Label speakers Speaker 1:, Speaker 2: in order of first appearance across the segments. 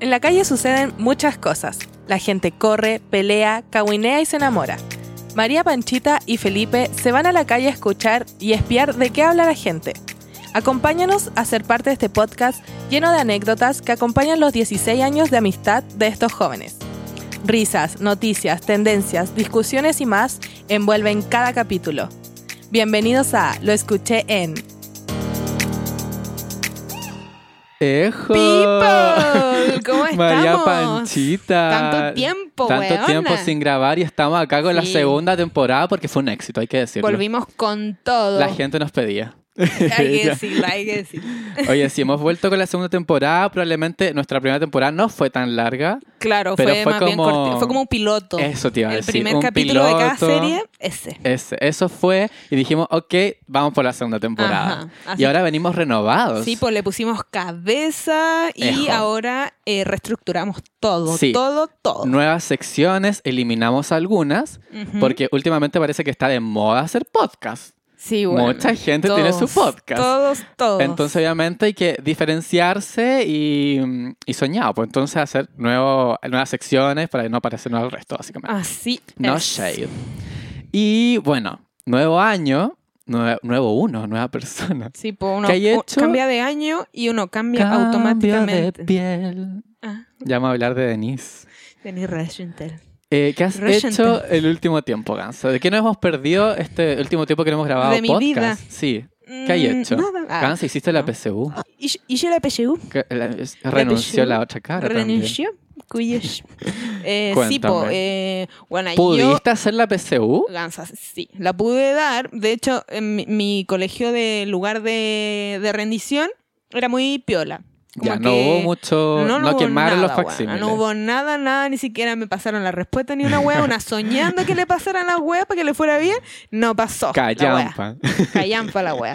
Speaker 1: En la calle suceden muchas cosas. La gente corre, pelea, caguinea y se enamora. María Panchita y Felipe se van a la calle a escuchar y espiar de qué habla la gente. Acompáñanos a ser parte de este podcast lleno de anécdotas que acompañan los 16 años de amistad de estos jóvenes. Risas, noticias, tendencias, discusiones y más envuelven cada capítulo. Bienvenidos a Lo escuché en
Speaker 2: ¡Ejo!
Speaker 3: People, ¿cómo estamos?
Speaker 2: María Panchita.
Speaker 3: Tanto tiempo,
Speaker 2: Ah, Tanto
Speaker 3: weona.
Speaker 2: tiempo sin grabar y estamos acá con la
Speaker 3: Sí.
Speaker 2: segunda temporada porque fue un éxito, hay que decirlo.
Speaker 3: Volvimos con todo.
Speaker 2: La gente nos pedía.
Speaker 3: Hay que
Speaker 2: Ya.
Speaker 3: decirlo, hay que decirlo.
Speaker 2: Oye, sí, hemos vuelto con la segunda temporada. Probablemente nuestra primera temporada no fue tan larga.
Speaker 3: Claro,
Speaker 2: Pero
Speaker 3: fue,
Speaker 2: fue
Speaker 3: más bien
Speaker 2: como-
Speaker 3: corti- fue como un piloto.
Speaker 2: Eso te iba a
Speaker 3: El
Speaker 2: decir.
Speaker 3: primer
Speaker 2: un
Speaker 3: capítulo de cada
Speaker 2: piloto.
Speaker 3: serie, ese.
Speaker 2: Ese- eso fue. Y dijimos, ok, vamos por la segunda temporada.
Speaker 3: Ajá. Así
Speaker 2: Y ahora venimos renovados.
Speaker 3: Sí, pues le pusimos cabeza y
Speaker 2: Ejo.
Speaker 3: ahora eh, reestructuramos todo,
Speaker 2: Sí.
Speaker 3: todo, todo.
Speaker 2: Nuevas secciones, eliminamos algunas.
Speaker 3: Ujú.
Speaker 2: Porque últimamente parece que está de moda hacer podcast.
Speaker 3: Sí, bueno.
Speaker 2: Mucha gente tiene su
Speaker 3: Todos,
Speaker 2: podcast.
Speaker 3: Todos, todos.
Speaker 2: Entonces, obviamente, hay que diferenciarse y, mm, y soñar. Pues entonces, hacer nuevo- nuevas secciones para no parecernos al resto, básicamente.
Speaker 3: Así
Speaker 2: no
Speaker 3: Ah, es.
Speaker 2: shade. Y bueno, nuevo año, nue- nuevo uno, nueva persona.
Speaker 3: Sí, pues uno
Speaker 2: ¿Qué hay
Speaker 3: u-
Speaker 2: hecho?
Speaker 3: cambia de año y uno cambia
Speaker 2: Cambio
Speaker 3: automáticamente.
Speaker 2: de piel.
Speaker 3: Ah,
Speaker 2: Ya vamos a hablar de Denise.
Speaker 3: Denis Rosenthal.
Speaker 2: Eh, ¿Qué has
Speaker 3: Reciente.
Speaker 2: hecho el último tiempo, Ganso? ¿De qué nos hemos perdido este último tiempo que no hemos grabado
Speaker 3: De mi
Speaker 2: podcast?
Speaker 3: vida.
Speaker 2: Sí. ¿Qué hay
Speaker 3: Mm,
Speaker 2: hecho?
Speaker 3: Nada. Ah,
Speaker 2: Ganso, hiciste la
Speaker 3: no.
Speaker 2: PSU.
Speaker 3: ¿Y, y yo la PSU?
Speaker 2: Que- eh, la- renunció la otra cara. también.
Speaker 3: renunció cuyos eh, sí
Speaker 2: Cuéntame.
Speaker 3: po eh, bueno yo
Speaker 2: ¿Pudiste hacer la PSU?
Speaker 3: gansas sí la pude dar de hecho en mi, mi colegio de lugar de, de rendición era muy piola Como
Speaker 2: Ya no
Speaker 3: que
Speaker 2: hubo mucho. No,
Speaker 3: hubo
Speaker 2: quemaron los
Speaker 3: nada, weona,
Speaker 2: facsímiles.
Speaker 3: no hubo nada, nada, ni siquiera me pasaron la respuesta ni una wea, una soñando que le pasaran las weas para que le fuera bien, no pasó. la wea.
Speaker 2: Callampa.
Speaker 3: Callampa la wea.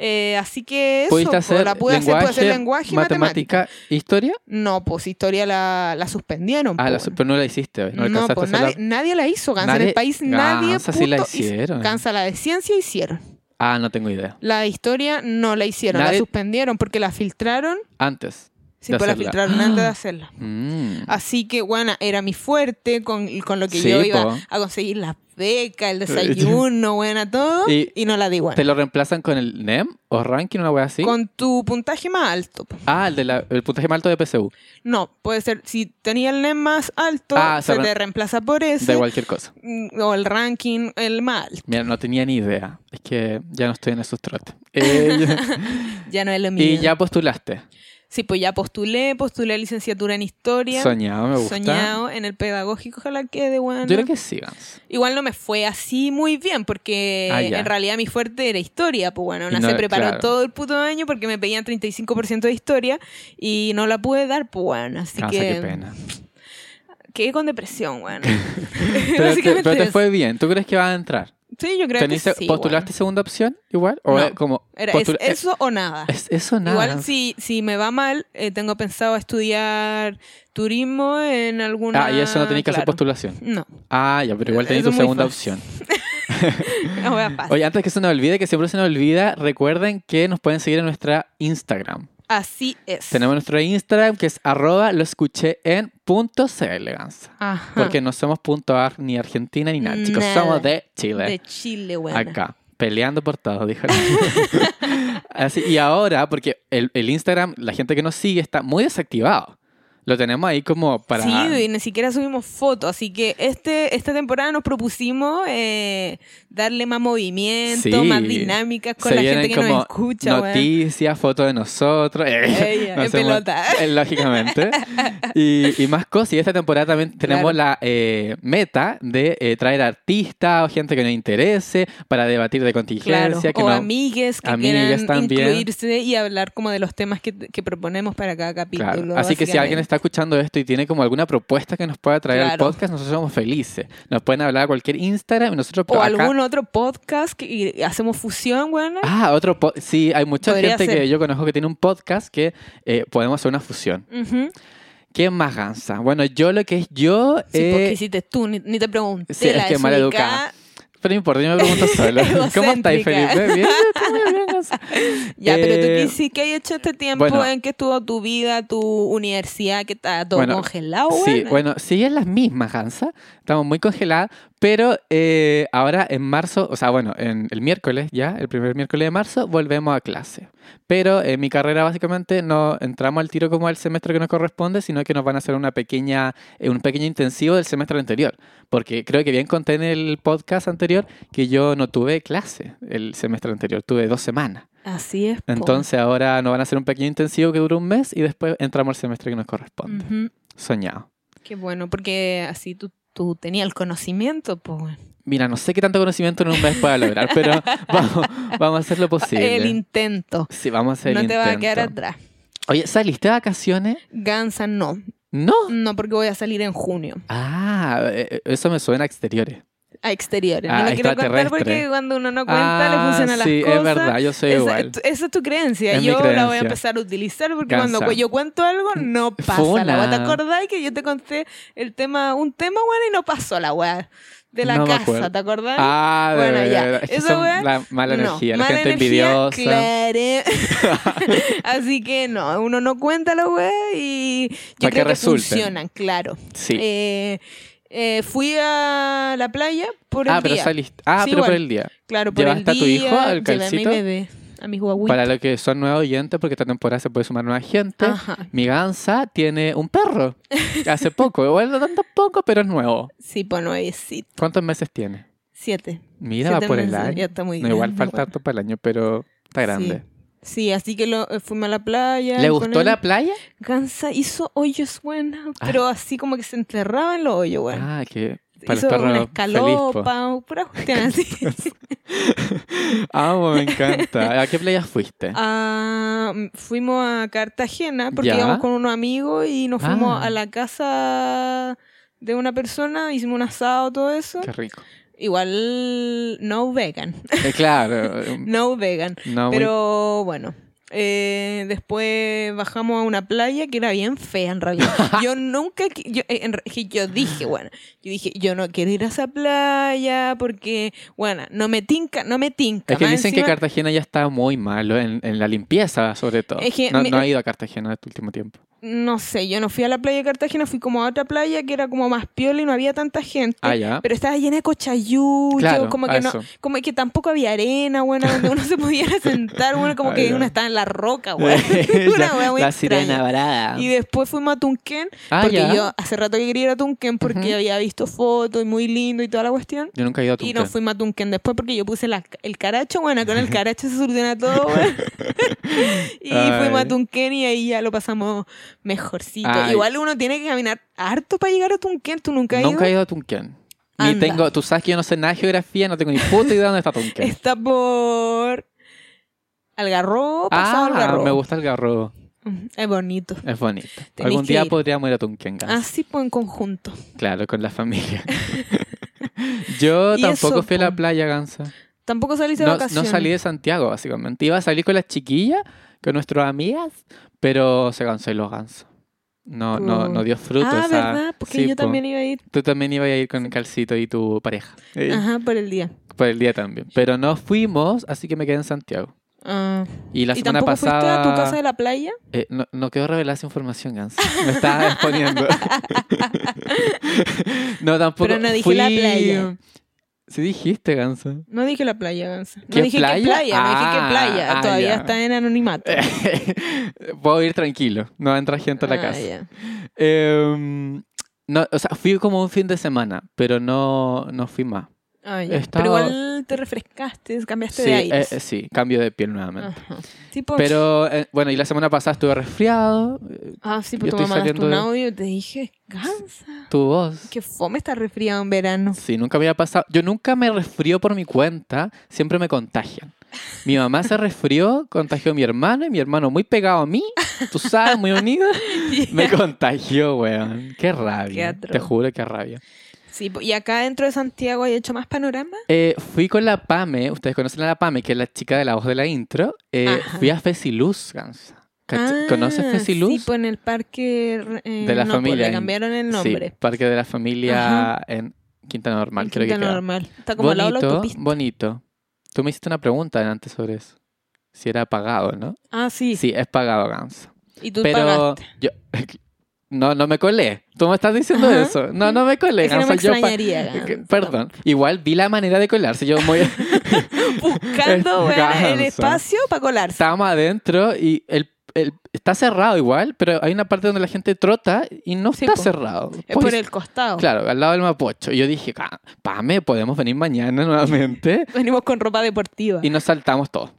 Speaker 3: Eh, así que eso,
Speaker 2: ¿Pudiste
Speaker 3: po,
Speaker 2: hacer,
Speaker 3: la pude hacer, pude hacer lenguaje y matemática.
Speaker 2: matemática, historia?
Speaker 3: No, pues historia la, la suspendieron.
Speaker 2: Ah,
Speaker 3: po,
Speaker 2: la,
Speaker 3: weón.
Speaker 2: su- pero no la hiciste. No,
Speaker 3: No,
Speaker 2: alcanzaste a
Speaker 3: pues
Speaker 2: hacer
Speaker 3: nadie,
Speaker 2: la-
Speaker 3: nadie la hizo, Gansa. En
Speaker 2: Nadie-
Speaker 3: el país nadie
Speaker 2: Gansa sí la
Speaker 3: puto hizo-
Speaker 2: hicieron.
Speaker 3: Gansa la de ciencia hicieron.
Speaker 2: Ah, no tengo idea.
Speaker 3: La de historia no la hicieron,
Speaker 2: Nadie-
Speaker 3: la suspendieron porque la filtraron.
Speaker 2: Antes.
Speaker 3: Sí,
Speaker 2: De
Speaker 3: pues la
Speaker 2: hacerla.
Speaker 3: filtraron antes de hacerla.
Speaker 2: Mm.
Speaker 3: Así que, bueno, era mi fuerte con, con lo que
Speaker 2: Sí,
Speaker 3: yo
Speaker 2: po.
Speaker 3: iba a conseguir la beca, el desayuno, buena, todo.
Speaker 2: Y-
Speaker 3: Y, no la di,
Speaker 2: ¿Te
Speaker 3: bueno.
Speaker 2: lo reemplazan con el NEM o ranking o una wea así?
Speaker 3: Con tu puntaje más alto. po.
Speaker 2: Ah, el, de la- el puntaje más alto de PSU.
Speaker 3: No, puede ser, si tenía el NEM más alto,
Speaker 2: Ah,
Speaker 3: se
Speaker 2: se re-
Speaker 3: te reemplaza por ese.
Speaker 2: De cualquier cosa.
Speaker 3: mm, O el ranking, el más alto.
Speaker 2: Mira, no tenía ni idea. Es que ya no estoy en esos trotes. Eh,
Speaker 3: Ya no es lo mismo.
Speaker 2: y ya postulaste.
Speaker 3: Sí, pues ya postulé, postulé a licenciatura en historia.
Speaker 2: Soñado, me gusta.
Speaker 3: Soñado en el pedagógico, ojalá quede bueno.
Speaker 2: Yo creo que sí, Gans.
Speaker 3: Igual no me fue así muy bien, porque
Speaker 2: Ah, ya.
Speaker 3: en realidad mi fuerte era historia. Pues bueno,
Speaker 2: Y
Speaker 3: una
Speaker 2: no-
Speaker 3: se preparó
Speaker 2: claro.
Speaker 3: todo el puto año porque me pedían 35% de historia y no la pude dar, pues bueno. Así
Speaker 2: Gansa,
Speaker 3: que
Speaker 2: qué pena.
Speaker 3: quedé con depresión, bueno.
Speaker 2: Pero te,
Speaker 3: Básicamente
Speaker 2: pero te
Speaker 3: eso.
Speaker 2: fue bien. ¿Tú crees que va a entrar?
Speaker 3: Sí, yo creo que
Speaker 2: ¿Tenís-
Speaker 3: sí.
Speaker 2: ¿Postulaste segunda opción igual? ¿O
Speaker 3: No.
Speaker 2: es como
Speaker 3: weón. Era, es
Speaker 2: postul- eh,
Speaker 3: eso o nada.
Speaker 2: es- eso nada.
Speaker 3: Igual si, si me va mal, eh, tengo pensado estudiar turismo en alguna...
Speaker 2: Ah, y eso no tenías que hacer
Speaker 3: claro.
Speaker 2: postulación.
Speaker 3: No,
Speaker 2: Ah, ya, pero igual tenés tu
Speaker 3: Eso es muy
Speaker 2: segunda
Speaker 3: fácil.
Speaker 2: opción.
Speaker 3: la wea pasa.
Speaker 2: Oye, antes que se nos olvide, que siempre se nos olvida, recuerden que nos pueden seguir en nuestra Instagram.
Speaker 3: Así es.
Speaker 2: Tenemos nuestro Instagram que es arroba lo escuché en punto CL, Gansa.
Speaker 3: Ajá.
Speaker 2: Porque no somos punto ar ni Argentina ni nada, chicos.
Speaker 3: Nada.
Speaker 2: Somos de Chile.
Speaker 3: de Chile, weón.
Speaker 2: ¿eh? acá, peleando por todo, dijo. la- Así, y ahora, porque el, el Instagram, la gente que nos sigue está muy desactivado. Lo tenemos ahí como para...
Speaker 3: Sí, y ni siquiera subimos fotos, así que este esta temporada nos propusimos eh, darle más movimiento,
Speaker 2: Sí.
Speaker 3: más dinámicas con
Speaker 2: se
Speaker 3: la
Speaker 2: vienen
Speaker 3: gente que
Speaker 2: como
Speaker 3: nos escucha, weón.
Speaker 2: noticias, fotos de nosotros. eh,
Speaker 3: Ella,
Speaker 2: no
Speaker 3: en
Speaker 2: sé, bueno,
Speaker 3: pelota.
Speaker 2: eh, lógicamente. Y, y más cosas. Y esta temporada también tenemos
Speaker 3: Claro.
Speaker 2: la eh, meta de eh, traer artistas o gente que nos interese para debatir de
Speaker 3: Claro,
Speaker 2: contingencia. que
Speaker 3: o
Speaker 2: no-
Speaker 3: amigues que
Speaker 2: Amigues
Speaker 3: quieran
Speaker 2: también.
Speaker 3: incluirse y hablar como de los temas que, que proponemos para cada capítulo.
Speaker 2: Claro. Así que si alguien
Speaker 3: básicamente.
Speaker 2: está escuchando esto y tiene como alguna propuesta que nos pueda traer al
Speaker 3: Claro.
Speaker 2: podcast, nosotros somos felices. Nos pueden hablar a cualquier Instagram y nosotros
Speaker 3: O
Speaker 2: acá-
Speaker 3: algún otro podcast que y hacemos fusión, weón.
Speaker 2: Ah, otro po- sí, hay mucha
Speaker 3: Podría
Speaker 2: gente
Speaker 3: ser.
Speaker 2: que yo conozco que tiene un podcast que eh, podemos hacer una fusión.
Speaker 3: Ujú.
Speaker 2: ¿Quién más gansa? Bueno, yo lo que es yo
Speaker 3: Sí, porque
Speaker 2: eh,
Speaker 3: hiciste tú, ni, ni te pregunté.
Speaker 2: sí, es
Speaker 3: la
Speaker 2: que mal
Speaker 3: desubicada.
Speaker 2: educada. pero no importa, yo me pregunto solo. ¿Cómo estáis,
Speaker 3: Egocéntrica.
Speaker 2: Felipe? Bien, yo estoy muy bien, Gansa.
Speaker 3: Ya, pero tú
Speaker 2: Eh,
Speaker 3: qué sí que hay hecho este tiempo
Speaker 2: bueno.
Speaker 3: en que estuvo tu vida, tu universidad, que está todo
Speaker 2: Bueno,
Speaker 3: congelado,
Speaker 2: Sí,
Speaker 3: weón?
Speaker 2: bueno, siguen las mismas, Hansa. Estamos muy congeladas, pero eh, ahora en marzo, o sea, bueno, en el miércoles ya, el primer miércoles de marzo, volvemos a clase. Pero en mi carrera básicamente no entramos al tiro como al semestre que nos corresponde, sino que nos van a hacer una pequeña, eh, un pequeño intensivo del semestre anterior. Porque creo que bien conté en el podcast anterior que yo no tuve clase el semestre anterior, tuve dos semanas.
Speaker 3: Así es. po.
Speaker 2: Entonces ahora nos van a hacer un pequeño intensivo que dura un mes y después entramos al semestre que nos corresponde.
Speaker 3: Ujú.
Speaker 2: Soñado.
Speaker 3: Qué bueno, porque así tú, tú tenías el conocimiento, pues.
Speaker 2: Mira, no sé qué tanto conocimiento en un mes pueda lograr, pero vamos, vamos a hacer lo
Speaker 3: El
Speaker 2: posible.
Speaker 3: intento.
Speaker 2: Sí, vamos a hacer
Speaker 3: no
Speaker 2: el
Speaker 3: te vas a quedar
Speaker 2: intento.
Speaker 3: atrás.
Speaker 2: Oye, ¿saliste de vacaciones?
Speaker 3: Gansa no.
Speaker 2: No.
Speaker 3: No, porque voy a salir en junio.
Speaker 2: Ah, eh, eso me suena a exteriores.
Speaker 3: A exteriores.
Speaker 2: Ah,
Speaker 3: no lo quiero contar
Speaker 2: extraterrestre.
Speaker 3: porque cuando uno no cuenta
Speaker 2: ah,
Speaker 3: le funcionan
Speaker 2: sí,
Speaker 3: las cosas.
Speaker 2: es verdad, yo soy
Speaker 3: Esa-
Speaker 2: igual.
Speaker 3: tu- Esa, es tu creencia.
Speaker 2: Es mi
Speaker 3: yo la voy a
Speaker 2: creencia.
Speaker 3: empezar a utilizar porque
Speaker 2: Gansa.
Speaker 3: cuando cu- yo cuento algo no pasa la
Speaker 2: Funa.
Speaker 3: weá. ¿Te acordáis que yo te conté el tema, un tema, weón, y no pasó la weá? De la
Speaker 2: No me
Speaker 3: casa,
Speaker 2: acuerdo.
Speaker 3: ¿te acordás?
Speaker 2: Ah, de
Speaker 3: Bueno, ya.
Speaker 2: verdad, es que
Speaker 3: Esa
Speaker 2: son
Speaker 3: weá-
Speaker 2: la mala
Speaker 3: No,
Speaker 2: energía, la
Speaker 3: mala
Speaker 2: gente
Speaker 3: energía,
Speaker 2: envidiosa.
Speaker 3: claro. Así que no, uno no cuenta la weá y yo
Speaker 2: Pa' que
Speaker 3: creo que,
Speaker 2: resulten.
Speaker 3: funcionan, claro.
Speaker 2: Sí. Ah,
Speaker 3: Eh, eh, fui a la playa por el
Speaker 2: ah, pero
Speaker 3: día.
Speaker 2: saliste. Ah,
Speaker 3: Sí,
Speaker 2: pero por
Speaker 3: igual.
Speaker 2: el día.
Speaker 3: Claro, por el
Speaker 2: ¿Llevaste
Speaker 3: día.
Speaker 2: a tu hijo al
Speaker 3: llevé a mi
Speaker 2: calcito?
Speaker 3: bebé, a mi guagüita.
Speaker 2: Para los que son nuevos oyentes, porque esta temporada se puede sumar nueva gente.
Speaker 3: Ajá.
Speaker 2: Mi gansa tiene un perro. Hace poco. Igual no tanto poco, pero es nuevo.
Speaker 3: Sí, pues nuevecito.
Speaker 2: ¿Cuántos meses tiene?
Speaker 3: Siete.
Speaker 2: Mira, va
Speaker 3: Siete
Speaker 2: por el
Speaker 3: meses,
Speaker 2: año.
Speaker 3: Ya está muy
Speaker 2: No, igual
Speaker 3: grande,
Speaker 2: falta
Speaker 3: bueno.
Speaker 2: harto para el año, pero está grande.
Speaker 3: Sí. Sí, así que lo, eh, fuimos a la playa.
Speaker 2: ¿Le
Speaker 3: con
Speaker 2: gustó
Speaker 3: él.
Speaker 2: la playa?
Speaker 3: Gansa hizo hoyos, buenos,
Speaker 2: Ah.
Speaker 3: pero así como que se enterraba en los hoyos, bueno.
Speaker 2: Ah, que para los
Speaker 3: hizo
Speaker 2: perros
Speaker 3: una
Speaker 2: feliz, po.
Speaker 3: escalopa, o pura cuestión así.
Speaker 2: Amo, Ah, me encanta. ¿A qué playa fuiste?
Speaker 3: Ah, fuimos a Cartagena porque
Speaker 2: Ya.
Speaker 3: íbamos con unos amigos y nos
Speaker 2: Ah.
Speaker 3: fuimos a la casa de una persona, hicimos un asado, todo eso.
Speaker 2: Qué rico.
Speaker 3: Igual no vegan,
Speaker 2: Eh, claro. eh,
Speaker 3: no vegan.
Speaker 2: No, muy-
Speaker 3: Pero bueno, eh, después bajamos a una playa que era bien fea en realidad. yo nunca, qui- yo, eh, en re- que yo dije, bueno, yo dije, yo no quiero ir a esa playa porque, bueno, no me tinca, no me tinca.
Speaker 2: Es que
Speaker 3: Más
Speaker 2: dicen que
Speaker 3: encima-
Speaker 2: Cartagena ya está muy malo en, en la limpieza, sobre todo.
Speaker 3: Es que
Speaker 2: no,
Speaker 3: mi-
Speaker 2: no ha ido a Cartagena en este último tiempo.
Speaker 3: no sé, yo no fui a la playa de Cartagena, fui como a otra playa que era como más piola y no había tanta gente.
Speaker 2: Ah, ya.
Speaker 3: Pero estaba llena de cochayuchos,
Speaker 2: Claro,
Speaker 3: como
Speaker 2: a
Speaker 3: que no,
Speaker 2: eso.
Speaker 3: como que tampoco había arena, bueno, donde uno se podía sentar, bueno, como
Speaker 2: Ah,
Speaker 3: que
Speaker 2: ya.
Speaker 3: uno estaba en la roca, bueno. una wea muy
Speaker 2: la
Speaker 3: extraña.
Speaker 2: sirena varada.
Speaker 3: Y después fuimos a Tunquén,
Speaker 2: Ah,
Speaker 3: porque
Speaker 2: ya.
Speaker 3: yo hace rato que quería ir a Tunquén porque
Speaker 2: Ujú.
Speaker 3: había visto fotos y muy lindo y toda la cuestión.
Speaker 2: Yo nunca he ido a
Speaker 3: Y
Speaker 2: Tunquén.
Speaker 3: nos fuimos a Tunquén después porque yo puse la- el caracho, bueno, con el caracho se soluciona todo, bueno. Y
Speaker 2: Ay.
Speaker 3: fuimos a Tunquén y ahí ya lo pasamos mejorcito.
Speaker 2: Ay.
Speaker 3: Igual uno tiene que caminar harto para llegar a Tunquén, tú nunca has
Speaker 2: Nunca he
Speaker 3: ido?
Speaker 2: ido a Tunquén. Ni
Speaker 3: Anda.
Speaker 2: tengo, tú sabes que yo no sé nada de geografía, no tengo ni puta idea de dónde está Tunquén.
Speaker 3: Está por Algarrobo, pasado
Speaker 2: ah,
Speaker 3: Algarrobo.
Speaker 2: me gusta el garrobo.
Speaker 3: Mm, Es bonito.
Speaker 2: Es bonito.
Speaker 3: Tenéis
Speaker 2: Algún
Speaker 3: que
Speaker 2: día
Speaker 3: ir.
Speaker 2: podríamos ir a Tunquén. Gans.
Speaker 3: Así pues en conjunto.
Speaker 2: Claro, con la familia. Yo
Speaker 3: Y
Speaker 2: tampoco
Speaker 3: eso,
Speaker 2: fui a la
Speaker 3: po.
Speaker 2: playa, Gansa.
Speaker 3: Tampoco saliste de
Speaker 2: No, no
Speaker 3: vacaciones.
Speaker 2: salí de Santiago, básicamente. Iba a salir con las chiquillas, con nuestras amigas, pero se canceló Gansa. No, no,
Speaker 3: Puh.
Speaker 2: no dio fruto.
Speaker 3: Ah,
Speaker 2: o sea,
Speaker 3: ¿verdad? Porque
Speaker 2: sí,
Speaker 3: yo
Speaker 2: po.
Speaker 3: también iba a ir.
Speaker 2: Tú también ibas a ir con Calcito y tu pareja. Eh,
Speaker 3: Ajá, por el día.
Speaker 2: Por el día también. Pero no fuimos, así que me quedé en Santiago.
Speaker 3: Ah.
Speaker 2: Y la
Speaker 3: ¿Y
Speaker 2: semana
Speaker 3: tampoco fuiste
Speaker 2: pasada.
Speaker 3: a tu casa de la playa?
Speaker 2: Eh, no, no quiero revelar esa información, Gans. Me estaba exponiendo. no, tampoco.
Speaker 3: Pero no dije
Speaker 2: fui-
Speaker 3: la playa.
Speaker 2: Sí dijiste, Ganso.
Speaker 3: No dije la playa, Gansa.
Speaker 2: ¿Qué
Speaker 3: No dije
Speaker 2: playa?
Speaker 3: qué playa, no dije
Speaker 2: Ah,
Speaker 3: qué playa.
Speaker 2: ah,
Speaker 3: Todavía
Speaker 2: ya.
Speaker 3: está en anonimato.
Speaker 2: Puedo ir tranquilo. No va a entrar gente a la
Speaker 3: Ah,
Speaker 2: casa.
Speaker 3: ya.
Speaker 2: Em, no, o sea, fui como un fin de semana, pero no, no fui más.
Speaker 3: Ah, ya.
Speaker 2: Estaba-
Speaker 3: Pero igual te refrescaste, cambiaste
Speaker 2: Sí,
Speaker 3: de aire.
Speaker 2: eh, eh, sí, cambio de piel nuevamente.
Speaker 3: Ajá. Sí, pues-
Speaker 2: Pero eh, bueno, y la semana pasada estuve resfriado. eh,
Speaker 3: ah, sí,
Speaker 2: yo
Speaker 3: pues tú
Speaker 2: estoy
Speaker 3: me mandaste
Speaker 2: saliendo
Speaker 3: un
Speaker 2: de-
Speaker 3: audio y te dije, Gansa.
Speaker 2: Tu voz.
Speaker 3: Qué fome estar resfriado en verano.
Speaker 2: Sí, nunca me había pasado. Yo nunca me resfrío por mi cuenta, siempre me contagian. Mi mamá se resfrió, contagió a mi hermano y mi hermano muy pegado a mí, tú sabes, muy unido, me contagió, weón. Qué rabia.
Speaker 3: Qué atro.
Speaker 2: Te juro, qué rabia.
Speaker 3: Sí, pues, y acá dentro de Santiago hay hecho más panorama.
Speaker 2: Eh, fui con la Pame, ustedes conocen a la Pame, que es la chica de la voz de la intro. eh,
Speaker 3: Ajá.
Speaker 2: fui a Fesiluz, Gansa. Cacha-
Speaker 3: Ah,
Speaker 2: ¿Conoces Fesiluz?
Speaker 3: Sí, pues en el parque eh,
Speaker 2: De la
Speaker 3: no, pues,
Speaker 2: familia
Speaker 3: le
Speaker 2: en-
Speaker 3: cambiaron el nombre.
Speaker 2: Sí, Parque de la Familia
Speaker 3: Ajá.
Speaker 2: en Quinta Normal,
Speaker 3: En
Speaker 2: creo
Speaker 3: Quinta
Speaker 2: que queda.
Speaker 3: normal. Está como al lado de la
Speaker 2: bonito,
Speaker 3: autopista.
Speaker 2: bonito. Tú me hiciste una pregunta antes sobre eso. Si era pagado, ¿no?
Speaker 3: Ah, sí.
Speaker 2: Sí, es pagado Ganso.
Speaker 3: Y tú
Speaker 2: Pero
Speaker 3: pagaste.
Speaker 2: yo no, no me colé. Tú me estás diciendo
Speaker 3: Ajá.
Speaker 2: eso. No, no me colé.
Speaker 3: Es que no me
Speaker 2: Ganso. Yo pa-
Speaker 3: extrañaría, Ganso.
Speaker 2: Perdón. Igual vi la manera de colarse. Yo muy
Speaker 3: Buscando
Speaker 2: Es
Speaker 3: weón, el
Speaker 2: ganso.
Speaker 3: espacio para colarse.
Speaker 2: estábamos adentro y el, el- está cerrado igual, pero hay una parte donde la gente trota y no
Speaker 3: Sí,
Speaker 2: está
Speaker 3: po.
Speaker 2: cerrado.
Speaker 3: Es
Speaker 2: Pues,
Speaker 3: por el costado.
Speaker 2: Claro, al lado del Mapocho. Y yo dije, "Ah, Pame, podemos venir mañana nuevamente.
Speaker 3: Venimos con ropa deportiva.
Speaker 2: y nos saltamos todo.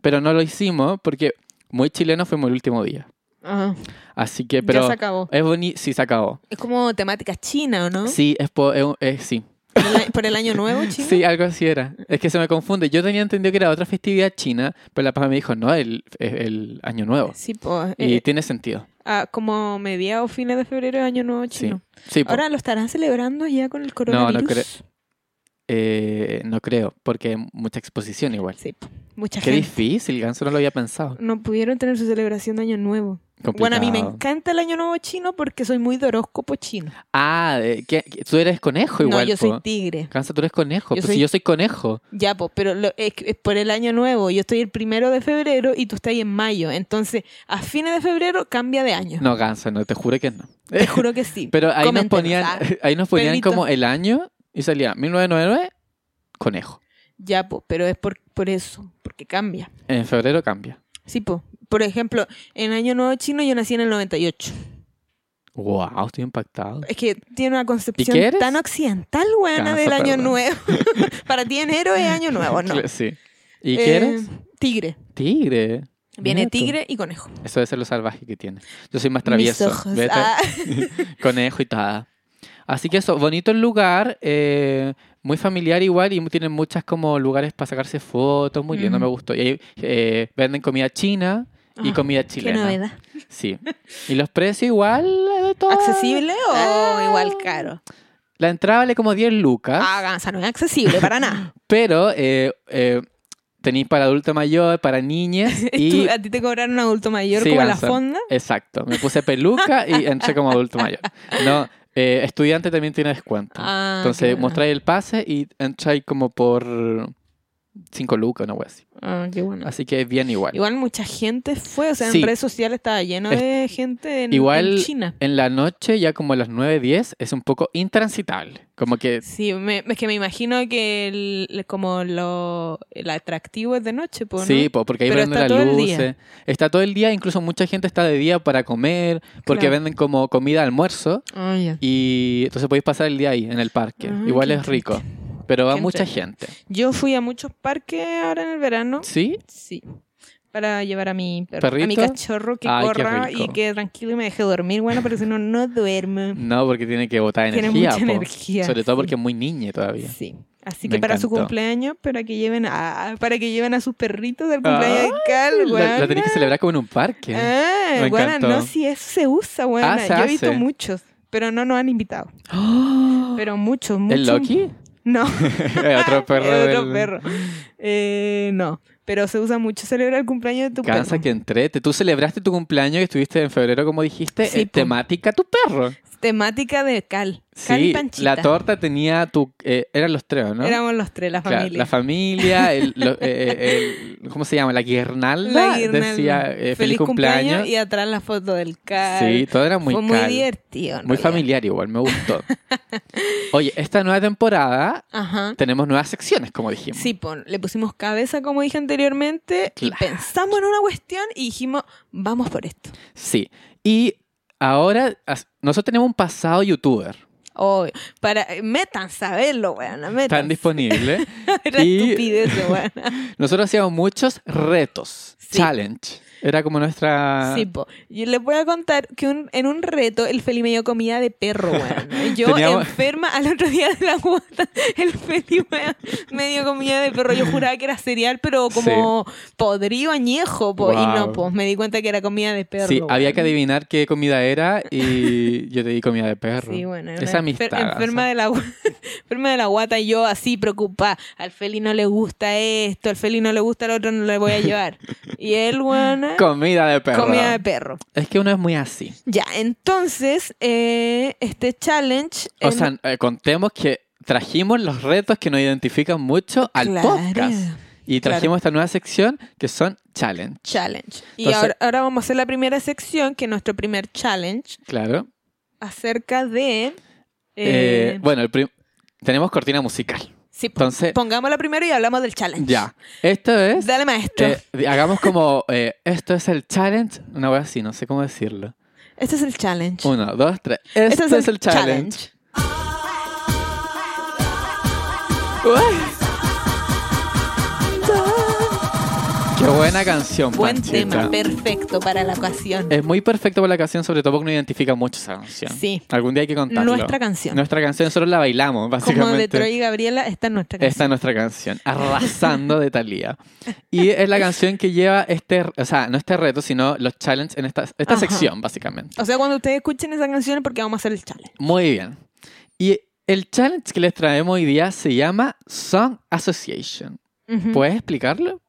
Speaker 2: Pero no lo hicimos porque muy chileno fuimos el último día.
Speaker 3: Ajá.
Speaker 2: Así que, Eh, pero
Speaker 3: ya se acabó.
Speaker 2: es bonito. Sí, se acabó.
Speaker 3: Es como temática china, ¿o no?
Speaker 2: Sí, es, po- es un- es- sí.
Speaker 3: Por, el, a- por el año nuevo, chino.
Speaker 2: Sí, algo así era. Es que se me confunde. Yo tenía entendido que era otra festividad china, pero la Pame me dijo, no, el, el- el Año Nuevo.
Speaker 3: Sí, pues. ah,
Speaker 2: Y tiene sentido.
Speaker 3: como mediados o fines de febrero es año nuevo
Speaker 2: Sí.
Speaker 3: chino.
Speaker 2: Sí, po.
Speaker 3: Ahora lo estarán celebrando ya con el
Speaker 2: no
Speaker 3: coronavirus.
Speaker 2: creo. Eh, no creo, porque hay mucha exposición igual.
Speaker 3: Sí, po. mucha
Speaker 2: Qué
Speaker 3: gente.
Speaker 2: difícil, Ganso no lo había pensado.
Speaker 3: No pudieron tener su celebración de año nuevo. Bueno, a mí me
Speaker 2: Complicado.
Speaker 3: encanta el año nuevo chino porque soy muy de horóscopo chino.
Speaker 2: Ah, eh, ¿qué- qué- tú eres conejo igual.
Speaker 3: no, yo
Speaker 2: po.
Speaker 3: soy tigre.
Speaker 2: Ganso, tú eres conejo.
Speaker 3: Yo
Speaker 2: pues
Speaker 3: soy-
Speaker 2: si yo soy conejo.
Speaker 3: Ya, pues, pero lo- es, que es por el año nuevo. Yo estoy el primero de febrero y tú estás ahí en mayo. Entonces, a fines de febrero cambia de año.
Speaker 2: No, Ganso, no, te juro que no. Eh,
Speaker 3: Te juro que sí.
Speaker 2: Pero ahí nos
Speaker 3: Coméntenos,
Speaker 2: ponían,
Speaker 3: ah.
Speaker 2: ahí nos ponían
Speaker 3: Perrito.
Speaker 2: como el año y salía 1999, conejo.
Speaker 3: Ya, pues, pero es por, por eso, porque cambia.
Speaker 2: En febrero cambia.
Speaker 3: Sí, pues. Por ejemplo, en año nuevo chino yo nací en el 98.
Speaker 2: Wow, estoy impactado.
Speaker 3: Es que tiene una concepción
Speaker 2: qué eres?
Speaker 3: tan occidental, buena,
Speaker 2: Ganso,
Speaker 3: del año
Speaker 2: perdón.
Speaker 3: nuevo. Para ti enero es año nuevo, ¿no?
Speaker 2: Sí. ¿Y
Speaker 3: Eh,
Speaker 2: qué eres?
Speaker 3: Tigre.
Speaker 2: Tigre.
Speaker 3: Viene
Speaker 2: Mira tú.
Speaker 3: tigre y conejo.
Speaker 2: Eso debe ser lo salvaje que tiene. Yo soy más
Speaker 3: Mis
Speaker 2: travieso.
Speaker 3: ojos.
Speaker 2: Vete.
Speaker 3: Ah,
Speaker 2: Conejo y tal. Así que eso, bonito el lugar, eh, muy familiar igual y tienen muchas como lugares para sacarse fotos, muy lindo,
Speaker 3: Ujú.
Speaker 2: me gustó. Y ahí, eh, venden comida china y
Speaker 3: Mm. Ah,
Speaker 2: comida
Speaker 3: qué
Speaker 2: chilena.
Speaker 3: novedad.
Speaker 2: Sí. Y los precios igual eh, de todo.
Speaker 3: ¿Accesible o
Speaker 2: Ah.
Speaker 3: igual caro?
Speaker 2: La entrada vale como 10 lucas,
Speaker 3: Ah, Gansa no es accesible para nada.
Speaker 2: pero eh, eh, tenéis para adulto mayor, para niñas y...
Speaker 3: Tú- a ti te cobraron un adulto mayor
Speaker 2: Sí,
Speaker 3: como a la
Speaker 2: Gansa.
Speaker 3: fonda.
Speaker 2: Exacto, me puse peluca y entré como adulto mayor. No, eh, estudiante también tiene descuento.
Speaker 3: Ah,
Speaker 2: Entonces
Speaker 3: claro.
Speaker 2: mostráis el pase y entráis como por 5 lucas, una wea así.
Speaker 3: Ah, qué bueno.
Speaker 2: Así que es bien igual.
Speaker 3: Igual mucha gente fue, o sea,
Speaker 2: Sí.
Speaker 3: en redes sociales estaba lleno de gente en,
Speaker 2: Igual-
Speaker 3: en China.
Speaker 2: En la noche, ya como a las 9, 10, es un poco intransitable. Como que
Speaker 3: Sí, me- es que me imagino que el, como lo el atractivo es de noche, pues, ¿no?
Speaker 2: Sí, po, porque ahí
Speaker 3: Pero
Speaker 2: venden
Speaker 3: está
Speaker 2: las
Speaker 3: todo el
Speaker 2: luces.
Speaker 3: día.
Speaker 2: Está todo el día, incluso mucha gente está de día para comer, porque
Speaker 3: Claro.
Speaker 2: venden como comida almuerzo
Speaker 3: Ah, ya.
Speaker 2: y entonces podéis pasar el día ahí, en el parque.
Speaker 3: Ah,
Speaker 2: Igual
Speaker 3: qué
Speaker 2: es rico, pero va
Speaker 3: Qué
Speaker 2: mucha gente.
Speaker 3: Yo fui a muchos parques ahora en el verano.
Speaker 2: ¿Sí?
Speaker 3: Sí. Para llevar a mi perro, a mi
Speaker 2: ¿Perrito?
Speaker 3: cachorro que
Speaker 2: Ay, qué
Speaker 3: corra y
Speaker 2: rico.
Speaker 3: que tranquilo y me deje dormir, bueno, porque si no, no duerme.
Speaker 2: No, porque tiene que botar
Speaker 3: Tiene
Speaker 2: energía.
Speaker 3: mucha
Speaker 2: po.
Speaker 3: energía,
Speaker 2: Sobre todo
Speaker 3: sí.
Speaker 2: porque es muy niña todavía.
Speaker 3: Sí. Así
Speaker 2: Me
Speaker 3: que para su
Speaker 2: encantó.
Speaker 3: cumpleaños, para que lleven a, para que lleven a sus perritos del cumpleaños de Cal,
Speaker 2: La, la tenés
Speaker 3: guana.
Speaker 2: que celebrar como en un parque.
Speaker 3: Ah,
Speaker 2: Me
Speaker 3: guana,
Speaker 2: encantó.
Speaker 3: no, sí, eso se usa, guana.
Speaker 2: Ah, se
Speaker 3: Yo he visto
Speaker 2: hace.
Speaker 3: muchos, pero no nos han invitado.
Speaker 2: ¡Oh!
Speaker 3: Pero muchos, muchos.
Speaker 2: ¿El Loki?
Speaker 3: No.
Speaker 2: El otro perro.
Speaker 3: Ah, Es otro
Speaker 2: del-
Speaker 3: perro. Eh, no, pero se usa mucho celebrar el cumpleaños de tu
Speaker 2: Cansa
Speaker 3: perro.
Speaker 2: que entrete. Tú celebraste tu cumpleaños que estuviste en febrero, como dijiste,
Speaker 3: Sí,
Speaker 2: eh,
Speaker 3: po.
Speaker 2: temática tu perro.
Speaker 3: Temática de Cal. Cal y
Speaker 2: Sí,
Speaker 3: Panchita.
Speaker 2: la torta tenía tu... eh, eran los tres, ¿no?
Speaker 3: Éramos los tres, la
Speaker 2: Claro,
Speaker 3: familia.
Speaker 2: la familia, el, lo- eh, eh, el- ¿cómo se llama? La guirnalda,
Speaker 3: La guirnalda.
Speaker 2: decía eh, feliz, cumpleaños.
Speaker 3: Y atrás la foto del Cal.
Speaker 2: Sí, todo era muy
Speaker 3: Fue muy
Speaker 2: cal.
Speaker 3: divertido. en
Speaker 2: Muy
Speaker 3: realidad.
Speaker 2: familiar igual, me gustó. Oye, esta nueva temporada
Speaker 3: Ajá.
Speaker 2: tenemos nuevas secciones, como dijimos.
Speaker 3: Sí, pon- le pusimos cabeza, como dije anteriormente,
Speaker 2: Claro.
Speaker 3: y pensamos en una cuestión y dijimos, vamos por esto.
Speaker 2: Sí. Y ahora, as- nosotros tenemos un pasado youtuber.
Speaker 3: Oh, para, metan saberlo, weón.
Speaker 2: Están
Speaker 3: Metan.
Speaker 2: disponibles.
Speaker 3: Era
Speaker 2: y-
Speaker 3: estupidez, weón.
Speaker 2: Nosotros hacíamos muchos retos.
Speaker 3: Sí.
Speaker 2: Challenge. Era como nuestra...
Speaker 3: Sí, po. Yo les voy a contar que un- en un reto el Feli me dio comida de perro, weón. Yo
Speaker 2: Teníamos-
Speaker 3: enferma al otro día de la guata, el Feli weón, me dio comida de perro. Yo juraba que era cereal, pero como podrido añejo, po. Y no,
Speaker 2: Guau.
Speaker 3: pues me di cuenta que era comida de perro.
Speaker 2: Sí, había
Speaker 3: weón.
Speaker 2: que adivinar qué comida era y yo te di comida de perro.
Speaker 3: Sí, bueno, era
Speaker 2: Esa
Speaker 3: una enfer-
Speaker 2: amistad.
Speaker 3: enferma, de la, gu- enferma de la guata y yo así preocupada. Al Feli no le gusta esto, al Feli no le gusta el otro, no le voy a llevar. y él, weón,
Speaker 2: ¿sabes? Comida de perro.
Speaker 3: comida de perro.
Speaker 2: Es que uno es muy así.
Speaker 3: Ya, entonces, eh, este challenge.
Speaker 2: O
Speaker 3: en-
Speaker 2: sea, eh, contemos que trajimos los retos que nos identifican mucho al
Speaker 3: Claro.
Speaker 2: podcast. Y
Speaker 3: Claro.
Speaker 2: trajimos esta nueva sección que son challenge.
Speaker 3: Challenge. Y
Speaker 2: Entonces-
Speaker 3: ahora, ahora vamos a hacer la primera sección, que es nuestro primer challenge,
Speaker 2: Claro.
Speaker 3: acerca de...
Speaker 2: Eh,
Speaker 3: eh,
Speaker 2: bueno, el prim- tenemos cortina musical.
Speaker 3: sí, po-
Speaker 2: Entonces,
Speaker 3: pongámosla primero y hablamos del challenge.
Speaker 2: ya. Esto es.
Speaker 3: Dale, maestro.
Speaker 2: eh, di- hagamos como. eh, esto es el challenge. Una wea así, no sé cómo decirlo.
Speaker 3: este es el challenge. Este
Speaker 2: Uno, dos, tres. Esto, este es, el challenge. Qué buena canción,
Speaker 3: Buen
Speaker 2: Panchita.
Speaker 3: tema, perfecto para la ocasión.
Speaker 2: Es muy perfecto para la canción, sobre todo porque uno identifica mucho esa canción.
Speaker 3: Sí.
Speaker 2: Algún día hay que contarlo.
Speaker 3: Nuestra canción.
Speaker 2: Nuestra canción, nosotros la bailamos, básicamente.
Speaker 3: Como de Troy y Gabriela, esta es nuestra
Speaker 2: Esta
Speaker 3: canción.
Speaker 2: es nuestra canción, Arrasando de Thalía. Y es la canción que lleva este, o sea, no este reto, sino los challenges en esta, esta
Speaker 3: Ajá.
Speaker 2: sección, básicamente.
Speaker 3: O sea, cuando ustedes escuchen esa canción es porque vamos a hacer el challenge.
Speaker 2: Muy bien. Y el challenge que les traemos hoy día se llama Song Association.
Speaker 3: Ujú.
Speaker 2: ¿Puedes explicarlo?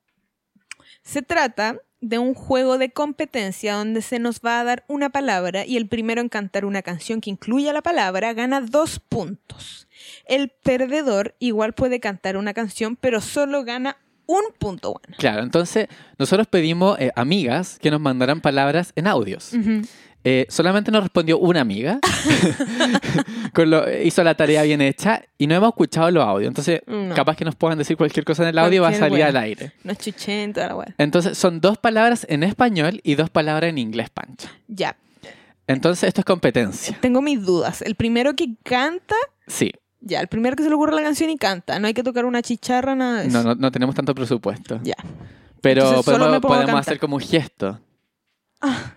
Speaker 3: Se trata de un juego de competencia donde se nos va a dar una palabra y el primero en cantar una canción que incluya la palabra gana dos puntos. El perdedor igual puede cantar una canción, pero solo gana un punto. Bueno.
Speaker 2: Claro, entonces nosotros pedimos eh, amigas que nos mandaran palabras en audios.
Speaker 3: Mm.
Speaker 2: Eh, solamente nos respondió una amiga. Con lo- hizo la tarea bien hecha y no hemos escuchado los audios. Entonces,
Speaker 3: No.
Speaker 2: capaz que nos puedan decir cualquier cosa en el audio y va a
Speaker 3: Cualquier
Speaker 2: salir
Speaker 3: wea.
Speaker 2: al aire.
Speaker 3: No es chuchén, toda la weá.
Speaker 2: Entonces, son dos palabras en español y dos palabras en inglés, Pancha.
Speaker 3: Ya,
Speaker 2: Entonces, esto es competencia.
Speaker 3: tengo mis dudas. El primero que canta,
Speaker 2: Sí,
Speaker 3: ya, el primero que se le ocurre la canción y canta. No hay que tocar una chicharra, nada de
Speaker 2: no,
Speaker 3: eso.
Speaker 2: no, no tenemos tanto presupuesto.
Speaker 3: Ya.
Speaker 2: Pero
Speaker 3: Entonces, solo
Speaker 2: podemos,
Speaker 3: me pongo a
Speaker 2: podemos
Speaker 3: cantar. Ah.
Speaker 2: hacer como un gesto.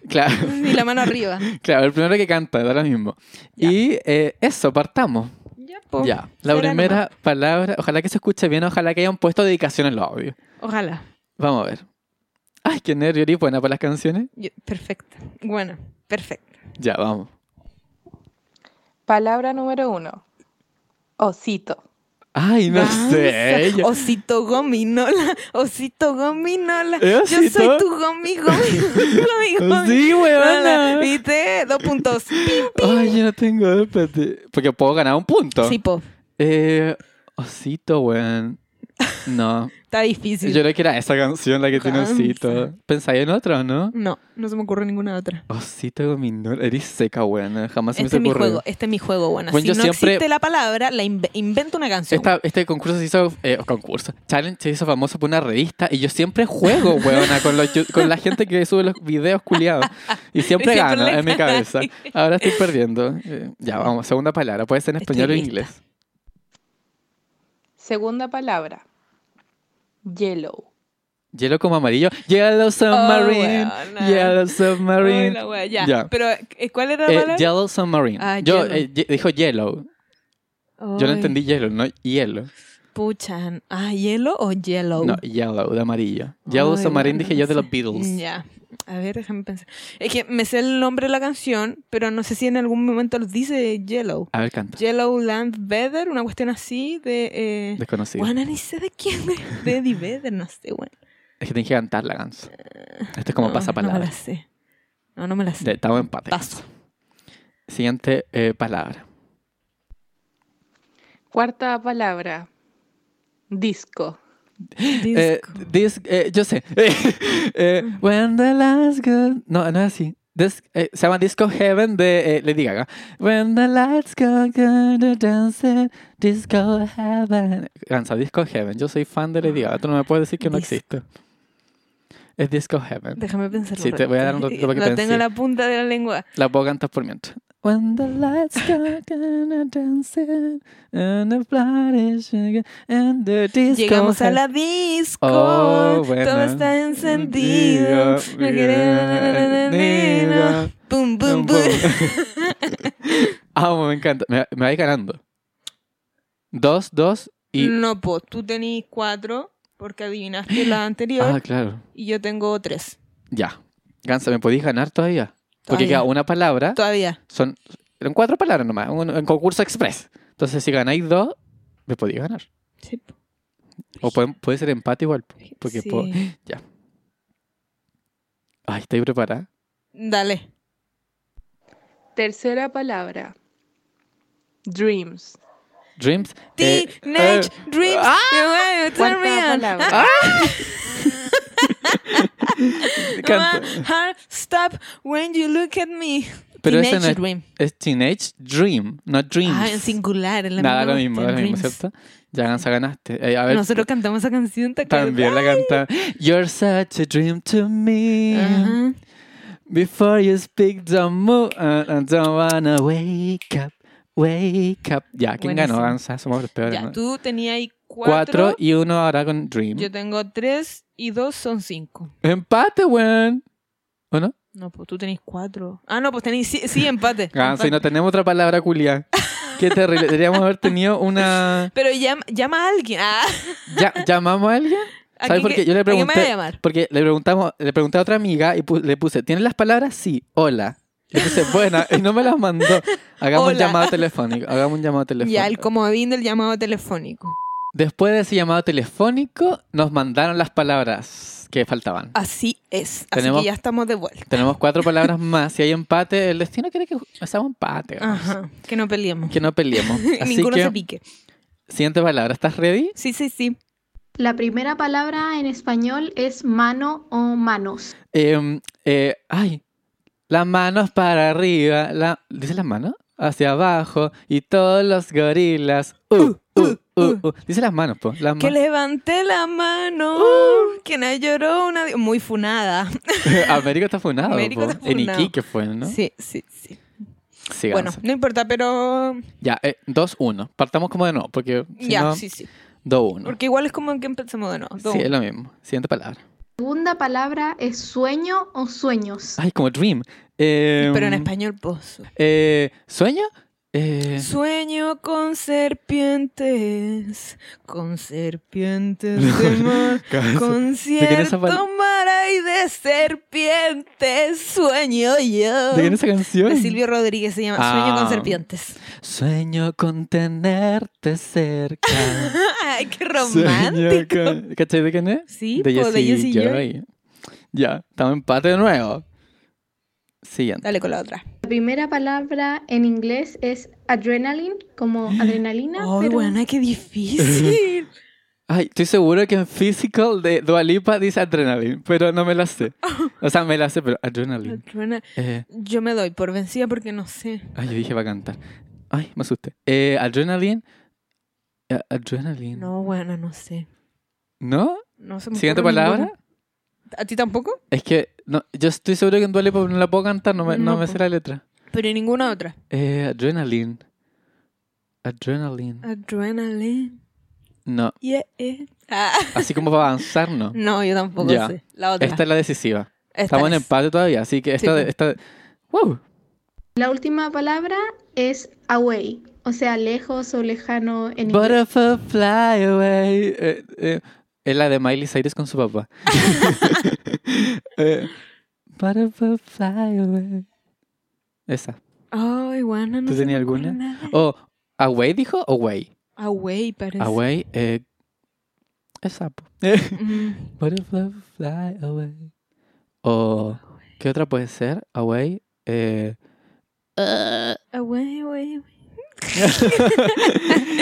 Speaker 2: Claro,
Speaker 3: Y la mano arriba.
Speaker 2: claro, el primero que canta, ahora mismo.
Speaker 3: Ya.
Speaker 2: Y eh, eso, partamos.
Speaker 3: Ya, po.
Speaker 2: Ya, la
Speaker 3: será
Speaker 2: primera
Speaker 3: nomás.
Speaker 2: palabra, ojalá que se escuche bien, ojalá que hayan puesto dedicación en los audios.
Speaker 3: Ojalá.
Speaker 2: Vamos a ver. Ay, qué nervio, eres buena para las canciones.
Speaker 3: Yo- Perfecto. Bueno, perfecto.
Speaker 2: Ya, vamos.
Speaker 1: Palabra número uno. Osito.
Speaker 2: Ay, no
Speaker 3: Danza.
Speaker 2: sé.
Speaker 3: Oh,
Speaker 2: yo-
Speaker 3: Osito gominola, osito gominola.
Speaker 2: ¿Eh,
Speaker 3: Yo soy
Speaker 2: osito?
Speaker 3: tu gomi, gomi, gomi, gomi.
Speaker 2: Oh, Sí,
Speaker 3: Nada,
Speaker 2: weona.
Speaker 3: ¿Viste? Dos puntos.
Speaker 2: Ay, yo no tengo, espérate. Porque puedo ganar un punto.
Speaker 3: Sí, po.
Speaker 2: Eh, osito, weón. No.
Speaker 3: Está difícil.
Speaker 2: Yo creo que era esa canción la que tiene
Speaker 3: Danza.
Speaker 2: Osito. Pensáis en otro, ¿no?
Speaker 3: No, no se me ocurre ninguna otra.
Speaker 2: Osito Gominol. Eres seca, weón. Jamás se
Speaker 3: Este es
Speaker 2: me
Speaker 3: mi
Speaker 2: se ocurrió.
Speaker 3: juego, este es mi juego, bueno.
Speaker 2: Bueno,
Speaker 3: si
Speaker 2: yo
Speaker 3: no
Speaker 2: siempre-
Speaker 3: existe la palabra, la inve- invento una canción.
Speaker 2: Esta- este concurso se hizo, eh, concurso, challenge se hizo famoso por una revista y yo siempre juego, weona, con, los yu- con la gente que sube los videos culiados. Y siempre
Speaker 3: Y siempre
Speaker 2: gano
Speaker 3: le
Speaker 2: en mi
Speaker 3: ganas.
Speaker 2: cabeza. Ahora estoy perdiendo. Eh, ya, vamos, segunda palabra. Puede ser en
Speaker 3: Estoy
Speaker 2: español o
Speaker 3: lista.
Speaker 2: inglés.
Speaker 1: Segunda palabra. Yellow.
Speaker 2: Hielo como amarillo. Yellow submarine.
Speaker 3: Oh, weona.
Speaker 2: yellow
Speaker 3: Ay,
Speaker 2: submarine.
Speaker 3: la wea, ya.
Speaker 2: Ya.
Speaker 3: Pero, ¿eh, ¿cuál era
Speaker 2: Eh,
Speaker 3: la palabra?
Speaker 2: yellow submarine.
Speaker 3: Ah,
Speaker 2: yo
Speaker 3: yellow.
Speaker 2: eh, ye- dijo yellow. Yo no
Speaker 3: Ay,
Speaker 2: entendí yellow, no hielo.
Speaker 3: Puchan. Ah, ¿hielo o yellow?
Speaker 2: No, yellow, de amarillo. Yellow
Speaker 3: Oh. Ay,
Speaker 2: submarine
Speaker 3: bueno,
Speaker 2: dije
Speaker 3: no
Speaker 2: yo de
Speaker 3: sé.
Speaker 2: los Beatles.
Speaker 3: Ya. A ver, déjame pensar. Es que me sé el nombre de la canción, pero no sé si en algún momento los dice Yellow.
Speaker 2: A ver, canta.
Speaker 3: Yellow Land Better, una cuestión así de. Eh...
Speaker 2: Desconocido.
Speaker 3: Bueno, ni sé de quién, es, de Eddie Vedder, no sé, bueno.
Speaker 2: Es que tenés que cantar la canción. Esto es como
Speaker 3: Eh, No,
Speaker 2: pasa
Speaker 3: No me la
Speaker 2: palabras.
Speaker 3: sé. No, no me la sé.
Speaker 2: Estamos en empate.
Speaker 3: Paso.
Speaker 2: Siguiente eh, palabra.
Speaker 1: Cuarta palabra. Disco.
Speaker 2: Eh,
Speaker 3: Disco. Mm.
Speaker 2: this- eh, yo sé. Eh, when the last go... No, no es así. This- eh, se llama Disco Heaven de eh, Lady Gaga. When the lights go, go to dancing, Disco Heaven. Cansa, Disco Heaven. Yo soy fan de Lady Gaga. Tú no me puedes decir que no
Speaker 3: Disco.
Speaker 2: existe. Es Disco Heaven.
Speaker 3: Déjame pensar.
Speaker 2: Sí, te voy a dar un ratito para que
Speaker 3: Lo tengo
Speaker 2: penses.
Speaker 3: en la punta de la lengua.
Speaker 2: La puedo cantar por mientras. When the lights go down and dancing and the blood is shaking and the disco
Speaker 3: Llegamos a
Speaker 2: has-
Speaker 3: la disco.
Speaker 2: Oh,
Speaker 3: Todo
Speaker 2: bueno.
Speaker 3: está encendido. No quiero- Pum, pum,
Speaker 2: Pum, pum.
Speaker 3: pum.
Speaker 2: Ah, me encanta. Me, me vais ganando. Dos, dos y...
Speaker 3: No, pues tú tenés cuatro porque adivinaste la anterior
Speaker 2: Ah, claro.
Speaker 3: y yo tengo tres.
Speaker 2: Ya. Gansa, ¿me podéis ganar todavía? Porque
Speaker 3: Todavía.
Speaker 2: queda una palabra.
Speaker 3: Todavía.
Speaker 2: Son... Eran cuatro palabras nomás. Un, un concurso express. Entonces, si ganáis dos, me podéis ganar.
Speaker 3: Sí.
Speaker 2: O pueden- puede ser empate igual. po, Porque
Speaker 3: Sí.
Speaker 2: po- Ay, ¿estáis preparada?
Speaker 3: Dale.
Speaker 1: Tercera palabra. Dreams.
Speaker 2: Dreams. eh,
Speaker 3: Teenage
Speaker 2: eh,
Speaker 3: Dreams.
Speaker 2: ¡Ah!
Speaker 3: Ah, turn me
Speaker 1: ¿Cuánta
Speaker 3: on.
Speaker 1: palabra?
Speaker 3: Ah,
Speaker 2: Canto.
Speaker 3: ah, ah, stop when you look at me.
Speaker 2: Pero ese
Speaker 3: Teenage
Speaker 2: no es,
Speaker 3: Dream.
Speaker 2: es Teenage Dream, no Dreams.
Speaker 3: Ah, en singular, en la
Speaker 2: Nada,
Speaker 3: misma
Speaker 2: lo mismo,
Speaker 3: cuestión,
Speaker 2: lo mismo,
Speaker 3: Dreams.
Speaker 2: ¿cierto? Ya Gansa ganaste. Eh, a ver,
Speaker 3: Nosotros cantamos esa canción, ¿te acuerdas?
Speaker 2: también la cantaba. You're such a dream to me.
Speaker 3: Ajá.
Speaker 2: Before you speak, don't move. uh, I don't wanna wake up, wake up. Ya, ¿quién ganó?
Speaker 3: Buenísimo.
Speaker 2: Gansa, somos los peores.
Speaker 3: Ya,
Speaker 2: ¿no?
Speaker 3: tú tenías ahí
Speaker 2: Cuatro
Speaker 3: cuatro.
Speaker 2: y uno ahora con Dream.
Speaker 3: Yo tengo tres y dos son cinco.
Speaker 2: Empate, weón. ¿O no?
Speaker 3: No, pues tú tenés cuatro. Ah, no, pues tenés sí, sí, empate.
Speaker 2: Gansa, y Ah, no
Speaker 3: Empate.
Speaker 2: tenemos otra palabra, Julia. Qué terrible. Deberíamos haber tenido una.
Speaker 3: Pero llama, llama a alguien. Ah,
Speaker 2: Ya, ¿Llamamos a alguien?
Speaker 3: ¿a
Speaker 2: ¿Sabes
Speaker 3: quién
Speaker 2: por
Speaker 3: que-
Speaker 2: qué? Yo le
Speaker 3: a quién me
Speaker 2: pregunté.
Speaker 3: voy a llamar?
Speaker 2: Porque le preguntamos, le pregunté a otra amiga y pu- le puse, ¿tienes las palabras? Sí, hola. Le puse, buena, y no me las mandó. Hagamos un
Speaker 3: Hola.
Speaker 2: llamado telefónico. Hagamos un llamado telefónico.
Speaker 3: Ya, el comodín del llamado telefónico.
Speaker 2: Después de ese llamado telefónico, nos mandaron las palabras que faltaban.
Speaker 3: Así es. Así
Speaker 2: Tenemos-
Speaker 3: que ya estamos de vuelta.
Speaker 2: Tenemos cuatro palabras más. Si hay empate, el destino quiere que hagamos empate. vamos.
Speaker 3: Ajá. Que no peleemos.
Speaker 2: Que no peleemos. Así
Speaker 3: Ninguno se
Speaker 2: que,
Speaker 3: pique.
Speaker 2: siguiente palabra. ¿Estás ready?
Speaker 3: Sí, sí, sí.
Speaker 4: La primera palabra en español es mano o manos.
Speaker 2: Em, eh, ay, las manos para arriba. La, ¿Dice las manos? Hacia abajo. Y todos los gorilas. Uh, uh, uh, uh. Dice las manos, po. Las
Speaker 3: Que
Speaker 2: manos.
Speaker 3: levanté la mano.
Speaker 2: Uh.
Speaker 3: Que no lloró una. di- Muy funada.
Speaker 2: Américo está funado,
Speaker 3: Américo
Speaker 2: po.
Speaker 3: está
Speaker 2: En
Speaker 3: funado.
Speaker 2: Iquique fue, ¿no?
Speaker 3: Sí, sí, sí.
Speaker 2: Sí,
Speaker 3: Bueno,
Speaker 2: ganso.
Speaker 3: no importa, pero.
Speaker 2: Ya, 2-1. Partamos como de nuevo, porque si
Speaker 3: ya,
Speaker 2: no,
Speaker 3: sí, sí.
Speaker 2: 2-1.
Speaker 3: Porque igual es como que empecemos de nuevo.
Speaker 2: Sí, es lo mismo. Siguiente palabra.
Speaker 4: Segunda palabra es sueño o sueños.
Speaker 2: Ay, como Dream. Em,
Speaker 3: Pero en español, pues. vos.
Speaker 2: eh, ¿Sueño? Eh,
Speaker 3: Sueño con serpientes, con serpientes de mar,
Speaker 2: Cabeza.
Speaker 3: con
Speaker 2: quién es esa
Speaker 3: cierto
Speaker 2: pal-
Speaker 3: mar hay de serpientes, sueño yo.
Speaker 2: ¿De quién es esa canción?
Speaker 3: De Silvio Rodríguez se llama Sueño
Speaker 2: Ah.
Speaker 3: con serpientes.
Speaker 2: Sueño con tenerte cerca.
Speaker 3: Ay, qué
Speaker 2: Sueño
Speaker 3: romántico.
Speaker 2: con- ¿Cachai de quién es?
Speaker 3: Sí, po, de Jessie Joy.
Speaker 2: Ya, estamos en empate de nuevo. Siguiente.
Speaker 3: Dale con la otra.
Speaker 4: La primera palabra en inglés es adrenaline, como adrenalina.
Speaker 3: Ay,
Speaker 4: pero-
Speaker 3: Oh, buena, qué difícil.
Speaker 2: Ay, estoy seguro que en Physical de Dualipa dice adrenaline, pero no me la sé. O sea, me la sé, pero adrenaline.
Speaker 3: Adrena-
Speaker 2: Eh,
Speaker 3: Yo me doy por vencida porque no sé.
Speaker 2: ay, yo dije va a cantar. Ay, me asusté. Eh, adrenaline. Eh, Adrenaline.
Speaker 3: No, buena, no sé.
Speaker 2: ¿No?
Speaker 3: No se me
Speaker 2: Siguiente
Speaker 3: ocurre
Speaker 2: palabra.
Speaker 3: ninguna. ¿A ti tampoco?
Speaker 2: Es que no, yo estoy seguro que en Dualipa no la puedo cantar, no me, no
Speaker 3: No,
Speaker 2: me
Speaker 3: po.
Speaker 2: sé la letra.
Speaker 3: Pero ninguna otra.
Speaker 2: Eh, adrenaline. Adrenaline.
Speaker 3: Adrenaline.
Speaker 2: No,
Speaker 3: Yeah. eh. Ah,
Speaker 2: así como para avanzar, no.
Speaker 3: no, yo tampoco
Speaker 2: Ya.
Speaker 3: sé. La otra.
Speaker 2: Esta es la decisiva.
Speaker 3: Esta
Speaker 2: Estamos en
Speaker 3: es.
Speaker 2: empate todavía, así que esta.
Speaker 3: Sí, pues.
Speaker 2: de- esta de- ¡Wow!
Speaker 4: La última palabra es away, o sea, lejos o lejano en inglés.
Speaker 2: Butterfly away. Eh, eh, es la de Miley Cyrus con su papá. eh, butterfly away. Esa.
Speaker 3: Ay, bueno, no
Speaker 2: ¿Tú
Speaker 3: se me
Speaker 2: tenías
Speaker 3: ocurre
Speaker 2: alguna?
Speaker 3: nada.
Speaker 2: O, ¿away dijo? Away.
Speaker 3: Away parece.
Speaker 2: Away. Eh, esa. po.
Speaker 3: Mm.
Speaker 2: Butterfly fly away. O, ¿qué otra puede ser? Away. Eh,
Speaker 3: Away, away, away.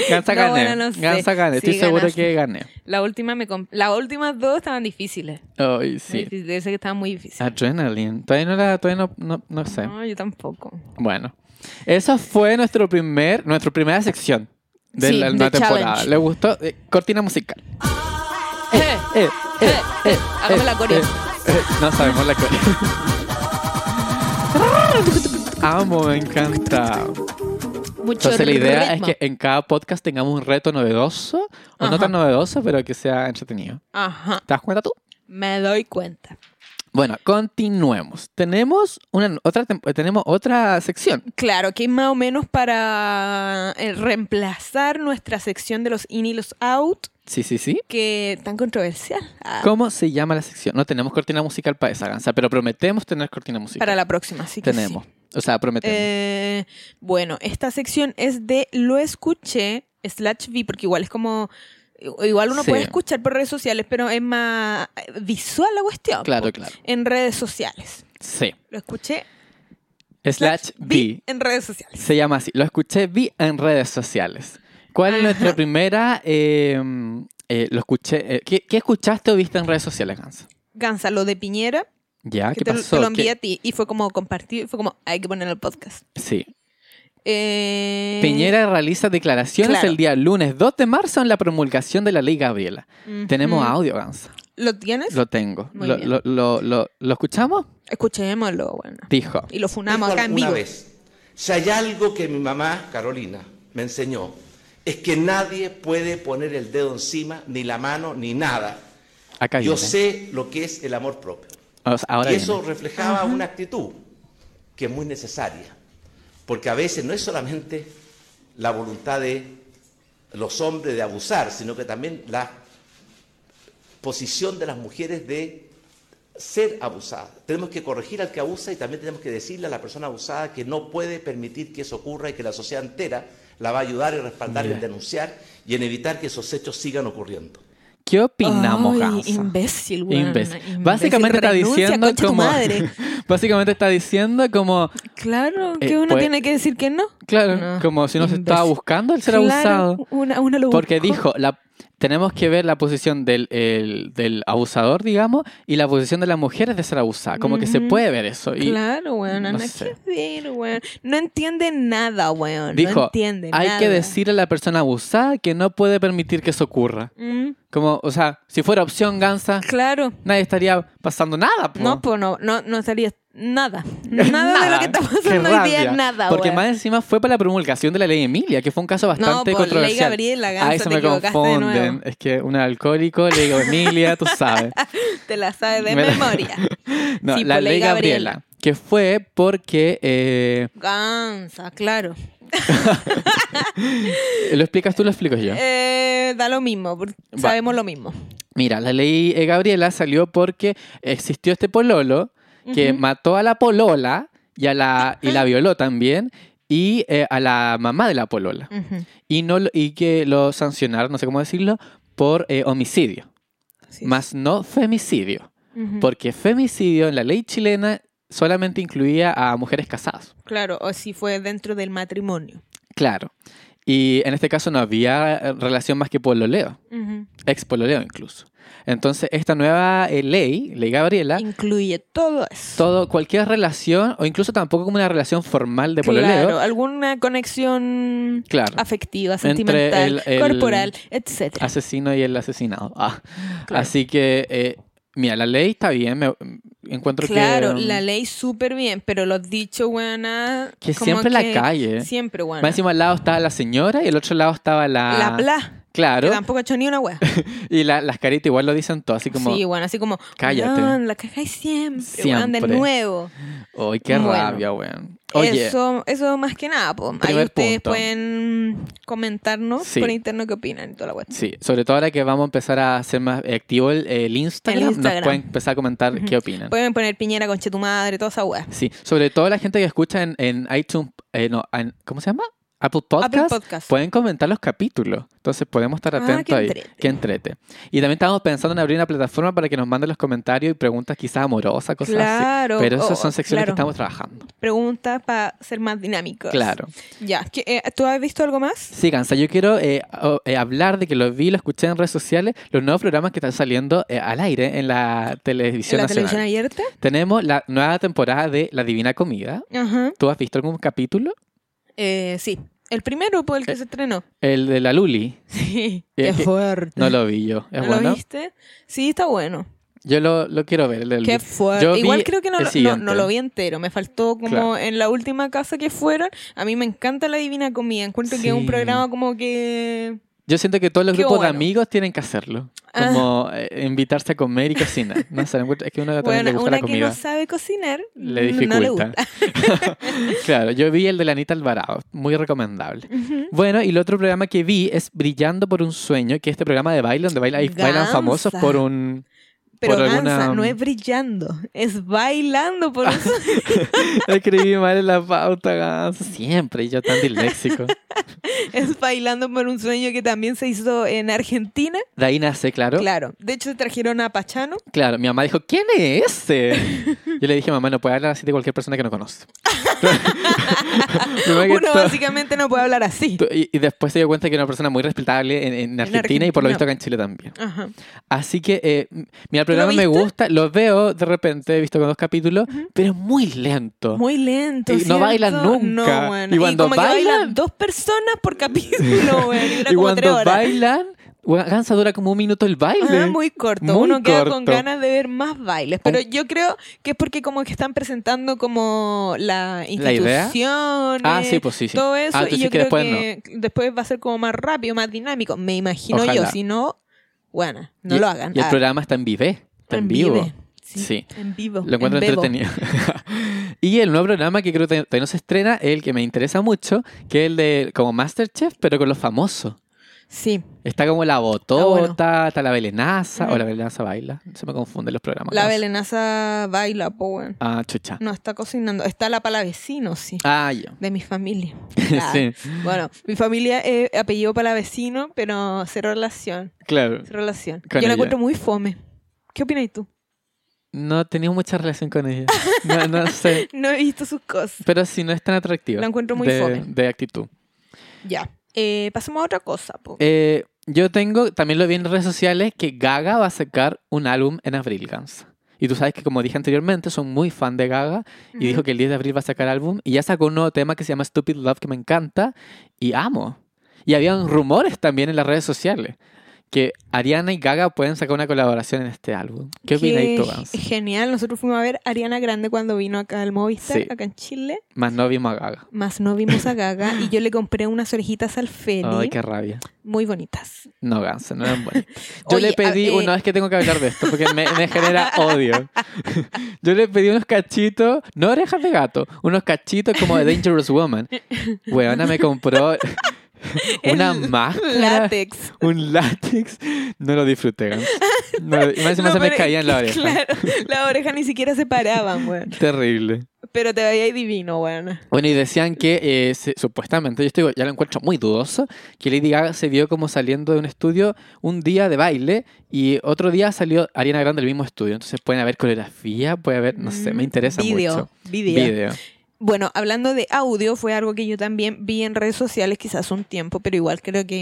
Speaker 2: Gansa
Speaker 3: No,
Speaker 2: gané.
Speaker 3: bueno, no sé.
Speaker 2: Gansa gané. Estoy
Speaker 3: Sí,
Speaker 2: seguro
Speaker 3: ganaste.
Speaker 2: que gané.
Speaker 3: La última me comp- Las últimas dos estaban difíciles.
Speaker 2: Ay,
Speaker 3: Sí.
Speaker 2: sí.
Speaker 3: Debe ser que estaban muy difíciles.
Speaker 2: Adrenaline. Todavía no la, todavía no, no, no sé.
Speaker 3: No, yo tampoco.
Speaker 2: Bueno. Esa fue nuestro primer, nuestra primera sección de
Speaker 3: Sí,
Speaker 2: la
Speaker 3: de
Speaker 2: nueva temporada.
Speaker 3: challenge.
Speaker 2: ¿Le gustó? Eh, cortina musical.
Speaker 3: Eh,
Speaker 2: Eh, eh,
Speaker 3: eh,
Speaker 2: eh,
Speaker 3: hagamos la coreo.
Speaker 2: eh, no sabemos la coreo. Amo, me encanta.
Speaker 3: mucho
Speaker 2: Entonces la idea
Speaker 3: ritmo.
Speaker 2: es que en cada podcast tengamos un reto novedoso, o no
Speaker 3: Ajá.
Speaker 2: tan novedoso, pero que sea entretenido.
Speaker 3: Ajá.
Speaker 2: ¿Te das cuenta tú?
Speaker 3: Me doy cuenta.
Speaker 2: Bueno, continuemos. Tenemos una otra tem- eh, tenemos otra sección.
Speaker 3: Claro, que es más o menos para eh, reemplazar nuestra sección de los in y los out,
Speaker 2: Sí, sí, sí.
Speaker 3: que tan controversial. Ah,
Speaker 2: ¿Cómo se llama la sección? No tenemos cortina musical para esa ganza, pero prometemos tener cortina musical.
Speaker 3: para la próxima, así que sí.
Speaker 2: tenemos. O sea, prometemos.
Speaker 3: Eh, bueno, esta sección es de lo escuché, slash vi, porque igual es como... Igual uno
Speaker 2: Sí.
Speaker 3: puede escuchar por redes sociales, pero es más eh, visual la cuestión.
Speaker 2: claro,
Speaker 3: po,
Speaker 2: claro.
Speaker 3: En redes sociales.
Speaker 2: Sí.
Speaker 3: Lo escuché
Speaker 2: Slash
Speaker 3: vi
Speaker 2: B.
Speaker 3: en redes sociales.
Speaker 2: Se llama así. Lo escuché, vi en redes sociales. ¿Cuál es nuestra primera? eh, eh, lo escuché. eh, ¿qué, qué escuchaste o viste en redes sociales, Hans?
Speaker 3: Gansa, lo de Piñera,
Speaker 2: Ya,
Speaker 3: que
Speaker 2: Ah, ¿qué
Speaker 3: te, lo-
Speaker 2: pasó?
Speaker 3: te lo
Speaker 2: ¿Qué-
Speaker 3: envié a ti y fue como compartir, fue como, hay que poner el podcast.
Speaker 2: Sí.
Speaker 3: Eh,
Speaker 2: Piñera realiza declaraciones
Speaker 3: claro.
Speaker 2: el día lunes 2 de marzo en la promulgación de la ley Gabriela.
Speaker 3: ujú.
Speaker 2: Tenemos audio, Hans.
Speaker 3: ¿Lo tienes?
Speaker 2: Lo tengo.
Speaker 3: Muy
Speaker 2: Lo,
Speaker 3: bien.
Speaker 2: lo- lo- lo- ¿lo escuchamos?
Speaker 3: Escuchémoslo, bueno.
Speaker 2: Dijo.
Speaker 3: Y lo funamos
Speaker 5: Dijo
Speaker 3: acá en
Speaker 5: alguna
Speaker 3: vivo.
Speaker 5: vez, si hay algo que mi mamá, Carolina, me enseñó, es que nadie puede poner el dedo encima, ni la mano, ni nada.
Speaker 2: Acá
Speaker 5: Yo
Speaker 2: viene.
Speaker 5: sé lo que es el amor propio.
Speaker 2: O sea, ahora
Speaker 5: y
Speaker 2: viene.
Speaker 5: eso reflejaba una actitud que es muy necesaria, porque a veces no es solamente la voluntad de los hombres de abusar, sino que también la posición de las mujeres de ser abusadas. Tenemos que corregir al que abusa y también tenemos que decirle a la persona abusada que no puede permitir que eso ocurra y que la sociedad entera la va a ayudar y respaldar
Speaker 2: Mira.
Speaker 5: en denunciar y en evitar que esos hechos sigan ocurriendo.
Speaker 2: ¿Qué opinamos,
Speaker 3: Ay,
Speaker 2: Hans?
Speaker 3: imbécil, güey.
Speaker 2: Imbécil. Básicamente está diciendo como.
Speaker 3: madre.
Speaker 2: básicamente está diciendo como.
Speaker 3: Claro,
Speaker 2: Eh,
Speaker 3: que uno
Speaker 2: pues-
Speaker 3: tiene que decir que no.
Speaker 2: Claro,
Speaker 3: No,
Speaker 2: como si no se
Speaker 3: imbécil.
Speaker 2: estaba buscando el ser
Speaker 3: Claro,
Speaker 2: abusado.
Speaker 3: Una, uno lo
Speaker 2: Porque
Speaker 3: buscó.
Speaker 2: dijo, la, tenemos que ver la posición del, el- del abusador, digamos, y la posición de las mujeres de ser abusada. Como que se
Speaker 3: Ujú.
Speaker 2: puede ver eso. Y
Speaker 3: Claro, weón,
Speaker 2: no
Speaker 3: no, hay
Speaker 2: sé.
Speaker 3: que ver, weón. No entiende nada, weón.
Speaker 2: Dijo,
Speaker 3: no entiende
Speaker 2: hay
Speaker 3: nada.
Speaker 2: que decir a la persona abusada que no puede permitir que eso ocurra.
Speaker 3: Mm,
Speaker 2: Como, o sea, si fuera opción gansa,
Speaker 3: claro.
Speaker 2: nadie estaría pasando nada. po.
Speaker 3: No, pues no, no, no estaría nada. Nada, de lo que está
Speaker 2: Qué
Speaker 3: pasando hoy día,
Speaker 2: rabia.
Speaker 3: nada,
Speaker 2: Porque
Speaker 3: weón.
Speaker 2: más encima fue para la promulgación de la ley Emilia, que fue un caso
Speaker 3: No,
Speaker 2: bastante
Speaker 3: por ley
Speaker 2: controversial.
Speaker 3: Gabriela,
Speaker 2: Ahí se
Speaker 3: Ganso, te
Speaker 2: me
Speaker 3: equivocaste de
Speaker 2: confunden.
Speaker 3: nuevo.
Speaker 2: Es que un alcohólico le digo Emilia, tú sabes.
Speaker 3: Te la sabes de
Speaker 2: Me la-
Speaker 3: memoria.
Speaker 2: No,
Speaker 3: Sí,
Speaker 2: la
Speaker 3: por
Speaker 2: ley
Speaker 3: ley
Speaker 2: Gabriela.
Speaker 3: Gabriela.
Speaker 2: Que fue porque. eh,
Speaker 3: Gansa, claro.
Speaker 2: ¿Lo explicas tú o lo explico yo?
Speaker 3: Eh, da lo mismo, porque
Speaker 2: Va.
Speaker 3: sabemos lo mismo.
Speaker 2: Mira, la ley eh, Gabriela salió porque existió este pololo que
Speaker 3: Ujú.
Speaker 2: mató a la polola y, a la, y la violó también y eh, a la mamá de la polola.
Speaker 3: Ujú.
Speaker 2: Y, no, lo- y que lo sancionaron, no sé cómo decirlo, por eh, homicidio,
Speaker 3: Así es.
Speaker 2: más no femicidio.
Speaker 3: Ujú.
Speaker 2: Porque femicidio en la ley chilena solamente incluía a mujeres casadas.
Speaker 3: Claro, o si fue dentro del matrimonio.
Speaker 2: Claro. Y en este caso no había eh, relación más que pololeo,
Speaker 3: Ujú.
Speaker 2: ex pololeo incluso. Entonces, esta nueva eh, ley, ley Gabriela,
Speaker 3: Incluye todo eso.
Speaker 2: todo, cualquier relación, o incluso tampoco como una relación formal de pololeo,
Speaker 3: Claro, alguna conexión
Speaker 2: Claro.
Speaker 3: afectiva,
Speaker 2: Entre
Speaker 3: sentimental,
Speaker 2: el- el-
Speaker 3: corporal, etcétera.
Speaker 2: asesino y el asesinado. Ah.
Speaker 3: Claro.
Speaker 2: Así que, eh, mira, la ley está bien, me, encuentro
Speaker 3: Claro,
Speaker 2: que... mm, um,
Speaker 3: la ley súper bien, pero los dichos, buena.
Speaker 2: Que siempre en la calle.
Speaker 3: Siempre,
Speaker 2: Más
Speaker 3: buena.
Speaker 2: encima al lado estaba la señora y al otro lado estaba la...
Speaker 3: La pla.
Speaker 2: Claro,
Speaker 3: Que tampoco ha hecho ni una wea.
Speaker 2: y la- las caritas igual lo dicen todo, así como,
Speaker 3: sí, bueno, así como.
Speaker 2: Cállate.
Speaker 3: "Weón, la cagáis siempre, weón, de
Speaker 2: Siempre.
Speaker 3: nuevo.
Speaker 2: ¡ay, qué
Speaker 3: Bueno.
Speaker 2: rabia, weón! Oye,
Speaker 3: Eso, eso más que nada, po. Ahí
Speaker 2: Primer
Speaker 3: ustedes
Speaker 2: punto.
Speaker 3: pueden comentarnos
Speaker 2: Sí.
Speaker 3: por interno qué opinan y toda la wea.
Speaker 2: Sí, sobre todo ahora que vamos a empezar a hacer más activo el, el Instagram, nos
Speaker 3: Instagram.
Speaker 2: pueden empezar a comentar
Speaker 3: Ujú.
Speaker 2: qué opinan.
Speaker 3: Pueden poner piñera conche tu madre, toda esa wea.
Speaker 2: Sí, sobre todo la gente que escucha en, en iTunes, eh, no, en- ¿cómo se llama? Apple Podcast, Pues-
Speaker 3: Apple Podcast.
Speaker 2: pueden comentar los capítulos. Entonces podemos estar
Speaker 3: Ah,
Speaker 2: atentos
Speaker 3: qué
Speaker 2: ahí.
Speaker 3: entrete.
Speaker 2: Que entrete. Y también estábamos pensando en abrir una plataforma para que nos manden los comentarios y preguntas quizás amorosas, cosas
Speaker 3: Claro,
Speaker 2: así. Pero esas
Speaker 3: oh,
Speaker 2: son secciones que
Speaker 3: claro.
Speaker 2: estamos trabajando.
Speaker 3: Preguntas para ser más dinámicos.
Speaker 2: Claro.
Speaker 3: Ya. ¿qué- eh, ¿Tú has visto algo más?
Speaker 2: Sí, Gansa, yo quiero eh, o- eh, hablar de que lo vi, lo escuché en redes sociales, los nuevos programas que están saliendo eh, al aire en la
Speaker 3: ¿En
Speaker 2: televisión
Speaker 3: la
Speaker 2: nacional.
Speaker 3: televisión abierta?
Speaker 2: Tenemos la nueva temporada de La Divina Comida.
Speaker 3: Ajá.
Speaker 2: ¿Tú has visto algún capítulo?
Speaker 3: Eh, sí. El primero, por el
Speaker 2: Eh.
Speaker 3: que se estrenó.
Speaker 2: El de la Luli.
Speaker 3: Sí.
Speaker 2: Eh,
Speaker 3: Qué
Speaker 2: que-
Speaker 3: fuerte.
Speaker 2: No lo vi yo. ¿Es
Speaker 3: ¿No
Speaker 2: bueno?
Speaker 3: lo viste? Sí, está bueno.
Speaker 2: Yo lo, lo quiero ver, el de
Speaker 3: Qué
Speaker 2: Luli.
Speaker 3: fuerte.
Speaker 2: Yo vi
Speaker 3: Igual creo que no
Speaker 2: el
Speaker 3: lo, no,
Speaker 2: siguiente.
Speaker 3: no lo vi entero. Me faltó como
Speaker 2: Claro.
Speaker 3: en la última casa que fueron. A mí me encanta la Divina Comida. Encuentro que es
Speaker 2: Sí.
Speaker 3: un programa como que.
Speaker 2: Yo siento que todos los
Speaker 3: Qué
Speaker 2: grupos de
Speaker 3: bueno.
Speaker 2: amigos tienen que hacerlo.
Speaker 3: Ah.
Speaker 2: Como eh, invitarse a comer y cocinar. No sé, lo encuentro- es que uno también le
Speaker 3: Bueno,
Speaker 2: gusta
Speaker 3: una
Speaker 2: la
Speaker 3: que no
Speaker 2: comida.
Speaker 3: sabe cocinar.
Speaker 2: Le
Speaker 3: No le
Speaker 2: dificulta.
Speaker 3: gusta.
Speaker 2: claro, yo vi el de la Anita Alvarado, muy recomendable. Bueno, y el otro programa que vi es Brillando por un Sueño, que es este programa de baile donde baila- bailan
Speaker 3: Gansa.
Speaker 2: famosos por un,
Speaker 3: Pero
Speaker 2: por
Speaker 3: danza,
Speaker 2: alguna-
Speaker 3: no es brillando, es bailando por eso.
Speaker 2: Escribí mal en la pauta, Gans. Siempre, y yo tan disléxico.
Speaker 3: es bailando por un sueño que también se hizo en Argentina.
Speaker 2: De ahí nace, claro. Claro,
Speaker 3: Claro. De hecho, trajeron a Pachano.
Speaker 2: mi mamá dijo, ¿quién es ese? Yo le dije, mamá, no puede hablar así de cualquier persona que no conoce. Primero que
Speaker 3: Uno
Speaker 2: todo-
Speaker 3: básicamente no puede hablar así.
Speaker 2: to- y, y después se dio cuenta que era una persona muy respetable en, en Argentina y por lo visto
Speaker 3: Argentina.
Speaker 2: acá en Chile también.
Speaker 3: Ajá.
Speaker 2: Así que, eh, m- mira, el programa
Speaker 3: ¿Lo
Speaker 2: me
Speaker 3: viste?
Speaker 2: gusta, lo veo de repente, he visto con dos capítulos, pero es muy lento.
Speaker 3: Muy lento.
Speaker 2: Y no bailan
Speaker 3: ¿cierto?
Speaker 2: nunca.
Speaker 3: No, bueno.
Speaker 2: Y
Speaker 3: Y,
Speaker 2: cuando
Speaker 3: como que
Speaker 2: bailan-
Speaker 3: bailan dos personas por capítulo, bueno, y dura
Speaker 2: y
Speaker 3: como tres
Speaker 2: cuando
Speaker 3: horas.
Speaker 2: bailan, bueno, Gansa dura como un minuto el baile.
Speaker 3: Ajá, muy corto.
Speaker 2: Muy
Speaker 3: Uno queda con
Speaker 2: corto.
Speaker 3: ganas de ver más bailes. Pero yo creo que es porque como que están presentando como la
Speaker 2: ¿La idea?
Speaker 3: institución.
Speaker 2: Ah, sí, pues sí, sí.
Speaker 3: Todo eso.
Speaker 2: Ah, tú
Speaker 3: y
Speaker 2: dices
Speaker 3: yo
Speaker 2: que
Speaker 3: creo
Speaker 2: después
Speaker 3: que después va a ser como más rápido, más dinámico. Me imagino yo.
Speaker 2: Ojalá.
Speaker 3: Si no, bueno, no
Speaker 2: Y-
Speaker 3: lo hagan.
Speaker 2: Y el
Speaker 3: Ah,
Speaker 2: programa está en vive, está en, vivo.
Speaker 3: vive. Sí,
Speaker 2: Sí.
Speaker 3: En vivo.
Speaker 2: Lo encuentro
Speaker 3: en bebo.
Speaker 2: entretenido. y el nuevo programa que creo que todavía no se estrena, es el que me interesa mucho, que es el de como Masterchef, pero con los famosos.
Speaker 3: Sí.
Speaker 2: Está como la Botota,
Speaker 3: Ah, bueno.
Speaker 2: está la Belenaza, o
Speaker 3: Ujú.
Speaker 2: la Belenaza baila. Se me confunden los programas.
Speaker 3: La
Speaker 2: Ganso.
Speaker 3: belenaza baila, po, weón.
Speaker 2: Ah, chucha.
Speaker 3: No está cocinando. Está la palavecino, sí.
Speaker 2: Ah, ya.
Speaker 3: De mi familia. Ah,
Speaker 2: sí,
Speaker 3: Bueno, mi familia es apellido palavecino, pero cero relación.
Speaker 2: claro.
Speaker 3: Cero relación.
Speaker 2: Con
Speaker 3: Yo la
Speaker 2: ella.
Speaker 3: encuentro muy fome. ¿Qué opinas tú?
Speaker 2: No tenía mucha relación con ella. No, no sé.
Speaker 3: No he visto sus cosas.
Speaker 2: Pero sí, no es tan atractiva.
Speaker 3: La encuentro muy
Speaker 2: de,
Speaker 3: fome.
Speaker 2: de actitud.
Speaker 3: Ya. Eh, pasemos a otra cosa, po.
Speaker 2: Eh, yo tengo, también lo vi en redes sociales, que Gaga va a sacar un álbum en abril, Gans. Y tú sabes que, como dije anteriormente, son muy fan de Gaga. Y
Speaker 3: Ujú.
Speaker 2: dijo que el 10 de abril va a sacar álbum. Y ya sacó un nuevo tema que se llama Stupid Love, que me encanta. Y amo. Y habían rumores también en las redes sociales. Que Ariana y Gaga pueden sacar una colaboración en este álbum. ¿Qué opinas
Speaker 3: Qué
Speaker 2: tú, Gans?
Speaker 3: ge- Genial. Nosotros fuimos a ver a Ariana Grande cuando vino acá al Movistar,
Speaker 2: Sí.
Speaker 3: acá en Chile.
Speaker 2: Más no vimos a Gaga.
Speaker 3: Más no vimos a Gaga y yo le compré unas orejitas al Feli.
Speaker 2: Ay, qué rabia.
Speaker 3: Muy bonitas.
Speaker 2: No, Gans, no eran buenas. Yo
Speaker 3: Oye,
Speaker 2: le pedí,
Speaker 3: a- eh,
Speaker 2: una vez que tengo que hablar de esto, porque me, me genera odio. Yo le pedí unos cachitos, no orejas de gato, unos cachitos como de Dangerous Woman. Weona me compró una
Speaker 3: El
Speaker 2: máscara,
Speaker 3: Látex.
Speaker 2: un látex. No lo disfruté, Gans. No, y más encima
Speaker 3: No,
Speaker 2: se me
Speaker 3: pero-
Speaker 2: caía en la oreja.
Speaker 3: Claro, la oreja ni siquiera se paraban, weón.
Speaker 2: Terrible.
Speaker 3: Pero te veía ahí divino, weón.
Speaker 2: Bueno, y decían que eh, se- supuestamente, yo estoy, ya lo encuentro muy dudoso, que Lady Gaga se vio como saliendo de un estudio un día de baile y otro día salió Ariana Grande del mismo estudio. Entonces pueden haber coreografía, puede haber, no sé, me
Speaker 3: Mm,
Speaker 2: interesa
Speaker 3: video,
Speaker 2: mucho.
Speaker 3: Video. Bueno, hablando de audio, fue algo que yo también vi en redes sociales quizás un tiempo, pero igual creo que es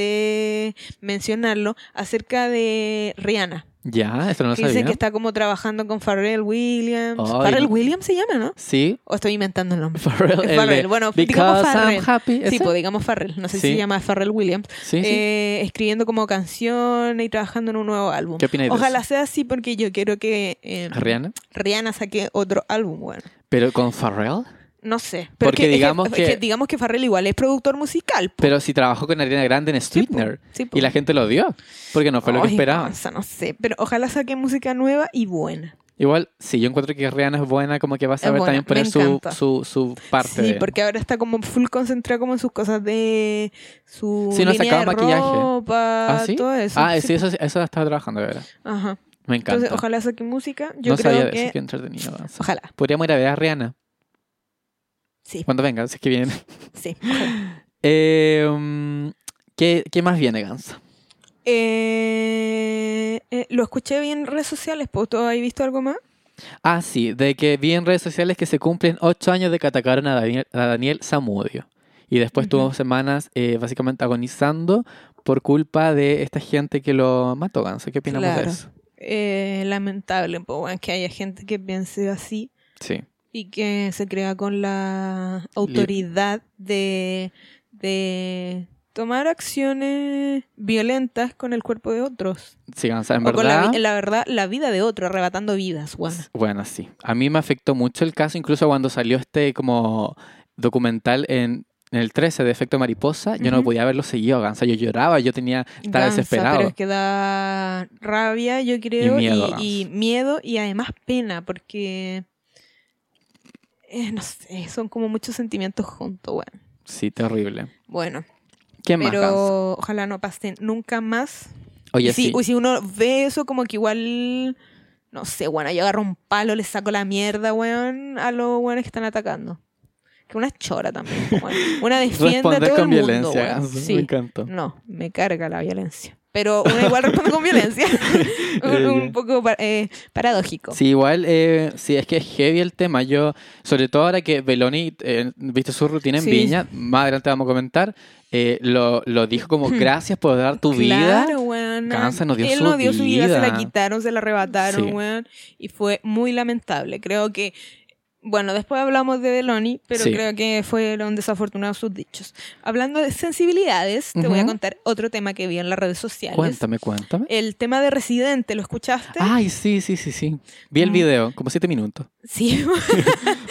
Speaker 3: importante mencionarlo, acerca de Rihanna.
Speaker 2: Ya, eso no lo
Speaker 3: que dicen
Speaker 2: sabía.
Speaker 3: que está como trabajando con Pharrell Williams.
Speaker 2: Ay,
Speaker 3: Pharrell
Speaker 2: no.
Speaker 3: Williams se llama, ¿no?
Speaker 2: Sí,
Speaker 3: O estoy inventando el nombre.
Speaker 2: Pharrell. el de
Speaker 3: Pharrell, bueno, digamos
Speaker 2: Because I'm
Speaker 3: Pharrell.
Speaker 2: happy.
Speaker 3: Sí,
Speaker 2: ¿ese?
Speaker 3: pues digamos Pharrell, no sé si
Speaker 2: Sí.
Speaker 3: se llama Pharrell Williams,
Speaker 2: sí, sí.
Speaker 3: eh, escribiendo como canciones y trabajando en un nuevo álbum.
Speaker 2: ¿Qué opináis de
Speaker 3: Ojalá sea así porque yo quiero que eh,
Speaker 2: Ariana.
Speaker 3: Rihanna saque otro álbum, bueno.
Speaker 2: Pero con Pharrell.
Speaker 3: No sé.
Speaker 2: Porque
Speaker 3: pero es que- es que-
Speaker 2: digamos
Speaker 3: es
Speaker 2: que-
Speaker 3: digamos que Farrell igual es productor musical. po.
Speaker 2: Pero si trabajó con Ariana Grande en
Speaker 3: Sí, po,
Speaker 2: Sweetener.
Speaker 3: sí, po.
Speaker 2: Y la gente lo odió. Porque no fue lo que
Speaker 3: Ay,
Speaker 2: esperaban.
Speaker 3: Gonza, no sé. Pero ojalá saque música nueva y buena.
Speaker 2: Igual, sí, yo encuentro que Rihanna es buena, como que va a saber
Speaker 3: buena,
Speaker 2: también poner
Speaker 3: me
Speaker 2: su,
Speaker 3: encanta.
Speaker 2: su, su parte.
Speaker 3: sí,
Speaker 2: de-
Speaker 3: porque ahora está como full concentrada como en sus cosas de su
Speaker 2: Sí, no ha
Speaker 3: línea
Speaker 2: sacado
Speaker 3: de
Speaker 2: maquillaje.
Speaker 3: ropa,
Speaker 2: ¿Ah, sí?
Speaker 3: todo eso.
Speaker 2: Ah, sí,
Speaker 3: Sí.
Speaker 2: eso, eso la estaba trabajando, de verdad.
Speaker 3: Ajá.
Speaker 2: Me encanta.
Speaker 3: Entonces, ojalá saque música. Yo
Speaker 2: no
Speaker 3: creo
Speaker 2: sabía de
Speaker 3: que
Speaker 2: eso, qué entretenido. Gonza.
Speaker 3: ojalá.
Speaker 2: Podríamos ir a ver a Rihanna
Speaker 3: Sí,
Speaker 2: cuando venga, si es que viene.
Speaker 3: sí. ojalá.
Speaker 2: Eh, mm, ¿qué, qué más viene, Gansa?
Speaker 3: Eh, eh, lo escuché bien en redes sociales, po. ¿Tú has visto algo más?
Speaker 2: Ah, sí, de que vi en redes sociales que se cumplen ocho años de que atacaron a Daniel, a Daniel Zamudio. Y después tuvo
Speaker 3: Ujú.
Speaker 2: semanas eh, básicamente agonizando por culpa de esta gente que lo mató, Gansa. ¿Qué opinamos de
Speaker 3: Claro.
Speaker 2: eso?
Speaker 3: Eh, lamentable, po, bueno, que haya gente que piense así.
Speaker 2: Sí.
Speaker 3: Y que se crea con la autoridad de, de tomar acciones violentas con el cuerpo de otros.
Speaker 2: Sí, Gansa, en
Speaker 3: o con la,
Speaker 2: verdad.
Speaker 3: vi- la verdad, la vida de otro, arrebatando vidas, guana.
Speaker 2: Bueno, sí. A mí me afectó mucho el caso, incluso cuando salió este como documental en, en el 13 de Efecto Mariposa, yo no
Speaker 3: Ujú.
Speaker 2: podía verlo seguido, Gansa. Yo lloraba, yo tenía, estaba
Speaker 3: Gansa,
Speaker 2: desesperado.
Speaker 3: Pero es que da rabia, yo creo, y y
Speaker 2: miedo,
Speaker 3: miedo,
Speaker 2: Gansa.
Speaker 3: y, además pena, porque... eh, no sé, son como muchos sentimientos juntos, bueno.
Speaker 2: Sí, terrible.
Speaker 3: Bueno,
Speaker 2: ¿Qué más, Gansa?
Speaker 3: pero ojalá no pasen nunca más
Speaker 2: Oye,
Speaker 3: Y si,
Speaker 2: sí.
Speaker 3: y si uno ve eso, como que igual. No sé, bueno, yo agarro un palo, le saco la mierda, weón, a los weones que están atacando. Que una chora también, po, weón. Una defiende a
Speaker 2: Responder
Speaker 3: todo
Speaker 2: con
Speaker 3: el mundo,
Speaker 2: violencia,
Speaker 3: weón.
Speaker 2: Gansa,
Speaker 3: Sí.
Speaker 2: Me encantó.
Speaker 3: No, me carga la violencia. Pero uno igual responde con violencia. un,
Speaker 2: Eh,
Speaker 3: un
Speaker 2: ya.
Speaker 3: poco pa- eh, paradójico.
Speaker 2: Sí, igual, eh, sí, es que es heavy el tema. Yo, sobre todo ahora que Beloni, eh, viste su rutina en
Speaker 3: Sí.
Speaker 2: Viña, más adelante vamos a comentar, eh, lo, lo dijo como gracias por dar tu vida.
Speaker 3: Claro, weón.
Speaker 2: Cansa, nos dio
Speaker 3: Él
Speaker 2: su
Speaker 3: no dio su vida, se la
Speaker 2: vida.
Speaker 3: quitaron, se la arrebataron,
Speaker 2: Sí.
Speaker 3: weón. Y fue muy lamentable. Creo que. Bueno, después hablamos de Deloni, pero
Speaker 2: Sí.
Speaker 3: creo que fueron desafortunados sus dichos. Hablando de sensibilidades, te voy a
Speaker 2: Ujú.
Speaker 3: contar otro tema que vi en las redes sociales.
Speaker 2: Cuéntame, Ah. cuéntame.
Speaker 3: El tema de Residente, ¿lo escuchaste?
Speaker 2: Ay, sí, sí, sí, sí. Vi el
Speaker 3: Mm.
Speaker 2: video, como siete minutos.
Speaker 3: Sí,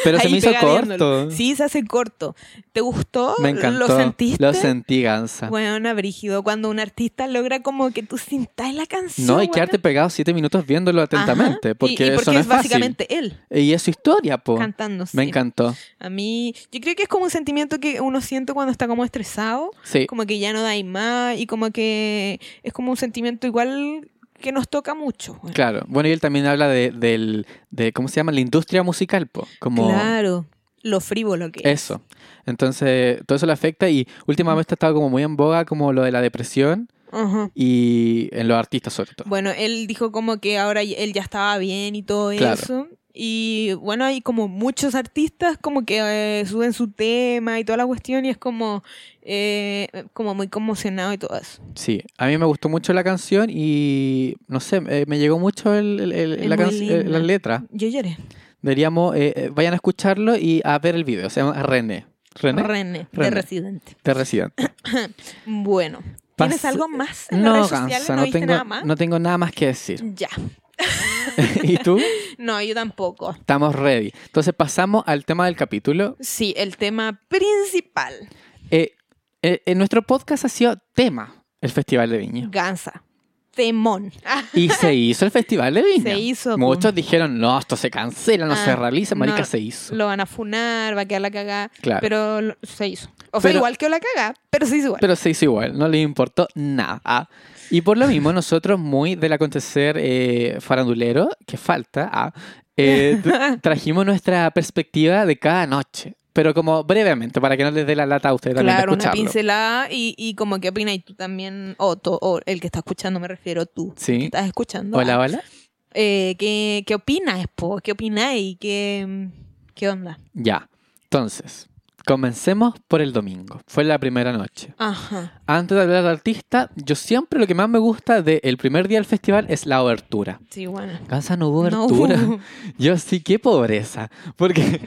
Speaker 2: Pero se
Speaker 3: ahí
Speaker 2: me hizo
Speaker 3: pegadeándolo.
Speaker 2: corto.
Speaker 3: Sí, se hace corto. ¿Te gustó?
Speaker 2: Me encantó.
Speaker 3: ¿Lo sentiste?
Speaker 2: Lo sentí, Gansa.
Speaker 3: Bueno, brígido, cuando un artista logra como que tú sintas la canción.
Speaker 2: no, hay que
Speaker 3: weón.
Speaker 2: quedarte pegado siete minutos viéndolo
Speaker 3: Ajá.
Speaker 2: atentamente,
Speaker 3: Y-
Speaker 2: porque, eso
Speaker 3: y
Speaker 2: no es,
Speaker 3: es
Speaker 2: fácil.
Speaker 3: básicamente él
Speaker 2: Y es su historia, po.
Speaker 3: cantando.
Speaker 2: Me
Speaker 3: sí.
Speaker 2: encantó.
Speaker 3: A mí, yo creo que es como un sentimiento que uno siente cuando está como estresado,
Speaker 2: Sí.
Speaker 3: como que ya no da más y como que es como un sentimiento igual que nos toca mucho. weón.
Speaker 2: Claro. Bueno, y él también habla de, del, de ¿cómo se llama? La industria musical, po. Como
Speaker 3: Claro, lo frívolo que es.
Speaker 2: eso. Entonces, todo eso le afecta y últimamente ha estado como muy en boga como lo de la depresión
Speaker 3: Ajá.
Speaker 2: y en los artistas sobre todo.
Speaker 3: Bueno, él dijo como que ahora y- él ya estaba bien y todo
Speaker 2: Claro.
Speaker 3: eso. Y bueno, hay como muchos artistas como que eh, suben su tema y toda la cuestión y es como, eh, como muy conmocionado y todo eso.
Speaker 2: Sí, a mí me gustó mucho la canción y no sé, eh, me llegó mucho el, el- el-
Speaker 3: Es
Speaker 2: la
Speaker 3: muy
Speaker 2: can- eh,
Speaker 3: linda.
Speaker 2: las letras.
Speaker 3: Yo lloré.
Speaker 2: Deberíamos, eh, eh, vayan a escucharlo y a ver el video. Se llama René. René.
Speaker 3: René, de
Speaker 2: René.
Speaker 3: Residente.
Speaker 2: de Residente.
Speaker 3: Bueno,
Speaker 2: Pas-
Speaker 3: ¿tienes algo más en las
Speaker 2: No,
Speaker 3: redes sociales?
Speaker 2: Gansa,
Speaker 3: ¿No
Speaker 2: no
Speaker 3: viste nada
Speaker 2: tengo,
Speaker 3: más?
Speaker 2: no tengo nada más que decir.
Speaker 3: Ya.
Speaker 2: ¿Y tú?
Speaker 3: No, yo tampoco.
Speaker 2: Estamos ready. Entonces pasamos al tema del capítulo.
Speaker 3: Sí, el tema principal,
Speaker 2: Eh, eh, en nuestro podcast ha sido tema el Festival de Viña.
Speaker 3: Gansa. Temón. Ah,
Speaker 2: Y se hizo el Festival de Viña.
Speaker 3: Se hizo, po.
Speaker 2: Muchos dijeron, no, esto se cancela, no
Speaker 3: Ah,
Speaker 2: se realiza, marica,
Speaker 3: no.
Speaker 2: se hizo.
Speaker 3: lo van a funar, va a quedar la cagada.
Speaker 2: Claro.
Speaker 3: Pero lo- se hizo. O sea,
Speaker 2: Ah. Pero-
Speaker 3: igual que la caga, pero se hizo igual.
Speaker 2: Pero se hizo igual, no le importó nada. Ah. Y por lo mismo, nosotros, muy del acontecer eh, farandulero, que falta, ah, eh, tra- trajimos nuestra perspectiva de cada noche. Pero como brevemente, para que no les dé la lata a ustedes también de
Speaker 3: claro, una
Speaker 2: escucharlo.
Speaker 3: pincelada y, y como que opina y tú también, o, to- o el que está escuchando, me refiero tú. que
Speaker 2: Sí.
Speaker 3: Estás escuchando.
Speaker 2: Hola,
Speaker 3: Ah,
Speaker 2: hola.
Speaker 3: eh, ¿qué, ¿Qué opinas, po? ¿Qué opináis? ¿Qué, mm, ¿Qué onda?
Speaker 2: Ya. Entonces, comencemos por el domingo. Fue la primera noche.
Speaker 3: Ajá.
Speaker 2: Antes de hablar de artista, yo siempre lo que más me gusta del primer día del festival es la obertura.
Speaker 3: Sí, bueno.
Speaker 2: Cansa no hubo
Speaker 3: No
Speaker 2: obertura.
Speaker 3: hubo.
Speaker 2: Yo sí, qué pobreza. Porque,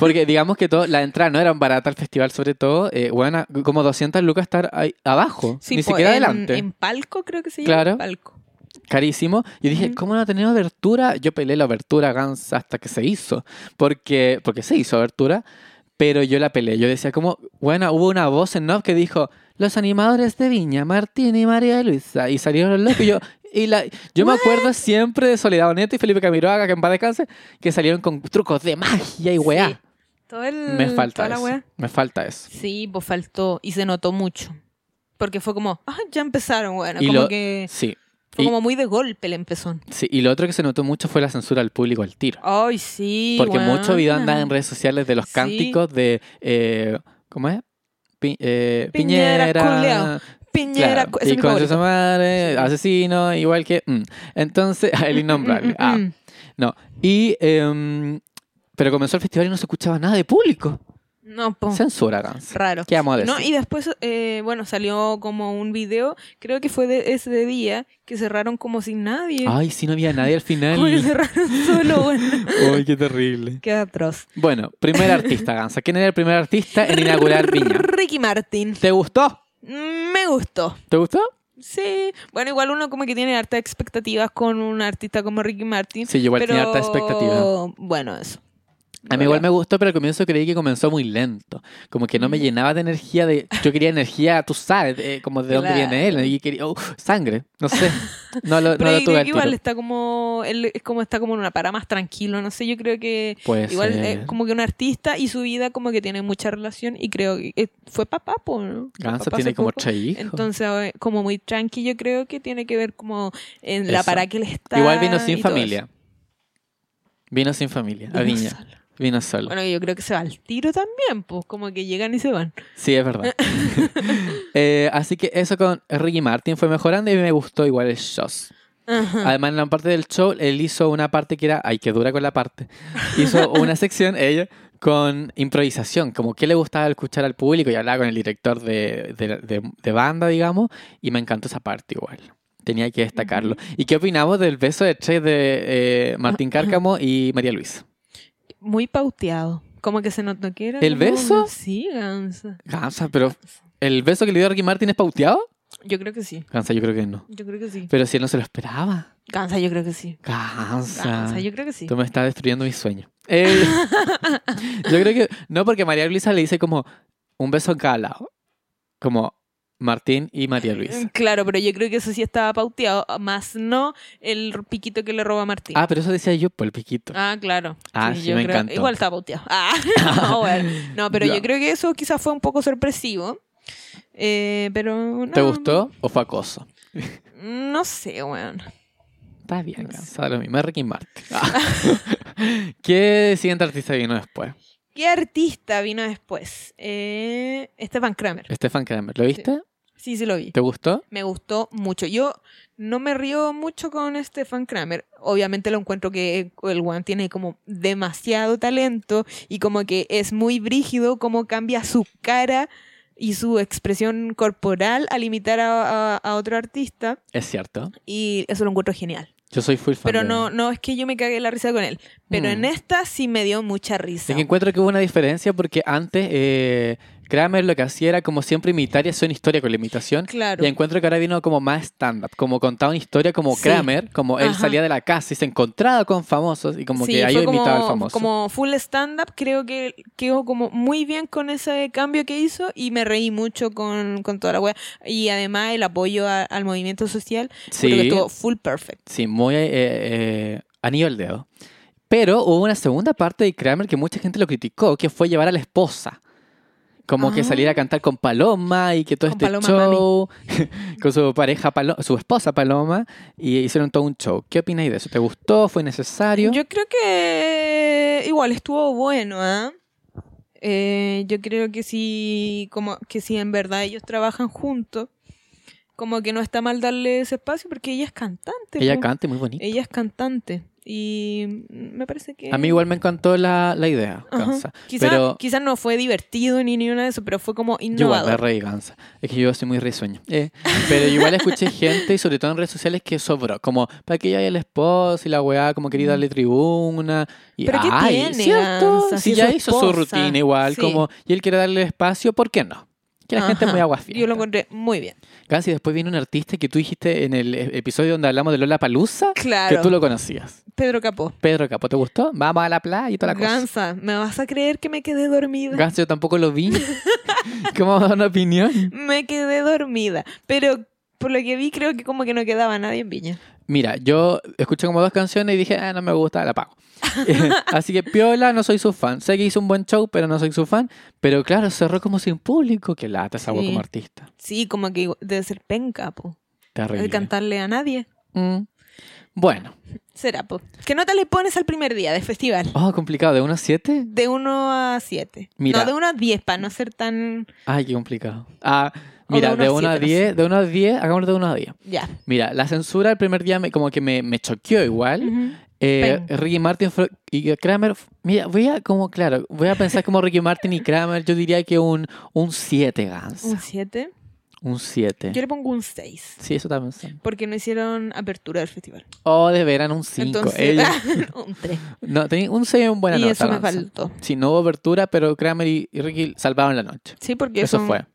Speaker 2: porque digamos que todo, la entrada no era barata al festival, sobre todo. Eh, bueno, como 200 lucas estar ahí abajo,
Speaker 3: Sí,
Speaker 2: ni
Speaker 3: po,
Speaker 2: siquiera
Speaker 3: en-
Speaker 2: adelante.
Speaker 3: En palco creo que se llama.
Speaker 2: Claro.
Speaker 3: Palco.
Speaker 2: Carísimo. Y dije,
Speaker 3: Ujú.
Speaker 2: ¿cómo no ha tenido abertura? Yo peleé la abertura, Gans, hasta que se hizo. Porque, porque se hizo abertura, pero yo la peleé. Yo decía, como, bueno, hubo una voz en off que dijo, los animadores de Viña, Martín y María Luisa. Y salieron los locos. Y yo, y la, yo me acuerdo siempre de Soledad Neto y Felipe Camiroaga, que en paz descanse, que salieron con trucos de magia y weá.
Speaker 3: Sí. Todo el,
Speaker 2: Me
Speaker 3: toda
Speaker 2: falta
Speaker 3: la
Speaker 2: eso.
Speaker 3: wea.
Speaker 2: Me falta eso.
Speaker 3: Sí, pues faltó y se notó mucho. Porque fue como, ah, ya empezaron, bueno.
Speaker 2: Y
Speaker 3: como
Speaker 2: lo-
Speaker 3: que
Speaker 2: Sí,
Speaker 3: fue
Speaker 2: y-
Speaker 3: como muy de golpe el empezón.
Speaker 2: sí. Y lo otro que se notó mucho fue la censura al público al tiro.
Speaker 3: Ay, sí.
Speaker 2: Porque mucho video anda
Speaker 3: weona.
Speaker 2: en redes sociales de los
Speaker 3: Sí.
Speaker 2: cánticos de. eh, ¿Cómo es? Pi- eh,
Speaker 3: Piñera,
Speaker 2: Piñera.
Speaker 3: culiao. Piñera,
Speaker 2: claro,
Speaker 3: cu- ese es
Speaker 2: y
Speaker 3: mi
Speaker 2: con
Speaker 3: favorito.
Speaker 2: su madre,
Speaker 3: Sí.
Speaker 2: asesino, igual que. mm. Entonces, el innombrable.
Speaker 3: Mm,
Speaker 2: Ah,
Speaker 3: mm, mm.
Speaker 2: no. Y. em, pero comenzó el festival y no se escuchaba nada de público.
Speaker 3: No, po,
Speaker 2: Censura, Gans.
Speaker 3: raro.
Speaker 2: ¿Qué vamos a decir?
Speaker 3: No, y después, eh, bueno, salió como un video, creo que fue de ese día, que cerraron como sin nadie.
Speaker 2: Ay, sí, no había nadie al final.
Speaker 3: Como que cerraron solo, bueno.
Speaker 2: Ay, qué terrible.
Speaker 3: Qué atroz.
Speaker 2: Bueno, primer artista, Gansa. ¿Quién era el primer artista en inaugurar Viña?
Speaker 3: Ricky Martin.
Speaker 2: ¿Te gustó?
Speaker 3: Me gustó.
Speaker 2: ¿Te gustó?
Speaker 3: Sí. Bueno, igual uno como que tiene hartas expectativas con un artista como Ricky Martin.
Speaker 2: Sí, yo igual
Speaker 3: pero...
Speaker 2: tenía harta expectativa.
Speaker 3: Bueno, eso.
Speaker 2: A mí igual me gustó, pero al comienzo creí que comenzó muy lento. Como que no me
Speaker 3: Mm.
Speaker 2: llenaba de energía. de Yo quería energía, tú sabes, de- como de dónde
Speaker 3: Claro.
Speaker 2: viene él. Y quería, oh, sangre, no sé. No lo, no
Speaker 3: Pero
Speaker 2: lo tuve
Speaker 3: yo creo
Speaker 2: al
Speaker 3: que
Speaker 2: tiro.
Speaker 3: igual está como, él es como está como en una parada más tranquilo, no sé, yo creo que
Speaker 2: Pues,
Speaker 3: igual
Speaker 2: eh,
Speaker 3: eh, como que un artista y su vida como que tiene mucha relación y creo que eh, fue papá, po, ¿no? Fue
Speaker 2: Ganso
Speaker 3: papá
Speaker 2: tiene
Speaker 3: hace
Speaker 2: como
Speaker 3: poco.
Speaker 2: ocho hijos.
Speaker 3: Entonces, eh, como muy tranqui, yo creo que tiene que ver como en la
Speaker 2: Eso.
Speaker 3: parada que él está.
Speaker 2: igual vino sin
Speaker 3: y todo
Speaker 2: familia. Vino sin familia,
Speaker 3: eso.
Speaker 2: a
Speaker 3: Vino
Speaker 2: Viña.
Speaker 3: solo.
Speaker 2: Vino solo.
Speaker 3: Bueno, yo creo que se va al tiro también, pues como que llegan y se van.
Speaker 2: Sí, es verdad. Eh, así que eso con Ricky Martin fue mejorando y me gustó igual el show.
Speaker 3: Ajá.
Speaker 2: Además, en la parte del show, él hizo una parte que era, ay, que dura con la parte. Hizo una sección, ella, con improvisación, como que le gustaba escuchar al público y hablaba con el director de, de- de- de banda, digamos, y me encantó esa parte igual. Tenía que destacarlo. ¿Y qué opinamos del beso de tres de eh, Martín Cárcamo y María Luisa?
Speaker 3: Muy pauteado. Como que se notó que era.
Speaker 2: ¿El
Speaker 3: como
Speaker 2: beso?
Speaker 3: una- Sí, Gansa.
Speaker 2: Gansa, pero ¿el beso que le dio a Ricky Martin es pauteado?
Speaker 3: Yo creo que sí.
Speaker 2: Gansa, yo creo que no.
Speaker 3: Yo creo que sí.
Speaker 2: Pero si él no se lo esperaba.
Speaker 3: Gansa, yo creo que sí.
Speaker 2: Gansa.
Speaker 3: Gansa, yo creo que sí.
Speaker 2: Ah. Tú me estás destruyendo mi sueño. Eh, yo creo que. No, porque María Luisa le dice como un beso en cada lado. Como Martín y
Speaker 3: Eh,
Speaker 2: María Luisa.
Speaker 3: Mm, Claro, pero yo creo que eso sí estaba pauteado, ah, más no el piquito que le roba a Martín.
Speaker 2: Ah, pero eso decía yo por el piquito.
Speaker 3: Ah, claro.
Speaker 2: Ah, sí, me encantó.
Speaker 3: Igual está pauteado. Ah, no, bueno. No, pero
Speaker 2: Ya.
Speaker 3: yo creo que eso quizás fue un poco sorpresivo. Eh, pero no,
Speaker 2: ¿Te gustó o fue acoso?
Speaker 3: No sé, weón.
Speaker 2: Está bien, cansado lo mismo. Es Ricky Martin. Ah. ¿Qué siguiente artista vino después?
Speaker 3: ¿Qué artista vino después? Eh, Stefan Kramer.
Speaker 2: Stefan Kramer. ¿Lo viste?
Speaker 3: Sí, sí lo vi.
Speaker 2: ¿Te gustó?
Speaker 3: Me gustó mucho. Yo no me río mucho con Stefan Kramer. Obviamente lo encuentro que el one tiene como demasiado talento y como que es muy brígido cómo cambia su cara y su expresión corporal al imitar a, a- a otro artista.
Speaker 2: Es cierto.
Speaker 3: Y eso lo encuentro genial.
Speaker 2: Yo soy full fan.
Speaker 3: Pero
Speaker 2: de-
Speaker 3: no, no es que yo me cagué la risa con él. Pero
Speaker 2: Mm.
Speaker 3: en esta sí me dio mucha risa.
Speaker 2: Sí que encuentro que hubo una diferencia porque antes eh, Kramer lo que hacía era como siempre imitar y hacer una historia con la imitación.
Speaker 3: Claro.
Speaker 2: Y encuentro que ahora vino como más stand-up, como contaba una historia como
Speaker 3: Sí.
Speaker 2: Kramer, como él
Speaker 3: Ajá.
Speaker 2: salía de la casa y se encontraba con famosos y como
Speaker 3: Sí,
Speaker 2: que ahí
Speaker 3: fue
Speaker 2: imitaba al famoso.
Speaker 3: Como full stand-up, creo que quedó como muy bien con ese cambio que hizo y me reí mucho con, con toda la wea. Y además el apoyo a- al movimiento social, creo
Speaker 2: sí,
Speaker 3: que estuvo full perfect.
Speaker 2: sí, muy eh, eh, anillo al dedo. Pero hubo una segunda parte de Kramer que mucha gente lo criticó, que fue llevar a la esposa. Como que
Speaker 3: Ah.
Speaker 2: saliera a cantar con Paloma y que todo
Speaker 3: Con
Speaker 2: este
Speaker 3: Paloma,
Speaker 2: show, con su pareja, Palo- su esposa Paloma, y hicieron todo un show. ¿Qué opináis de eso? ¿Te gustó? ¿Fue necesario?
Speaker 3: Yo creo que igual estuvo bueno, ¿ah? Eh, yo creo que sí, como que si en verdad ellos trabajan juntos, como que no está mal darle ese espacio porque ella es cantante.
Speaker 2: Ella
Speaker 3: po.
Speaker 2: canta y muy bonita.
Speaker 3: Ella es cantante. Y mm, me parece que...
Speaker 2: A mí igual me encantó la, la idea,
Speaker 3: Ajá.
Speaker 2: Gansa.
Speaker 3: Quizá,
Speaker 2: Pero
Speaker 3: quizá no fue divertido ni, ni nada de eso, pero fue como
Speaker 2: yo igual me
Speaker 3: innovador.
Speaker 2: reí, Gansa. Es que yo soy muy risueño. Eh, pero igual escuché gente, y sobre todo en redes sociales, que sobró. Como, para que haya el esposo y la weá, como quería darle tribuna. Y,
Speaker 3: Mm. Pero ¿qué
Speaker 2: ay,
Speaker 3: tiene,
Speaker 2: ¿cierto?
Speaker 3: Gansa?
Speaker 2: Si
Speaker 3: Si
Speaker 2: ya
Speaker 3: su
Speaker 2: hizo su
Speaker 3: esposa.
Speaker 2: rutina igual,
Speaker 3: Sí.
Speaker 2: como, y él quiere darle espacio, ¿por qué no? Que la gente es
Speaker 3: Ajá.
Speaker 2: muy
Speaker 3: Yo lo
Speaker 2: aguafiesta.
Speaker 3: encontré muy bien.
Speaker 2: Gansa, y después viene un artista que tú dijiste en el e- episodio donde hablamos de Lola Palusa,
Speaker 3: Claro.
Speaker 2: que tú lo conocías.
Speaker 3: Pedro Capó.
Speaker 2: Pedro Capo, ¿te gustó? Vamos a la playa y toda la cosa.
Speaker 3: Gansa, ¿me vas a creer que me quedé dormida?
Speaker 2: Ganso, yo tampoco lo vi. ¿Cómo va a dar una opinión?
Speaker 3: me quedé dormida. Pero por lo que vi, creo que como que no quedaba nadie en Viña.
Speaker 2: Mira, yo escuché como dos canciones y dije, ah, no me gusta, la apago. Eh, Así que Piola, no soy su fan. Sé que hizo un buen show, pero no soy su fan. Pero claro, cerró como sin público. Qué lata esa wea
Speaker 3: Sí.
Speaker 2: como artista.
Speaker 3: Sí, como que igual- debe ser penca, po.
Speaker 2: Terrible.
Speaker 3: De cantarle a nadie.
Speaker 2: Mm. Bueno.
Speaker 3: Será, po. ¿Qué nota le pones al primer día de festival?
Speaker 2: Oh, complicado. ¿De 1 a 7?
Speaker 3: De 1 a 7.
Speaker 2: Mira.
Speaker 3: No, de 1 a 10, para no ser tan...
Speaker 2: Ay, qué complicado. Ah,
Speaker 3: O
Speaker 2: mira,
Speaker 3: de uno a
Speaker 2: de 1 a
Speaker 3: siete, no
Speaker 2: 10, de 1 a 10, hagámoslo de 1 a 10.
Speaker 3: Ya.
Speaker 2: Mira, la censura el primer día me- como que me, me choqueó igual.
Speaker 3: Ujú.
Speaker 2: Eh,
Speaker 3: Pen.
Speaker 2: Ricky Martin fue- y Kramer, f- mira, voy a como, claro, voy a pensar como Ricky Martin y Kramer, yo diría que un un 7
Speaker 3: Un
Speaker 2: Gans.
Speaker 3: 7.
Speaker 2: Un 7.
Speaker 3: Yo le pongo un 6.
Speaker 2: Sí, eso también. son.
Speaker 3: Porque no hicieron apertura del festival.
Speaker 2: O de verano un 5.
Speaker 3: Entonces, un 3.
Speaker 2: no, tenía un 6 un buena
Speaker 3: Y
Speaker 2: nota.
Speaker 3: eso me
Speaker 2: Gans.
Speaker 3: faltó.
Speaker 2: Sí, no hubo abertura, pero Kramer y, y Ricky salvaron la noche.
Speaker 3: Sí, porque
Speaker 2: Eso
Speaker 3: fue un,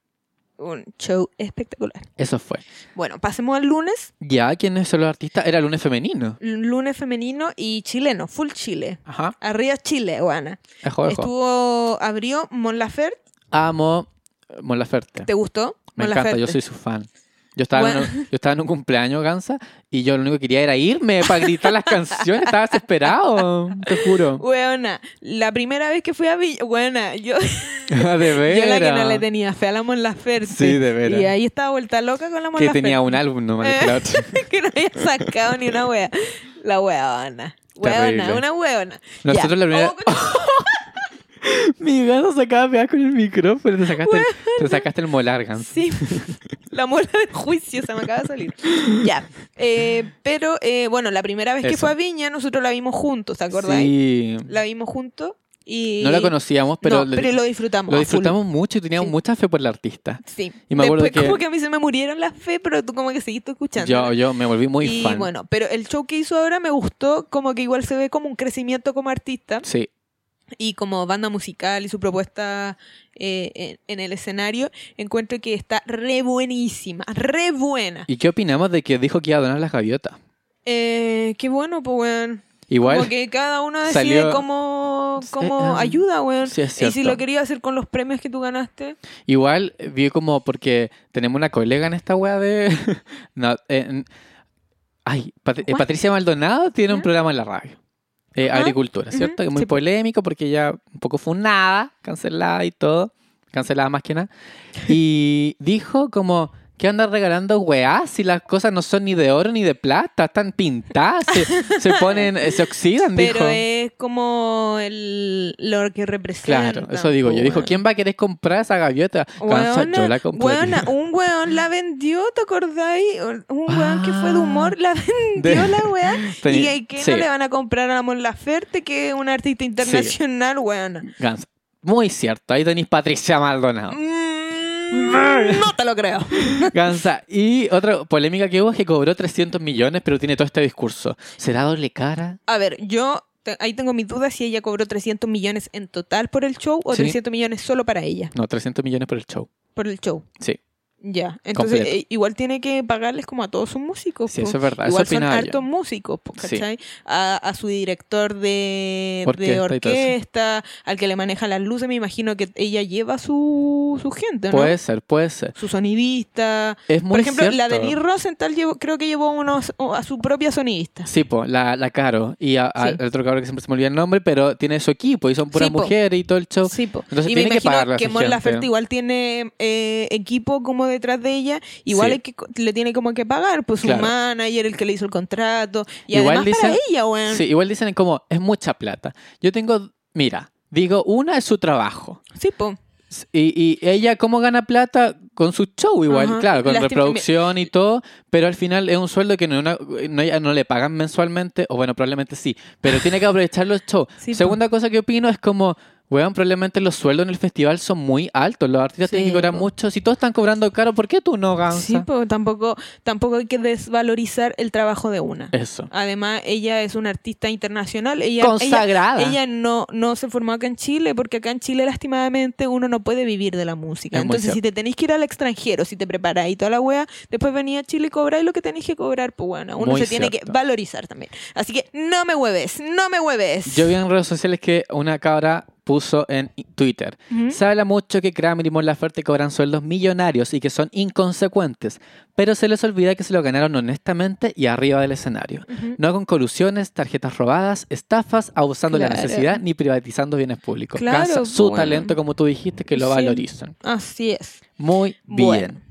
Speaker 2: fue.
Speaker 3: un show espectacular.
Speaker 2: Eso fue.
Speaker 3: Bueno, pasemos al lunes.
Speaker 2: Ya, ¿quiénes son los artistas? Era lunes femenino.
Speaker 3: Lunes femenino y chileno, full Chile.
Speaker 2: Ajá.
Speaker 3: Arriba Chile, Juana.
Speaker 2: Ejo, ejo.
Speaker 3: Estuvo, abrió Mon Laferte.
Speaker 2: Amo Mon Laferte.
Speaker 3: ¿Te gustó?
Speaker 2: Me
Speaker 3: Mon
Speaker 2: encanta, yo soy
Speaker 3: Laferte.
Speaker 2: su fan. Yo estaba, en
Speaker 3: Bueno.
Speaker 2: un, yo estaba en un cumpleaños, Gansa, y yo lo único que quería era irme para gritar las canciones. Estaba desesperado, te juro.
Speaker 3: Weona, la primera vez que fui a Villa, weona, yo,
Speaker 2: de
Speaker 3: yo la que no le
Speaker 2: veras.
Speaker 3: tenía fe a la Mon Laferte.
Speaker 2: Sí, de veras.
Speaker 3: Y ahí estaba vuelta loca con la Mon
Speaker 2: Que
Speaker 3: Laferte.
Speaker 2: tenía un álbum, no me
Speaker 3: Eh.
Speaker 2: dijo la otra.
Speaker 3: que no había sacado ni una wea. La weona. Weona,
Speaker 2: Terrible.
Speaker 3: una weona.
Speaker 2: Nosotros
Speaker 3: Ya.
Speaker 2: la primera-
Speaker 3: Oh, concha-
Speaker 2: Mi gato se acaba de pegar con el micrófono. Te sacaste, el, te sacaste el molar, Gans.
Speaker 3: Sí, la muela del juicio se me acaba de salir. Ya, eh, pero eh, bueno, la primera vez que
Speaker 2: Eso.
Speaker 3: fue a Viña, nosotros la vimos juntos, ¿te acordáis?
Speaker 2: Sí.
Speaker 3: La vimos juntos y...
Speaker 2: No la conocíamos, pero,
Speaker 3: No,
Speaker 2: le-
Speaker 3: pero lo disfrutamos.
Speaker 2: lo
Speaker 3: a full.
Speaker 2: disfrutamos mucho y teníamos
Speaker 3: Sí.
Speaker 2: mucha fe por la artista.
Speaker 3: Sí.
Speaker 2: Y me acuerdo
Speaker 3: Después
Speaker 2: que-
Speaker 3: como que a mí se me murieron las fe, pero tú como que seguiste escuchando.
Speaker 2: Yo, yo me volví muy
Speaker 3: y
Speaker 2: fan.
Speaker 3: bueno, pero el show que hizo ahora me gustó, como que igual se ve como un crecimiento como artista
Speaker 2: Sí.
Speaker 3: y como banda musical y su propuesta eh, en, en el escenario. Encuentro que está re buenísima, re buena.
Speaker 2: ¿Y qué opinamos de que dijo que iba a donar las gaviotas?
Speaker 3: Eh, qué bueno, pues, weón.
Speaker 2: Igual.
Speaker 3: Como que cada uno decide
Speaker 2: salió-
Speaker 3: cómo,
Speaker 2: Sí,
Speaker 3: cómo
Speaker 2: ah,
Speaker 3: ayuda, weón.
Speaker 2: sí, es
Speaker 3: y si
Speaker 2: cierto.
Speaker 3: lo quería hacer con los premios que tú ganaste,
Speaker 2: Igual eh, vi como porque tenemos una colega en esta wea de. no, eh, n- ay, Pat- eh,
Speaker 3: What?
Speaker 2: Patricia Maldonado tiene un
Speaker 3: ¿Ya?
Speaker 2: programa en la radio. eh,
Speaker 3: Ajá.
Speaker 2: Agricultura, ¿cierto? Que es muy
Speaker 3: Sí.
Speaker 2: polémico porque ya un poco funada, cancelada y todo. Cancelada más que nada. Y dijo como. ¿Qué andan regalando weá si las cosas no son ni de oro ni de plata? Están pintadas, se, se ponen, eh, se oxidan,
Speaker 3: pero
Speaker 2: dijo.
Speaker 3: es como el, lo que representa.
Speaker 2: Claro, eso digo yo. Dijo, ¿quién va a querer comprar esa gaviota? Cansa, yo la
Speaker 3: Weona,
Speaker 2: compré.
Speaker 3: weona, un weón la vendió, ¿te acordáis? Un weón que fue de humor la vendió
Speaker 2: Ah. De-
Speaker 3: la weá.
Speaker 2: Teni-
Speaker 3: Y hay que
Speaker 2: sí.
Speaker 3: no le van a comprar a la Mon Laferte, que es una artista internacional, weona.
Speaker 2: Gans. Muy cierto, ahí tenéis Patricia Maldonado.
Speaker 3: Mm, no te lo creo.
Speaker 2: Gansa. Y otra polémica que hubo es que cobró 300 millones, pero tiene todo este discurso. ¿Será doble cara?
Speaker 3: A ver, yo te- ahí tengo mi duda si ella cobró 300 millones en total por el show o
Speaker 2: Sí.
Speaker 3: 300 millones solo para ella,
Speaker 2: No, 300 millones por el show.
Speaker 3: por el show.
Speaker 2: Sí,
Speaker 3: Ya, entonces
Speaker 2: Completo.
Speaker 3: eh, igual tiene que pagarles como a todos sus músicos.
Speaker 2: sí,
Speaker 3: po.
Speaker 2: eso es verdad.
Speaker 3: Igual
Speaker 2: eso
Speaker 3: son
Speaker 2: opinaba yo.
Speaker 3: hartos músicos, po,
Speaker 2: Sí.
Speaker 3: ¿cachai? A, a su director de de
Speaker 2: Orquesta y
Speaker 3: orquesta,
Speaker 2: todo eso.
Speaker 3: al que le maneja las luces, me imagino que ella lleva su, su gente, ¿no?
Speaker 2: Puede ser, puede ser.
Speaker 3: su sonidista.
Speaker 2: Es muy
Speaker 3: Por ejemplo, la
Speaker 2: cierto.
Speaker 3: Denise Rosenthal llevó- creo que llevó unos, o a su propia sonidista.
Speaker 2: Sí, po, la, la Caro. Y a- al
Speaker 3: Sí.
Speaker 2: otro cabrón que siempre se me olvida el nombre, pero tiene su equipo y son puras
Speaker 3: Sí, po.
Speaker 2: mujeres y todo el show.
Speaker 3: Sí, po.
Speaker 2: Entonces
Speaker 3: y
Speaker 2: tiene
Speaker 3: me
Speaker 2: que pagarle
Speaker 3: imagino
Speaker 2: a
Speaker 3: que
Speaker 2: esa
Speaker 3: Mon
Speaker 2: gente.
Speaker 3: Laferte igual tiene eh, equipo como detrás de ella, igual
Speaker 2: Sí.
Speaker 3: hay que, co- le tiene como que pagar, pues
Speaker 2: Claro.
Speaker 3: su manager, el que le hizo el contrato, y
Speaker 2: Igual
Speaker 3: además para
Speaker 2: dicen-
Speaker 3: ella, weón.
Speaker 2: Sí, igual dicen como, es mucha plata. Yo tengo, mira, digo, una es su trabajo.
Speaker 3: Sí, po.
Speaker 2: Y, y ella cómo gana plata con su show igual,
Speaker 3: Ajá.
Speaker 2: claro, con
Speaker 3: Lástima-
Speaker 2: reproducción y todo, pero al final es un sueldo que no, una- no, ella no le pagan mensualmente, o bueno, probablemente sí, pero tiene que aprovechar los shows.
Speaker 3: Sí, po.
Speaker 2: Segunda cosa que opino es como, weón, probablemente los sueldos en el festival son muy altos, los artistas
Speaker 3: Sí,
Speaker 2: tienen que cobrar
Speaker 3: po.
Speaker 2: mucho, si todos están cobrando caro, ¿por qué tú no ganas?
Speaker 3: Sí, pero tampoco, tampoco hay que desvalorizar el trabajo de una.
Speaker 2: Eso.
Speaker 3: Además, ella es una artista internacional. Ella,
Speaker 2: Consagrada.
Speaker 3: Ella, ella no, no se formó acá en Chile porque acá en Chile, lastimadamente, uno no puede vivir de la música.
Speaker 2: Es muy
Speaker 3: Entonces, si
Speaker 2: cierto.
Speaker 3: te tenéis que ir al extranjero, si te preparáis y toda la wea, después venía a Chile y cobráis lo que tenéis que cobrar, pues bueno, uno
Speaker 2: Muy
Speaker 3: se tiene que
Speaker 2: cierto.
Speaker 3: valorizar también. Así que no me hueves, no me hueves.
Speaker 2: Yo vi en redes sociales que una cabra puso en Twitter.
Speaker 3: Ujú.
Speaker 2: Se habla mucho que Kramer y Mon Laferte cobran sueldos millonarios y que son inconsecuentes, pero se les olvida que se lo ganaron honestamente y arriba del escenario.
Speaker 3: Ujú.
Speaker 2: No con colusiones, tarjetas robadas, estafas, abusando de la
Speaker 3: Claro.
Speaker 2: necesidad ni privatizando bienes públicos.
Speaker 3: Claro,
Speaker 2: Gasta su
Speaker 3: bueno.
Speaker 2: talento, como tú dijiste, que lo
Speaker 3: Sí.
Speaker 2: valorizan.
Speaker 3: Así es.
Speaker 2: Muy
Speaker 3: Bueno.
Speaker 2: bien.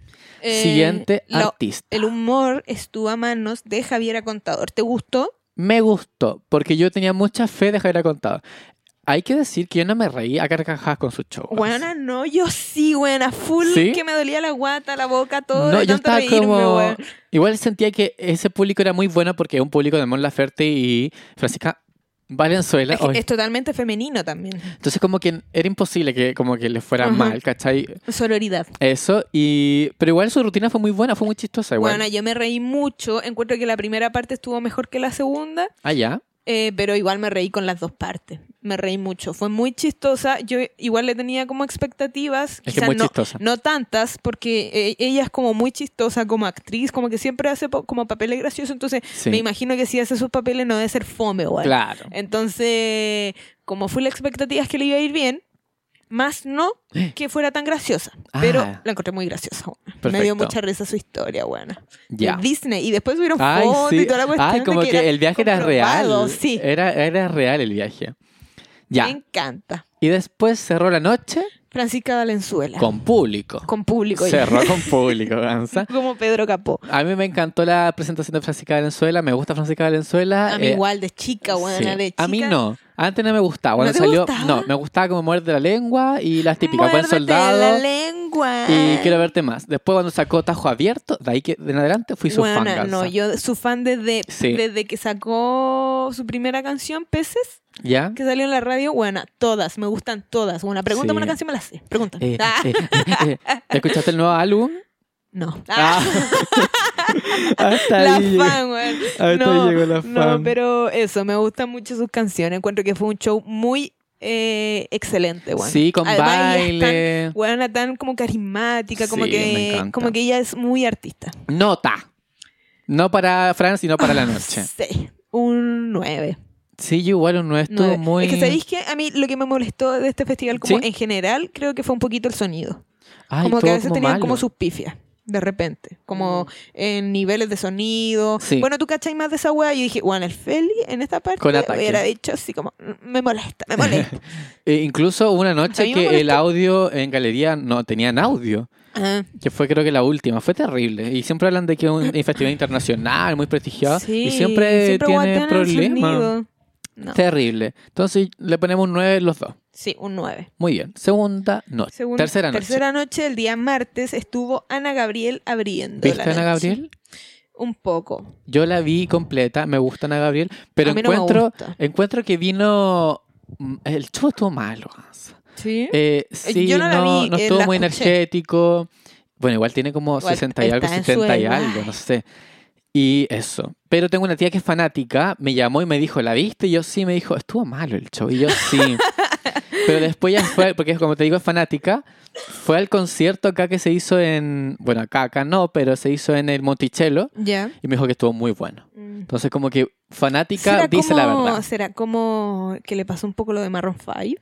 Speaker 2: Siguiente
Speaker 3: Eh, lo-
Speaker 2: artista.
Speaker 3: el humor estuvo a manos de Javiera Contador. ¿Te gustó?
Speaker 2: Me gustó, porque yo tenía mucha fe de Javier Contado. Hay que decir que yo no me reí a carcajadas con su show.
Speaker 3: Buena, no, yo sí, buena, full
Speaker 2: ¿Sí?
Speaker 3: que me dolía la guata, la boca, todo.
Speaker 2: No,
Speaker 3: de
Speaker 2: yo
Speaker 3: tanto
Speaker 2: estaba
Speaker 3: reírme,
Speaker 2: como.
Speaker 3: weón.
Speaker 2: Igual sentía que ese público era muy bueno porque es un público de Mon Laferte y Francisca Valenzuela.
Speaker 3: Es, que
Speaker 2: Ay.
Speaker 3: es totalmente femenino también.
Speaker 2: Entonces, como que era imposible que como que le fuera
Speaker 3: Ajá.
Speaker 2: mal, ¿cachai?
Speaker 3: Sororidad.
Speaker 2: Eso. y Pero igual su rutina fue muy buena, fue muy chistosa. Igual.
Speaker 3: Bueno, yo me reí mucho. Encuentro que la primera parte estuvo mejor que la segunda,
Speaker 2: Ah, ya.
Speaker 3: eh, pero igual me reí con las dos partes. Me reí mucho. Fue muy chistosa. Yo igual le tenía como expectativas.
Speaker 2: Es que
Speaker 3: quizás
Speaker 2: muy
Speaker 3: no,
Speaker 2: chistosa.
Speaker 3: No tantas, porque eh, ella es como muy chistosa como actriz, como que siempre hace po- como papeles graciosos, entonces
Speaker 2: Sí.
Speaker 3: me imagino que si hace sus papeles no debe ser fome o algo.
Speaker 2: Claro.
Speaker 3: Entonces, como fue la expectativa es que le iba a ir bien, más no que fuera tan graciosa, pero
Speaker 2: Eh. Ah.
Speaker 3: la encontré muy graciosa. weona. Me
Speaker 2: Perfecto.
Speaker 3: dio mucha risa su historia, buena.
Speaker 2: Ya.
Speaker 3: Disney y después hubieron
Speaker 2: Ay,
Speaker 3: fotos
Speaker 2: sí.
Speaker 3: y toda la cuestión.
Speaker 2: Ay,
Speaker 3: de
Speaker 2: como que, el viaje era
Speaker 3: comprobado,
Speaker 2: real.
Speaker 3: Sí.
Speaker 2: Era, era real el viaje. Ya.
Speaker 3: Me encanta.
Speaker 2: Y después cerró la noche
Speaker 3: Francisca Valenzuela.
Speaker 2: Con público.
Speaker 3: Con público. ya.
Speaker 2: Cerró con público, Gansa.
Speaker 3: Como Pedro Capó.
Speaker 2: A mí me encantó la presentación de Francisca Valenzuela. Me gusta Francisca Valenzuela.
Speaker 3: A mí
Speaker 2: eh,
Speaker 3: igual, de chica, buena,
Speaker 2: sí.
Speaker 3: de chica.
Speaker 2: A mí no. Antes no me gustaba. Cuando
Speaker 3: te
Speaker 2: salió,
Speaker 3: gustaba?
Speaker 2: no, me gustaba como muerte la lengua y las típicas. Buen
Speaker 3: Muérdete la
Speaker 2: pues, soldado.
Speaker 3: lengua.
Speaker 2: Y quiero verte más. Después cuando sacó Tajo Abierto, de ahí que en adelante fui su fan.
Speaker 3: Buena,
Speaker 2: Gansa.
Speaker 3: no, yo su fan desde,
Speaker 2: Sí.
Speaker 3: desde que sacó su primera canción, Peces,
Speaker 2: ¿Ya?
Speaker 3: que salió en la radio. Buena, todas, me gustan todas. Buena, pregúntame
Speaker 2: Sí.
Speaker 3: una canción, me la sé. Pregúntame.
Speaker 2: Eh,
Speaker 3: Ah,
Speaker 2: eh, eh, eh, ¿Escuchaste el nuevo álbum?
Speaker 3: No. Ah,
Speaker 2: Ah. Hasta
Speaker 3: la
Speaker 2: ahí.
Speaker 3: fan, weón.
Speaker 2: Ahí
Speaker 3: no,
Speaker 2: llegó la fan.
Speaker 3: No, pero eso, me gustan mucho sus canciones. Encuentro que fue un show muy eh, excelente, weón.
Speaker 2: Sí, con
Speaker 3: Además, ella es tan-
Speaker 2: baile.
Speaker 3: Weona tan como carismática, como
Speaker 2: Sí, me
Speaker 3: que
Speaker 2: encanta.
Speaker 3: como que ella es muy artista.
Speaker 2: Nota. No para Fran, sino para la noche.
Speaker 3: Sí, un 9.
Speaker 2: Sí, yo igual un nuevo estuvo muy.
Speaker 3: Es que sabéis que a mí lo que me molestó de este festival como
Speaker 2: ¿Sí?
Speaker 3: en general, creo que fue un poquito el sonido.
Speaker 2: Ay,
Speaker 3: como que
Speaker 2: todo
Speaker 3: a veces tenían
Speaker 2: malo. Mm.
Speaker 3: como sus pifias. De repente, como en niveles de sonido.
Speaker 2: Sí.
Speaker 3: Bueno, tú cachai más de esa wea. Yo dije, bueno, el Feli en esta parte
Speaker 2: Con ataque.
Speaker 3: hubiera dicho así como, "Mm, me molesta, me molesta.
Speaker 2: E incluso hubo una
Speaker 3: A
Speaker 2: noche
Speaker 3: mí me
Speaker 2: que el audio en galería no tenían audio,
Speaker 3: Ah,
Speaker 2: que fue creo que la última, fue terrible. Y siempre hablan de que es un festival internacional muy
Speaker 3: Ah,
Speaker 2: prestigiado y siempre, tiene
Speaker 3: guatean el
Speaker 2: problemas.
Speaker 3: sonido. No.
Speaker 2: Terrible. Entonces le ponemos un 9 los dos.
Speaker 3: Sí, un 9.
Speaker 2: Muy bien. Segunda noche.
Speaker 3: Según-
Speaker 2: tercera noche.
Speaker 3: Tercera noche, el día martes, estuvo Ana Gabriel abriendo.
Speaker 2: ¿Viste
Speaker 3: la
Speaker 2: a Ana
Speaker 3: noche.
Speaker 2: Gabriel?
Speaker 3: Un poco.
Speaker 2: Yo la vi completa, me gusta Ana Gabriel, pero
Speaker 3: A mí no me
Speaker 2: encuentro,
Speaker 3: gusta.
Speaker 2: encuentro que vino... mm, El show estuvo malo.
Speaker 3: Sí.
Speaker 2: Eh, sí,
Speaker 3: yo no la
Speaker 2: no,
Speaker 3: vi,
Speaker 2: no
Speaker 3: eh,
Speaker 2: estuvo
Speaker 3: la
Speaker 2: muy
Speaker 3: escuché.
Speaker 2: energético. Bueno, igual tiene como
Speaker 3: Igual
Speaker 2: 60 y algo,
Speaker 3: está en
Speaker 2: 70 y
Speaker 3: su
Speaker 2: algo,
Speaker 3: edad.
Speaker 2: no sé. Y eso. Pero tengo una tía que es fanática, me llamó y me dijo, ¿la viste? Y yo sí, me dijo, estuvo malo el show. Y yo sí. Pero después ya fue, porque como te digo, es fanática, fue al concierto acá que se hizo en, bueno, acá, acá no, pero se hizo en el Monticello
Speaker 3: Ya.
Speaker 2: y me dijo que estuvo muy bueno.
Speaker 3: Mm.
Speaker 2: Entonces como que fanática dice la
Speaker 3: como-
Speaker 2: verdad.
Speaker 3: ¿Será como que le pasó un poco lo de Marron Five?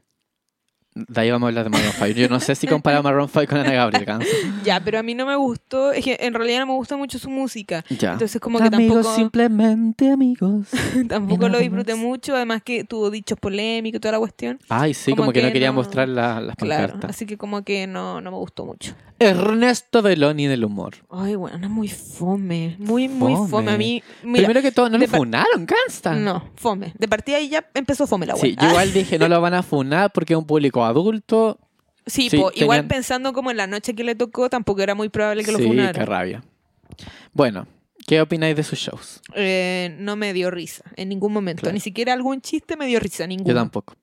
Speaker 2: De ahí vamos a hablar de Maroon 5. Yo no sé si compara Maroon 5 con Ana Gabriel. Gans.
Speaker 3: Ya, pero a mí no me gustó. Es que en realidad no me gusta mucho su música.
Speaker 2: Ya.
Speaker 3: Entonces, como que
Speaker 2: amigos,
Speaker 3: tampoco-
Speaker 2: simplemente amigos.
Speaker 3: Tampoco lo
Speaker 2: nada
Speaker 3: disfruté
Speaker 2: más.
Speaker 3: mucho. Además que tuvo dichos polémicos y toda la cuestión.
Speaker 2: Ay, sí, como,
Speaker 3: Como
Speaker 2: que, no
Speaker 3: que
Speaker 2: quería
Speaker 3: no.
Speaker 2: mostrar la- las
Speaker 3: Claro.
Speaker 2: pancartas.
Speaker 3: Así que como que no, no me gustó mucho.
Speaker 2: Ernesto Beloni del humor.
Speaker 3: Ay, bueno, es muy fome. Muy, muy fome.
Speaker 2: Fome.
Speaker 3: A mí, mira,
Speaker 2: Primero que todo, no lo
Speaker 3: de par-
Speaker 2: funaron, Cansta.
Speaker 3: No, fome. De partida ahí ya empezó fome la web.
Speaker 2: Sí, yo igual dije, no lo van a funar porque es un público adulto.
Speaker 3: Ah, sí,
Speaker 2: sí,
Speaker 3: po, igual
Speaker 2: tenían-
Speaker 3: pensando como en la noche que le tocó, tampoco era muy probable que lo
Speaker 2: sí,
Speaker 3: funaran.
Speaker 2: qué rabia. Bueno, ¿qué opináis de sus shows?
Speaker 3: Eh, no me dio risa en ningún momento.
Speaker 2: Claro.
Speaker 3: Ni siquiera algún chiste me dio risa, ninguno.
Speaker 2: Yo tampoco.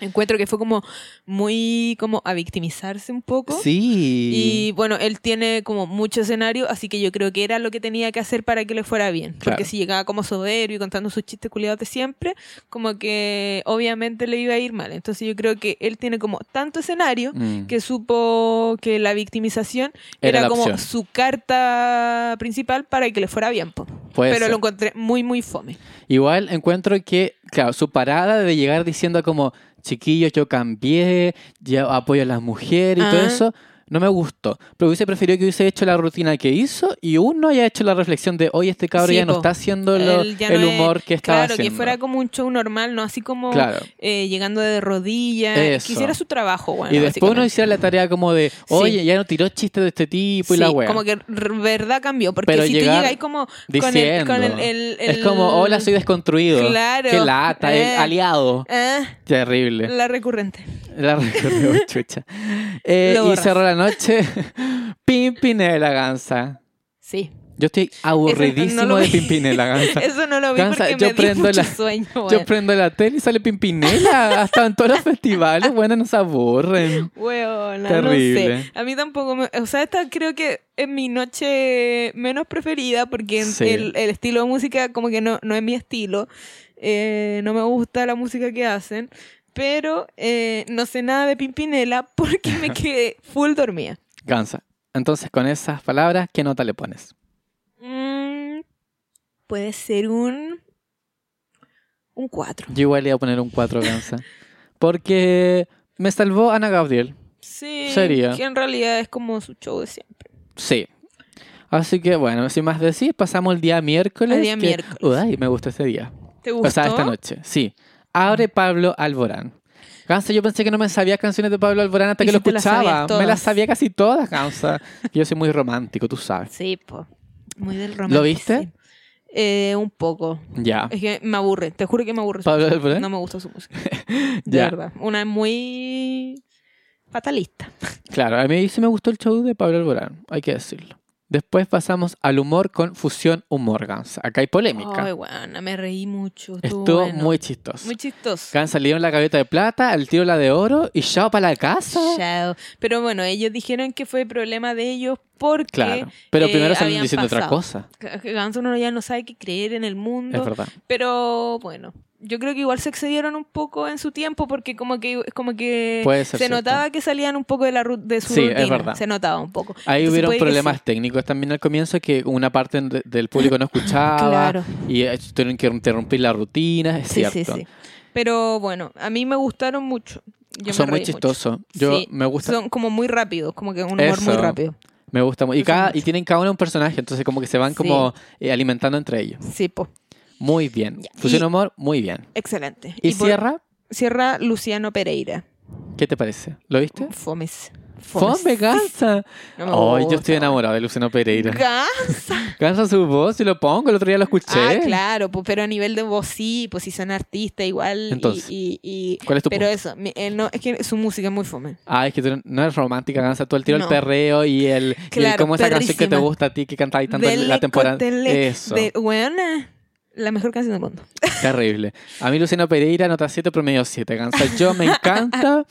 Speaker 3: Encuentro que fue como muy como a victimizarse un poco.
Speaker 2: Sí.
Speaker 3: Y bueno, él tiene como mucho escenario, así que yo creo que era lo que tenía que hacer para que le fuera bien.
Speaker 2: Claro.
Speaker 3: Porque si llegaba como soberbio y contando sus chistes culiados de siempre, como que obviamente le iba a ir mal. Entonces yo creo que él tiene como tanto escenario
Speaker 2: Mm.
Speaker 3: que supo que la victimización
Speaker 2: Era
Speaker 3: era,
Speaker 2: la
Speaker 3: como
Speaker 2: opción.
Speaker 3: su carta principal para que le fuera bien. po.
Speaker 2: Puede
Speaker 3: Pero
Speaker 2: ser.
Speaker 3: lo encontré muy, muy fome.
Speaker 2: Igual encuentro que, claro, su parada de llegar diciendo como, chiquillos, yo cambié, yo apoyo a las mujeres y todo
Speaker 3: Ah.
Speaker 2: eso, no me gustó. Pero hubiese preferido que hubiese hecho la rutina que hizo y uno haya hecho la reflexión de, oye, este cabro
Speaker 3: Sí,
Speaker 2: ya no
Speaker 3: po.
Speaker 2: está haciendo lo-
Speaker 3: Él
Speaker 2: el,
Speaker 3: ya no es-
Speaker 2: humor que estaba
Speaker 3: claro,
Speaker 2: haciendo.
Speaker 3: que fuera como un show normal, no así como
Speaker 2: Claro.
Speaker 3: eh, llegando de rodillas.
Speaker 2: Eso.
Speaker 3: Que hiciera su trabajo, bueno,
Speaker 2: y después uno hiciera la tarea como de, oye, ya no tiró chistes de este tipo y la wea.
Speaker 3: como que r- verdad cambió. Porque
Speaker 2: Pero
Speaker 3: si tú
Speaker 2: llegar
Speaker 3: llegáis como con el...
Speaker 2: Diciendo.
Speaker 3: Con el, el-
Speaker 2: Es como, hola, soy desconstruido.
Speaker 3: Claro.
Speaker 2: Qué lata, eh,
Speaker 3: Eh.
Speaker 2: aliado.
Speaker 3: Ah,
Speaker 2: Terrible.
Speaker 3: la recurrente.
Speaker 2: La recorrió, chucha. Eh,
Speaker 3: Lo
Speaker 2: y
Speaker 3: borras.
Speaker 2: cerró la noche. Pimpinela Gansa.
Speaker 3: Sí.
Speaker 2: Yo estoy aburridísimo
Speaker 3: Eso no lo
Speaker 2: de
Speaker 3: vi.
Speaker 2: Pimpinela Gansa.
Speaker 3: Eso no lo vi
Speaker 2: Cansa,
Speaker 3: porque
Speaker 2: yo
Speaker 3: me dio
Speaker 2: prendo
Speaker 3: mucho
Speaker 2: la-
Speaker 3: sueño.
Speaker 2: Yo
Speaker 3: weón.
Speaker 2: prendo la tele y sale Pimpinela. Hasta en todos los festivales, bueno, nos aburren.
Speaker 3: Weona, no
Speaker 2: Terrible.
Speaker 3: sé. A mí tampoco me... O sea, esta creo que es mi noche menos preferida porque en-
Speaker 2: Sí.
Speaker 3: el, el estilo de música como que no, no es mi estilo. Eh, no me gusta la música que hacen. Pero eh, no sé nada de Pimpinela porque me quedé full dormida.
Speaker 2: Gansa. Entonces, con esas palabras, ¿qué nota le pones?
Speaker 3: Mm, puede ser un... Un 4.
Speaker 2: Yo igual le voy a poner un 4, Gansa. Porque me salvó Ana Gabriel.
Speaker 3: Sí.
Speaker 2: Sería.
Speaker 3: Que en realidad es como su show de siempre.
Speaker 2: Sí. Así que, bueno, sin más decir, pasamos el día miércoles.
Speaker 3: Al día
Speaker 2: que-
Speaker 3: miércoles.
Speaker 2: Ay, me gusta este día.
Speaker 3: ¿Te gustó?
Speaker 2: O sea, esta noche, sí. Abre Pablo Alborán. Gansa, yo pensé que no me sabía canciones de Pablo Alborán hasta
Speaker 3: Y
Speaker 2: que
Speaker 3: si
Speaker 2: lo
Speaker 3: te las
Speaker 2: escuchaba.
Speaker 3: sabías
Speaker 2: me las
Speaker 3: todas.
Speaker 2: sabía casi todas, Gansa. yo soy muy romántico, tú sabes.
Speaker 3: Sí, po. Muy del romance.
Speaker 2: ¿Lo viste?
Speaker 3: Eh, un poco.
Speaker 2: Ya.
Speaker 3: Es que me aburre, te juro que me aburre. su
Speaker 2: ¿Pablo
Speaker 3: música.
Speaker 2: Alborán?
Speaker 3: No me gusta su música. De
Speaker 2: Ya.
Speaker 3: verdad. Una es muy fatalista.
Speaker 2: Claro, a mí sí me gustó el show de Pablo Alborán, hay que decirlo. Después pasamos al humor con fusión humor, Gansa. Acá hay polémica.
Speaker 3: Ay, bueno, me reí mucho. Estuvo,
Speaker 2: Estuvo
Speaker 3: bueno.
Speaker 2: muy chistoso.
Speaker 3: muy chistoso.
Speaker 2: Gansa le dieron la gaveta de plata, el tiro la de oro y chao para la casa.
Speaker 3: Chao. Pero bueno, ellos dijeron que fue problema de ellos porque
Speaker 2: Claro, pero primero
Speaker 3: eh,
Speaker 2: salen
Speaker 3: habían
Speaker 2: diciendo otra
Speaker 3: pasado.
Speaker 2: cosa.
Speaker 3: Ganso uno ya no sabe qué creer en el
Speaker 2: Es
Speaker 3: mundo.
Speaker 2: verdad.
Speaker 3: Pero bueno, yo creo que igual se excedieron un poco en su tiempo porque como que como que
Speaker 2: Puede
Speaker 3: se
Speaker 2: ser cierto.
Speaker 3: notaba que salían un poco de la ru- de su
Speaker 2: Sí, es
Speaker 3: rutina,
Speaker 2: verdad.
Speaker 3: se notaba un poco.
Speaker 2: Ahí
Speaker 3: Entonces
Speaker 2: hubieron
Speaker 3: puede que
Speaker 2: problemas
Speaker 3: sí.
Speaker 2: técnicos también al comienzo que una parte de- del público no escuchaba
Speaker 3: Claro.
Speaker 2: y eh, tuvieron que interrumpir la rutina, es
Speaker 3: Sí,
Speaker 2: cierto.
Speaker 3: sí, sí. Pero bueno, a mí me gustaron mucho. Yo
Speaker 2: Son
Speaker 3: me
Speaker 2: muy
Speaker 3: reí mucho.
Speaker 2: chistosos. Yo
Speaker 3: Sí,
Speaker 2: me gusta,
Speaker 3: Son como muy rápidos, como que un humor muy
Speaker 2: Eso.
Speaker 3: rápido.
Speaker 2: me gusta mu- y
Speaker 3: son
Speaker 2: cada y
Speaker 3: mucho.
Speaker 2: tienen cada uno un personaje, entonces como que se van
Speaker 3: Sí.
Speaker 2: como eh, alimentando entre ellos.
Speaker 3: Sí, po.
Speaker 2: Muy bien.
Speaker 3: Ya,
Speaker 2: Fusión
Speaker 3: y-
Speaker 2: humor, muy bien.
Speaker 3: Excelente.
Speaker 2: Y,
Speaker 3: por-
Speaker 2: cierra,
Speaker 3: Cierra Luciano Pereira.
Speaker 2: ¿qué te parece? ¿Lo viste?
Speaker 3: Fomes.
Speaker 2: Fome, Gansa. Ay,
Speaker 3: No me
Speaker 2: yo
Speaker 3: gusta,
Speaker 2: estoy
Speaker 3: bueno.
Speaker 2: enamorado de Luciano Pereira.
Speaker 3: ¿Ah? Ganso.
Speaker 2: Gansa su voz y lo pongo, el otro día lo escuché.
Speaker 3: Ah, claro, pues, pero a nivel de voz sí, pues si son artistas igual. y-
Speaker 2: Entonces,
Speaker 3: y, y-
Speaker 2: ¿Cuál es tu
Speaker 3: pero
Speaker 2: punto?
Speaker 3: eso, mi- eh, no, es que su música es muy fome.
Speaker 2: Ah, es que tú no- no eres romántica, Gansa. Tú el tiro el
Speaker 3: No.
Speaker 2: perreo y el, y el
Speaker 3: Claro,
Speaker 2: como esa canción que te
Speaker 3: perrísima.
Speaker 2: gusta a ti que cantabas tanto en la
Speaker 3: Dele,
Speaker 2: temporada.
Speaker 3: cótele,
Speaker 2: Eso,
Speaker 3: de- weona, la mejor canción del mundo.
Speaker 2: terrible. A mí Luciano Pereira, nota 7, promedio 7, Gansa. Yo me encanta.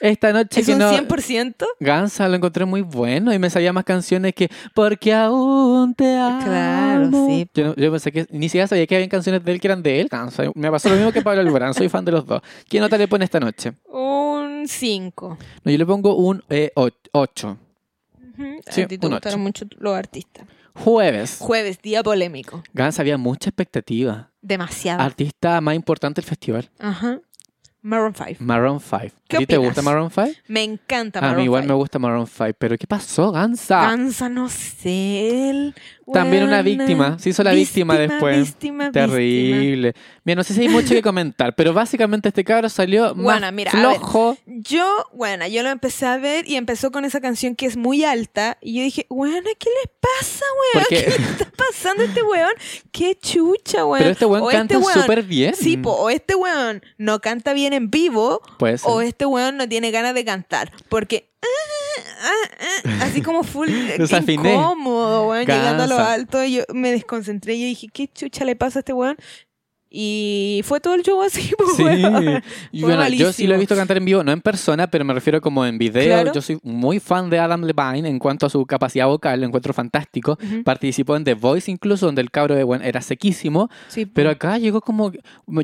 Speaker 2: Esta noche
Speaker 3: es
Speaker 2: que
Speaker 3: un
Speaker 2: no...
Speaker 3: 100%.
Speaker 2: Gansa lo encontré muy bueno y me sabía más canciones que Porque aún te amo.
Speaker 3: Claro, sí.
Speaker 2: Yo, no- yo pensé que ni siquiera sabía que había canciones de él que eran de él, Gansa. Me pasó lo mismo que Pablo Alborán, soy fan de los dos. ¿Qué nota le pone esta noche?
Speaker 3: Un 5.
Speaker 2: No, yo le pongo un eh, 8. Sí,
Speaker 3: a ti te
Speaker 2: un
Speaker 3: gustaron mucho los artistas.
Speaker 2: Jueves.
Speaker 3: Jueves, día polémico.
Speaker 2: Gans había mucha expectativa.
Speaker 3: Demasiado.
Speaker 2: Artista más importante del festival,
Speaker 3: Ajá. Maroon 5.
Speaker 2: Maroon 5.
Speaker 3: ¿Qué
Speaker 2: ¿A ti te
Speaker 3: opinas?
Speaker 2: gusta Maroon 5?
Speaker 3: Me encanta
Speaker 2: A
Speaker 3: Maroon
Speaker 2: mí igual me
Speaker 3: 5.
Speaker 2: gusta Maroon 5, pero ¿qué pasó, Gansa?
Speaker 3: Danza, no sé. él,
Speaker 2: También una
Speaker 3: weona.
Speaker 2: víctima, se hizo la víctima después.
Speaker 3: Víctima, víctima.
Speaker 2: Terrible. Mira, no sé si hay mucho que comentar, pero básicamente este cabro salió más
Speaker 3: Bueno, mira, a ver.
Speaker 2: flojo.
Speaker 3: Yo, bueno, yo lo empecé a ver y empezó con esa canción que es muy alta. Y yo dije, bueno, ¿qué le pasa, weón?
Speaker 2: Porque-
Speaker 3: ¿Qué le está pasando a este weón? ¡Qué chucha, weón!
Speaker 2: Pero este weón
Speaker 3: O
Speaker 2: canta
Speaker 3: weón-
Speaker 2: súper bien.
Speaker 3: Sí, po, o este weón no canta bien en vivo,
Speaker 2: Puede ser.
Speaker 3: o este weón no tiene ganas de cantar. Porque. ah, ah, ah, así como full eh,
Speaker 2: Desafiné.
Speaker 3: incómodo, weón, llegando a lo
Speaker 2: Cansa.
Speaker 3: alto, yo me desconcentré y yo dije, ¿qué chucha le pasa a este weón? Y fue todo el show así, po,
Speaker 2: Sí.
Speaker 3: weón.
Speaker 2: Y
Speaker 3: Fue
Speaker 2: bueno, yo sí
Speaker 3: malísimo.
Speaker 2: lo he visto cantar en vivo, no en persona, pero me refiero como en video.
Speaker 3: Claro.
Speaker 2: Yo soy muy fan de Adam Levine en cuanto a su capacidad vocal, lo encuentro fantástico.
Speaker 3: Ujú.
Speaker 2: Participó en The Voice incluso, donde el cabro de Gwen era sequísimo,
Speaker 3: Sí, po.
Speaker 2: pero acá llegó como...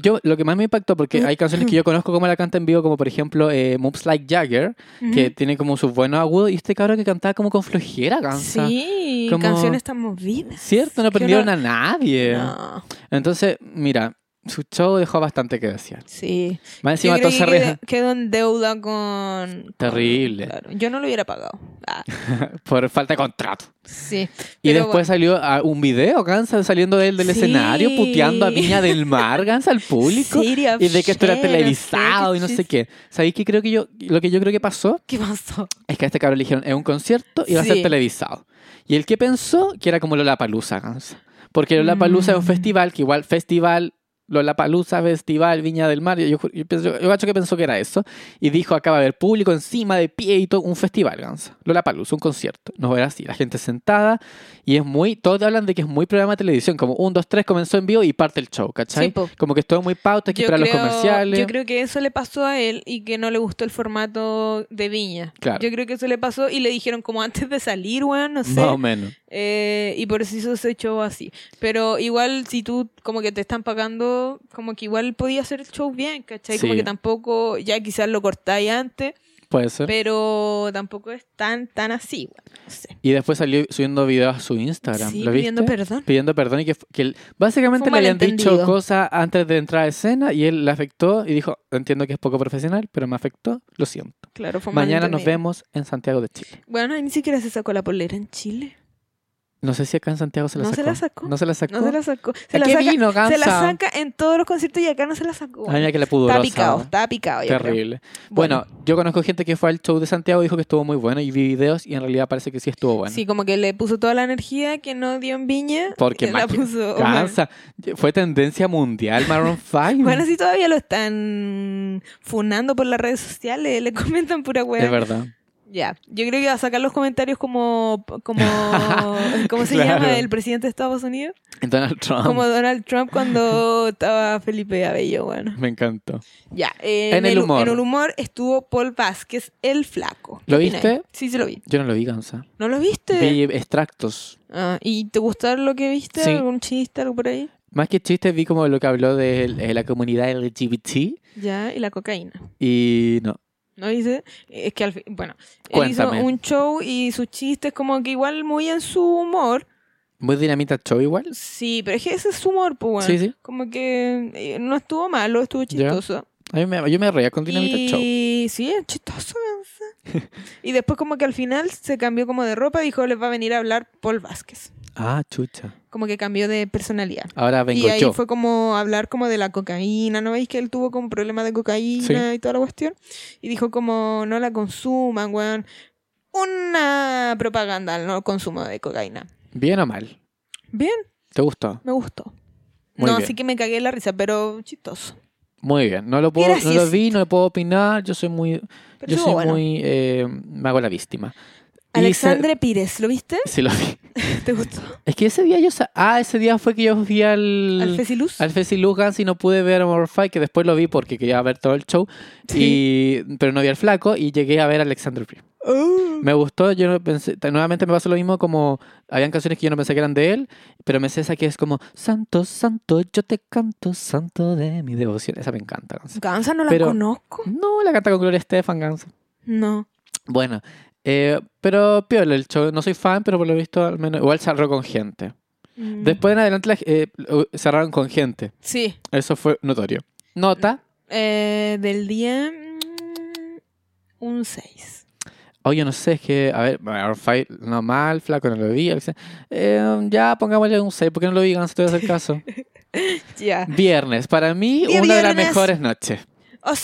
Speaker 2: yo Lo que más me impactó, porque hay canciones que yo conozco como la canta en vivo, como por ejemplo eh, Moves Like Jagger, que
Speaker 3: Ujú.
Speaker 2: tiene como sus buenos agudos, y este cabro que cantaba como con flojera cansa.
Speaker 3: Sí,
Speaker 2: como-
Speaker 3: canciones tan movidas.
Speaker 2: ¿Cierto? No
Speaker 3: Que
Speaker 2: aprendieron
Speaker 3: uno-
Speaker 2: a nadie.
Speaker 3: No,
Speaker 2: Entonces, mira, su show dejó bastante que desear.
Speaker 3: sí.
Speaker 2: Más
Speaker 3: Yo
Speaker 2: encima
Speaker 3: creo
Speaker 2: todos se
Speaker 3: que
Speaker 2: re-
Speaker 3: quedó- quedó en deuda con...
Speaker 2: Terrible.
Speaker 3: Claro, Yo no lo hubiera pagado. Ah,
Speaker 2: por falta de contrato.
Speaker 3: sí.
Speaker 2: Y
Speaker 3: Pero
Speaker 2: después salió ah, un video, Gansa, saliendo de él del
Speaker 3: Sí.
Speaker 2: escenario, puteando a Viña del Mar, Gansa, al público.
Speaker 3: City of
Speaker 2: Y de que esto era
Speaker 3: shit, no sé
Speaker 2: televisado y no sé
Speaker 3: chis-
Speaker 2: qué. ¿Sabéis qué creo que yo, lo que yo creo que pasó?
Speaker 3: ¿Qué pasó?
Speaker 2: Es que a este cabrón le dijeron, es un concierto y va a ser
Speaker 3: Sí.
Speaker 2: televisado. Y el que pensó que era como Lollapalooza, Gansa. Porque Lollapalooza es un
Speaker 3: Mm.
Speaker 2: festival que igual festival, Lollapalooza, festival, Viña del Mar. Yo, yo, yo, pienso- yo cacho que pensó que era eso. Y dijo, acá va a haber público encima de pie y todo, un festival, Gansa. Lollapalooza, un concierto. No era así, la gente sentada. Y es muy, todos hablan de que es muy programa de televisión. Como un, dos, tres, comenzó en vivo y parte el show, ¿cachai?
Speaker 3: Sí, po.
Speaker 2: como que es todo muy pauta, hay que esperar los comerciales.
Speaker 3: Yo creo que eso le pasó a él y que no le gustó el formato de Viña.
Speaker 2: Claro.
Speaker 3: Yo creo que eso le pasó y le dijeron como antes de salir, weón, no sé.
Speaker 2: Más o menos.
Speaker 3: Eh, y por eso hizo ese show así. Pero igual, si tú como que te están pagando, como que igual podía hacer el show bien, ¿cachai? Como
Speaker 2: Sí.
Speaker 3: que tampoco, ya quizás lo cortáis antes,
Speaker 2: Puede ser.
Speaker 3: pero tampoco es tan, tan así, bueno, no sé.
Speaker 2: Y después salió subiendo videos a su Instagram.
Speaker 3: Sí,
Speaker 2: ¿Lo viste?
Speaker 3: pidiendo perdón.
Speaker 2: Pidiendo perdón y que, que él- básicamente
Speaker 3: Fue un
Speaker 2: le habían dicho
Speaker 3: malentendido.
Speaker 2: cosas antes de entrar a escena y él la afectó y dijo, entiendo que es poco profesional, pero me afectó, lo siento.
Speaker 3: Claro, fue un
Speaker 2: Mañana nos
Speaker 3: malentendido.
Speaker 2: vemos en Santiago de Chile.
Speaker 3: Bueno, ni siquiera se sacó la polera en Chile.
Speaker 2: No sé si acá en Santiago se la
Speaker 3: No
Speaker 2: sacó.
Speaker 3: se la sacó.
Speaker 2: No se la sacó.
Speaker 3: No se la sacó. Se
Speaker 2: ¿A
Speaker 3: la,
Speaker 2: qué
Speaker 3: saca,
Speaker 2: vino,
Speaker 3: se la
Speaker 2: Gansa?
Speaker 3: saca en todos los conciertos y acá no se la sacó.
Speaker 2: Ay, mira que la
Speaker 3: está
Speaker 2: pudorosa.
Speaker 3: picado, está picado. yo creo.
Speaker 2: Terrible. Bueno, yo conozco gente que fue al show de Santiago y dijo que estuvo muy bueno y vi videos y en realidad parece que sí estuvo bueno.
Speaker 3: Sí, como que le puso toda la energía que no dio en Viña.
Speaker 2: Porque
Speaker 3: y la
Speaker 2: magia-
Speaker 3: puso.
Speaker 2: Gansa, fue tendencia mundial Maroon 5.
Speaker 3: Bueno, sí, todavía lo están funando por las redes sociales, le comentan pura hueá.
Speaker 2: Es verdad.
Speaker 3: Ya, yo creo que va a sacar los comentarios como, como ¿cómo se
Speaker 2: Claro. Ah.
Speaker 3: llama? El presidente de Estados Unidos.
Speaker 2: Donald Trump.
Speaker 3: Como Donald Trump cuando estaba Felipe Abello, bueno.
Speaker 2: Me encantó.
Speaker 3: Ya, eh,
Speaker 2: En el humor.
Speaker 3: En el humor estuvo Paul Vázquez, el flaco.
Speaker 2: ¿Lo
Speaker 3: ¿Qué opináis?
Speaker 2: viste?
Speaker 3: Sí, sí lo vi.
Speaker 2: Yo no lo vi, Gansa.
Speaker 3: ¿No lo viste?
Speaker 2: Vi extractos.
Speaker 3: Ah, ¿Y te gustó lo que viste?
Speaker 2: Sí.
Speaker 3: ¿Algún chiste, algo por ahí?
Speaker 2: Más que chistes, vi como lo que habló de, eh, la comunidad LGBT
Speaker 3: Ya, y la cocaína.
Speaker 2: y no.
Speaker 3: ¿No dice? Eh, Es que al fin, bueno, él
Speaker 2: Cuéntame.
Speaker 3: hizo un show y sus chistes como que igual muy en su humor.
Speaker 2: Muy dinamita show igual.
Speaker 3: Sí, pero es que ese es su humor, pues bueno.
Speaker 2: Sí, sí.
Speaker 3: Como que eh, no estuvo malo, estuvo chistoso.
Speaker 2: A mí me, yo me reía con dinamita show.
Speaker 3: Y sí, es chistoso. Gansa. y después como que al final se cambió como de ropa y dijo, les va a venir a hablar Paul Vázquez.
Speaker 2: Ah, chucha.
Speaker 3: Como que cambió de personalidad.
Speaker 2: Ahora vengo
Speaker 3: y ahí
Speaker 2: yo.
Speaker 3: fue como hablar como de la cocaína, ¿no veis que él tuvo como problema de cocaína y toda la cuestión? Y dijo como no la consuman, weón. Una propaganda al no consumo de cocaína.
Speaker 2: Bien o mal.
Speaker 3: Bien,
Speaker 2: ¿Te gustó?
Speaker 3: me gustó.
Speaker 2: Muy
Speaker 3: no,
Speaker 2: bien.
Speaker 3: así que me cagué la risa, pero chistoso.
Speaker 2: Muy bien. No lo puedo, no lo
Speaker 3: Gracias.
Speaker 2: vi, no lo puedo opinar. Yo soy muy,
Speaker 3: Pero
Speaker 2: yo
Speaker 3: estuvo
Speaker 2: soy
Speaker 3: bueno.
Speaker 2: muy, eh, me hago la víctima. Y
Speaker 3: Alexandre Pires, ¿lo viste?
Speaker 2: se- sí lo vi.
Speaker 3: ¿Te gustó?
Speaker 2: Es que ese día yo, sa- ah, ese día fue que yo fui al,
Speaker 3: Al Fesiluz.
Speaker 2: Al Festival Gans y no pude ver a Morphy, que después lo vi porque quería ver todo el show, y, pero no vi al flaco y llegué a ver a Alexander Free.
Speaker 3: Oh.
Speaker 2: Me gustó, yo no pensé, t- nuevamente me pasó lo mismo como habían canciones que yo no pensé que eran de él, pero me sé esa que es como Santo, Santo, yo te canto, Santo de mi devoción. Esa me encanta. Gans.
Speaker 3: Gansa no la
Speaker 2: Pero-
Speaker 3: conozco.
Speaker 2: No, la canta con Gloria Estefan Gans.
Speaker 3: No.
Speaker 2: Bueno, eh, pero piola el show, no soy fan, pero por lo visto al menos igual cerró con gente.
Speaker 3: Mm.
Speaker 2: Después en adelante la- eh, cerraron con gente.
Speaker 3: Sí.
Speaker 2: Eso fue notorio. Nota.
Speaker 3: Eh, del día mm, un 6.
Speaker 2: Oye, no sé, es que, a ver, bueno, Iron Fight, no mal, flaco, no lo vi. Alex- Eh, ya, pongámosle un 6, ¿por qué no lo vi? No te voy a hacer caso.
Speaker 3: Ya. Viernes,
Speaker 2: Viernes, para mí,
Speaker 3: Día
Speaker 2: una de las
Speaker 3: viernes.
Speaker 2: mejores noches.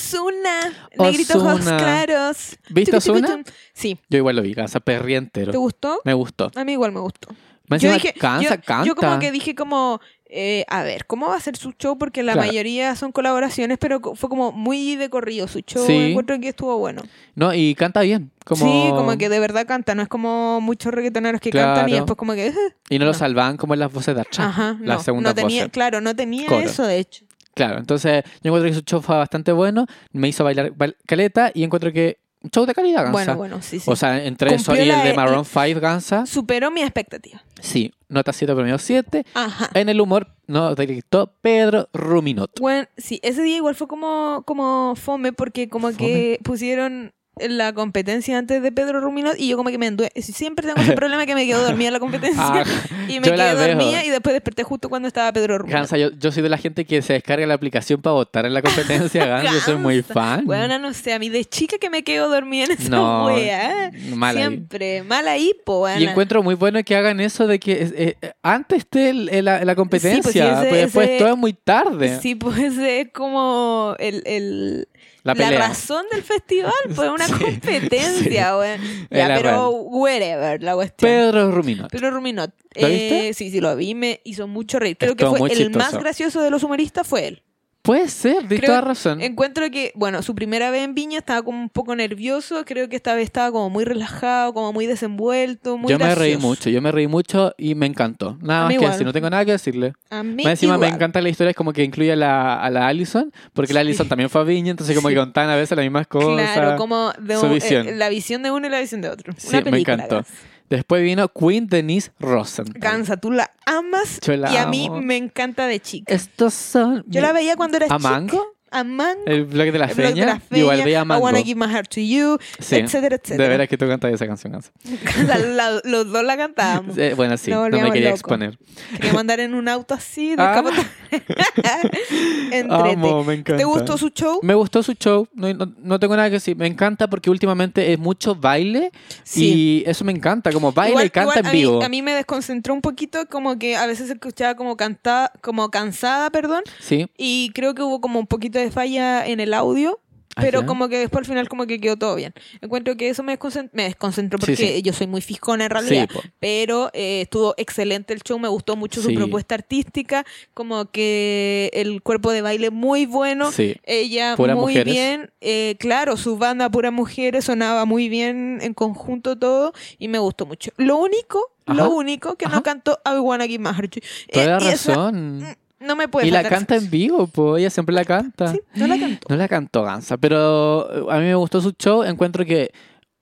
Speaker 3: Osuna, negrito ojos
Speaker 2: Ozuna.
Speaker 3: claros.
Speaker 2: ¿Viste
Speaker 3: Tucu, tucu,
Speaker 2: Ozuna?
Speaker 3: tucu. Sí,
Speaker 2: Yo igual lo vi, cansa, perrí
Speaker 3: ¿te
Speaker 2: entero.
Speaker 3: gustó?
Speaker 2: Me gustó.
Speaker 3: A mí igual me gustó.
Speaker 2: Me
Speaker 3: Yo
Speaker 2: encima
Speaker 3: dije-
Speaker 2: cansa,
Speaker 3: yo-
Speaker 2: canta.
Speaker 3: Yo como que dije como, eh, a ver, ¿cómo va a ser su show? Porque la
Speaker 2: Claro.
Speaker 3: mayoría son colaboraciones, pero co- fue como muy de corrido su show.
Speaker 2: Sí.
Speaker 3: Encuentro que estuvo bueno.
Speaker 2: No, y canta bien. Como...
Speaker 3: Sí, como que de verdad canta. No es como muchos reggaetoneros que cantan y
Speaker 2: Claro.
Speaker 3: después como que... eh,
Speaker 2: Y no, lo
Speaker 3: no.
Speaker 2: salvan como en las voces de atrás.
Speaker 3: ajá, no,
Speaker 2: las segundas
Speaker 3: no tenía,
Speaker 2: voces.
Speaker 3: Claro, no tenía
Speaker 2: Coro.
Speaker 3: eso, de hecho.
Speaker 2: Claro, entonces yo encuentro que su show fue bastante bueno, me hizo bailar bail- caleta y encuentro que show de calidad, Gansa.
Speaker 3: Bueno, bueno, sí, sí.
Speaker 2: O sea, entre eso
Speaker 3: Cumplió
Speaker 2: y el
Speaker 3: la- e-
Speaker 2: de Maroon 5, Gansa,
Speaker 3: Superó mi expectativa.
Speaker 2: sí, nota 7 premio 7.
Speaker 3: Ajá.
Speaker 2: En el humor nos directó Pedro Ruminot.
Speaker 3: Bueno, sí, ese día igual fue como, como fome porque como que pusieron la competencia antes de Pedro Ruminot y yo como que me endue... Siempre tengo ese problema que me quedo dormida en la competencia
Speaker 2: Ah,
Speaker 3: y me
Speaker 2: yo la
Speaker 3: quedé
Speaker 2: veo.
Speaker 3: dormida y después desperté justo cuando estaba Pedro Ruminot.
Speaker 2: Gansa, yo, yo soy de la gente que se descarga la aplicación para votar en la competencia, Gansa. Yo soy muy
Speaker 3: Gansa.
Speaker 2: fan.
Speaker 3: Bueno, no sé, a mí de chica que me quedo dormida en esa
Speaker 2: No,
Speaker 3: wea.
Speaker 2: mal ahí.
Speaker 3: Siempre, mala hipo, weona.
Speaker 2: Y encuentro muy bueno que hagan eso de que eh, eh, antes esté el- el- la, la competencia,
Speaker 3: Sí, pues sí, ese-
Speaker 2: pues después
Speaker 3: ese-
Speaker 2: todo es muy tarde.
Speaker 3: Sí, pues es como el, el-
Speaker 2: la
Speaker 3: la,
Speaker 2: pelea.
Speaker 3: razón del festival, pues una
Speaker 2: Sí,
Speaker 3: competencia, weón. Ya,
Speaker 2: Era
Speaker 3: pero
Speaker 2: real.
Speaker 3: wherever la cuestión.
Speaker 2: Pedro Ruminot.
Speaker 3: Pero Ruminot,
Speaker 2: ¿Lo
Speaker 3: eh,
Speaker 2: viste?
Speaker 3: sí, sí, lo vi, me hizo mucho reír. Creo
Speaker 2: Estuvo
Speaker 3: que fue
Speaker 2: muy
Speaker 3: el más
Speaker 2: chistoso.
Speaker 3: gracioso de los humoristas fue él.
Speaker 2: Puede ser, de
Speaker 3: Creo-
Speaker 2: toda razón.
Speaker 3: Encuentro que, bueno, su primera vez en Viña estaba como un poco nervioso, creo que esta vez estaba como muy relajado, como muy desenvuelto, muy
Speaker 2: Yo me reí
Speaker 3: gracioso.
Speaker 2: mucho, yo me reí mucho y me encantó. Nada
Speaker 3: A
Speaker 2: más
Speaker 3: mí
Speaker 2: que
Speaker 3: igual.
Speaker 2: decir, no tengo nada que decirle.
Speaker 3: A mí
Speaker 2: Más encima me
Speaker 3: igual.
Speaker 2: encantan las historias como que incluye a la, a la Allison, porque la
Speaker 3: Sí.
Speaker 2: Allison también fue a Viña, entonces como que
Speaker 3: Sí.
Speaker 2: contaban a veces las mismas cosas.
Speaker 3: Claro, como de
Speaker 2: su
Speaker 3: un- eh,
Speaker 2: visión.
Speaker 3: la visión de uno y la visión de otro.
Speaker 2: Sí,
Speaker 3: Una
Speaker 2: me
Speaker 3: película,
Speaker 2: encantó.
Speaker 3: Gans.
Speaker 2: Después vino Queen Denise Rosenthal.
Speaker 3: Gansa, tú la amas
Speaker 2: Yo la
Speaker 3: y a mí
Speaker 2: amo.
Speaker 3: me encanta de chica.
Speaker 2: Estos son...
Speaker 3: Yo la veía cuando era
Speaker 2: ¿A
Speaker 3: chica.
Speaker 2: Mango?
Speaker 3: amando.
Speaker 2: El blog de la
Speaker 3: el blog de
Speaker 2: feña.
Speaker 3: la feña,
Speaker 2: Igual veía
Speaker 3: I
Speaker 2: Mango.
Speaker 3: wanna give my heart to you,
Speaker 2: Sí,
Speaker 3: etcétera, etcétera.
Speaker 2: De veras que tú cantabas esa canción. Ganso.
Speaker 3: La- la- los dos la cantábamos.
Speaker 2: Eh, bueno, sí,
Speaker 3: Nos
Speaker 2: no me
Speaker 3: volvíamos
Speaker 2: quería
Speaker 3: locos.
Speaker 2: exponer.
Speaker 3: Queríamos andar en un auto así,
Speaker 2: Ah.
Speaker 3: descapotable. Entrete.
Speaker 2: Amo, me encanta. Mm,
Speaker 3: ¿Te gustó su show?
Speaker 2: Me gustó su show, no, no- no tengo nada que decir. Me encanta porque últimamente es mucho baile y eso me encanta, como baila
Speaker 3: Igual-
Speaker 2: y canta
Speaker 3: igual
Speaker 2: en
Speaker 3: a mí-
Speaker 2: vivo.
Speaker 3: A mí, me desconcentró un poquito, como que a veces se escuchaba como canta, como cansada, perdón,
Speaker 2: Sí.
Speaker 3: y creo que hubo como un poquito de falla en el audio.
Speaker 2: Ah,
Speaker 3: Pero
Speaker 2: ya.
Speaker 3: como que después al final como que quedó todo bien. Encuentro que eso me, desconcent- me desconcentró
Speaker 2: Sí,
Speaker 3: porque
Speaker 2: sí.
Speaker 3: yo soy muy fiscona en realidad.
Speaker 2: Sí, po.
Speaker 3: pero eh, estuvo excelente el show, me gustó mucho
Speaker 2: Sí.
Speaker 3: su propuesta artística, como que el cuerpo de baile muy bueno,
Speaker 2: Sí.
Speaker 3: ella
Speaker 2: Puras
Speaker 3: muy
Speaker 2: mujeres.
Speaker 3: bien, eh, claro, su banda pura mujeres sonaba muy bien en conjunto todo y me gustó mucho. Lo único,
Speaker 2: Ajá.
Speaker 3: lo único que
Speaker 2: Ajá.
Speaker 3: no cantó I Wanna Give My Heart to You.
Speaker 2: Toda
Speaker 3: Eh,
Speaker 2: la
Speaker 3: esa-
Speaker 2: razón.
Speaker 3: no me puede
Speaker 2: Y la
Speaker 3: faltar
Speaker 2: canta en vivo, po. ella siempre la canta.
Speaker 3: esa. Sí, no la cantó.
Speaker 2: No la cantó Gansa, pero eh, a mí me gustó su show. Encuentro que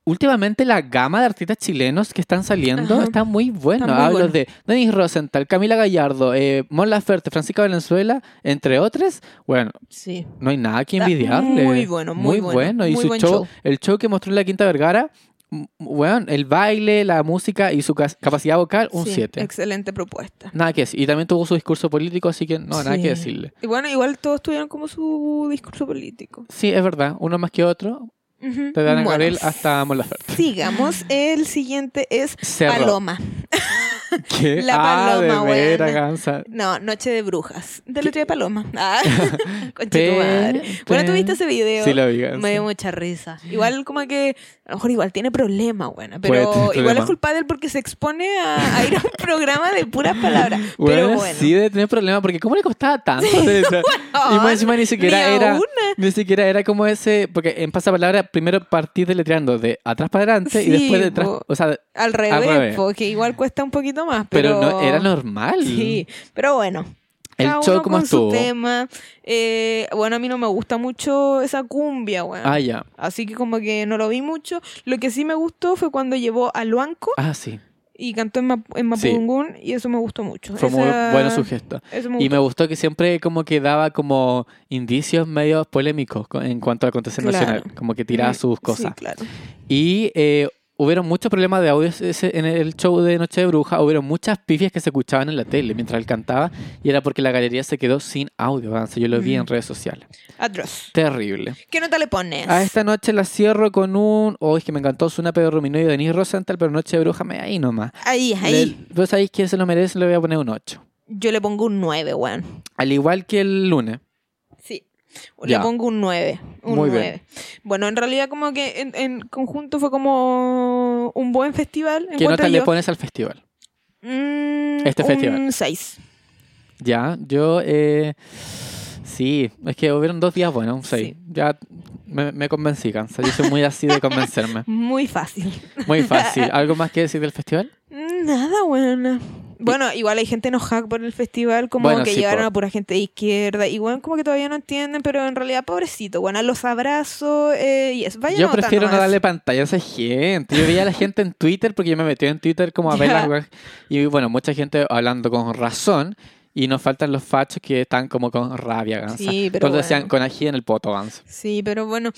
Speaker 2: últimamente la gama de artistas chilenos que están saliendo
Speaker 3: Ajá.
Speaker 2: está muy buena.
Speaker 3: Está muy
Speaker 2: Hablo
Speaker 3: bueno.
Speaker 2: de Denis Rosenthal, Camila Gallardo, eh, Mon Laferte, Francisca Valenzuela, entre otros. Bueno,
Speaker 3: Sí.
Speaker 2: no hay nada que
Speaker 3: Está
Speaker 2: envidiarle.
Speaker 3: muy bueno, muy bueno,
Speaker 2: Y
Speaker 3: muy
Speaker 2: su
Speaker 3: buen
Speaker 2: show,
Speaker 3: show.
Speaker 2: el show que mostró en la Quinta Vergara, m- bueno, el baile, la música y su cas- capacidad vocal, un
Speaker 3: Sí,
Speaker 2: 7.
Speaker 3: Excelente propuesta.
Speaker 2: Nada que decir. Y también tuvo su discurso político, así que no, nada
Speaker 3: Sí.
Speaker 2: que decirle.
Speaker 3: Y bueno, igual todos tuvieron como su discurso político.
Speaker 2: Sí, es verdad, uno más que otro,
Speaker 3: Ujú.
Speaker 2: Desde Ana
Speaker 3: Bueno,
Speaker 2: Gabriel hasta Mon Laferte.
Speaker 3: Sigamos, el siguiente es
Speaker 2: Cerro.
Speaker 3: Paloma.
Speaker 2: ¿Qué?
Speaker 3: La
Speaker 2: ah, de
Speaker 3: paloma,
Speaker 2: vera,
Speaker 3: buena.
Speaker 2: Gansa.
Speaker 3: No, Noche de Brujas. De la de Paloma. Ah, concha
Speaker 2: Pe-
Speaker 3: tu madre. Bueno,
Speaker 2: pe-
Speaker 3: tuviste ese video.
Speaker 2: Sí, lo vi, Gansa.
Speaker 3: Me dio mucha risa. Igual como que, a lo mejor igual tiene problema, buena,
Speaker 2: Puede
Speaker 3: pero
Speaker 2: tener
Speaker 3: igual
Speaker 2: problema.
Speaker 3: es culpa de él porque se expone a, a ir a un programa de puras palabras.
Speaker 2: Bueno,
Speaker 3: pero bueno.
Speaker 2: sí debe tener problemas porque cómo le costaba tanto hacer eso? y más encima ni siquiera
Speaker 3: ni a
Speaker 2: era
Speaker 3: una.
Speaker 2: ni siquiera era como ese porque en pasapalabra primero partís deletreando de atrás para adelante y
Speaker 3: Sí,
Speaker 2: después de atrás,
Speaker 3: po.
Speaker 2: o sea,
Speaker 3: Al revés,
Speaker 2: revés.
Speaker 3: porque igual cuesta un poquito más.
Speaker 2: pero,
Speaker 3: Pero,
Speaker 2: no era normal.
Speaker 3: Sí, pero bueno.
Speaker 2: El
Speaker 3: cada
Speaker 2: show
Speaker 3: uno
Speaker 2: como
Speaker 3: con su
Speaker 2: estuvo.
Speaker 3: tema. Eh, bueno, a mí no me gusta mucho esa cumbia, weón.
Speaker 2: Ah, ya.
Speaker 3: Así que como que no lo vi mucho. Lo que sí me gustó fue cuando llevó a Luanco
Speaker 2: Ah, sí.
Speaker 3: y cantó en, Map- en
Speaker 2: Sí.
Speaker 3: Mapudungún y eso me gustó mucho.
Speaker 2: Fue muy
Speaker 3: Esa-
Speaker 2: bueno su gesto.
Speaker 3: Eso me
Speaker 2: Y
Speaker 3: gustó.
Speaker 2: me gustó que siempre como que daba como indicios medio polémicos co- en cuanto al acontecer
Speaker 3: Claro. Mm,
Speaker 2: nacional, como que tiraba sus
Speaker 3: Sí,
Speaker 2: cosas.
Speaker 3: claro.
Speaker 2: Y eh, hubieron muchos problemas de audio ese- en el show de Noche de Bruja. Hubieron muchas pifias que se escuchaban en la tele mientras él cantaba. Y era porque la galería se quedó sin audio. Vance. Yo lo vi en
Speaker 3: Mm.
Speaker 2: redes sociales.
Speaker 3: Atroz.
Speaker 2: Terrible.
Speaker 3: ¿Qué nota le pones?
Speaker 2: A esta noche la cierro con un. Oh, es que me encantó Zuna Pedro Romino y Denis Rosenthal, pero Noche de Bruja me ahí nomás.
Speaker 3: Ahí, ahí.
Speaker 2: Le- Vos sabéis que se lo merece, le voy a poner un 8.
Speaker 3: Yo le pongo un 9, weón.
Speaker 2: Al igual que el lunes.
Speaker 3: Sí.
Speaker 2: Ya.
Speaker 3: Le pongo un 9. Un
Speaker 2: Muy bien.
Speaker 3: 9. Bueno, en realidad como que en, en conjunto fue como un buen festival.
Speaker 2: ¿Qué
Speaker 3: encuentro
Speaker 2: nota le
Speaker 3: yo.
Speaker 2: pones al festival?
Speaker 3: Mm,
Speaker 2: Este festival.
Speaker 3: Un 6.
Speaker 2: Ya, yo. eh, sí, es que hubieron dos días buenos, un seis.
Speaker 3: Sí.
Speaker 2: Ya me, me convencí, cansa. Yo soy muy así de convencerme.
Speaker 3: Muy fácil.
Speaker 2: Muy fácil. ¿Algo más que decir del festival?
Speaker 3: Nada buena. Bueno, igual hay gente enojada por el festival, como
Speaker 2: Bueno,
Speaker 3: que
Speaker 2: sí,
Speaker 3: llegaron
Speaker 2: po.
Speaker 3: a pura gente de izquierda. Y bueno, como que todavía no entienden, pero en realidad, pobrecito. Bueno, los abrazos eh, y eso. Vaya
Speaker 2: yo
Speaker 3: nota
Speaker 2: prefiero no
Speaker 3: nomás.
Speaker 2: darle pantalla a esa gente. Yo veía a la gente en Twitter porque yo me metí en Twitter como a ver
Speaker 3: Ya.
Speaker 2: las weas. Y bueno, mucha gente hablando con razón. Y nos faltan los fachos que están como con rabia, Gansa.
Speaker 3: Sí, pero
Speaker 2: Todos decían
Speaker 3: bueno.
Speaker 2: con ají en el poto, Gansa.
Speaker 3: Sí, pero bueno.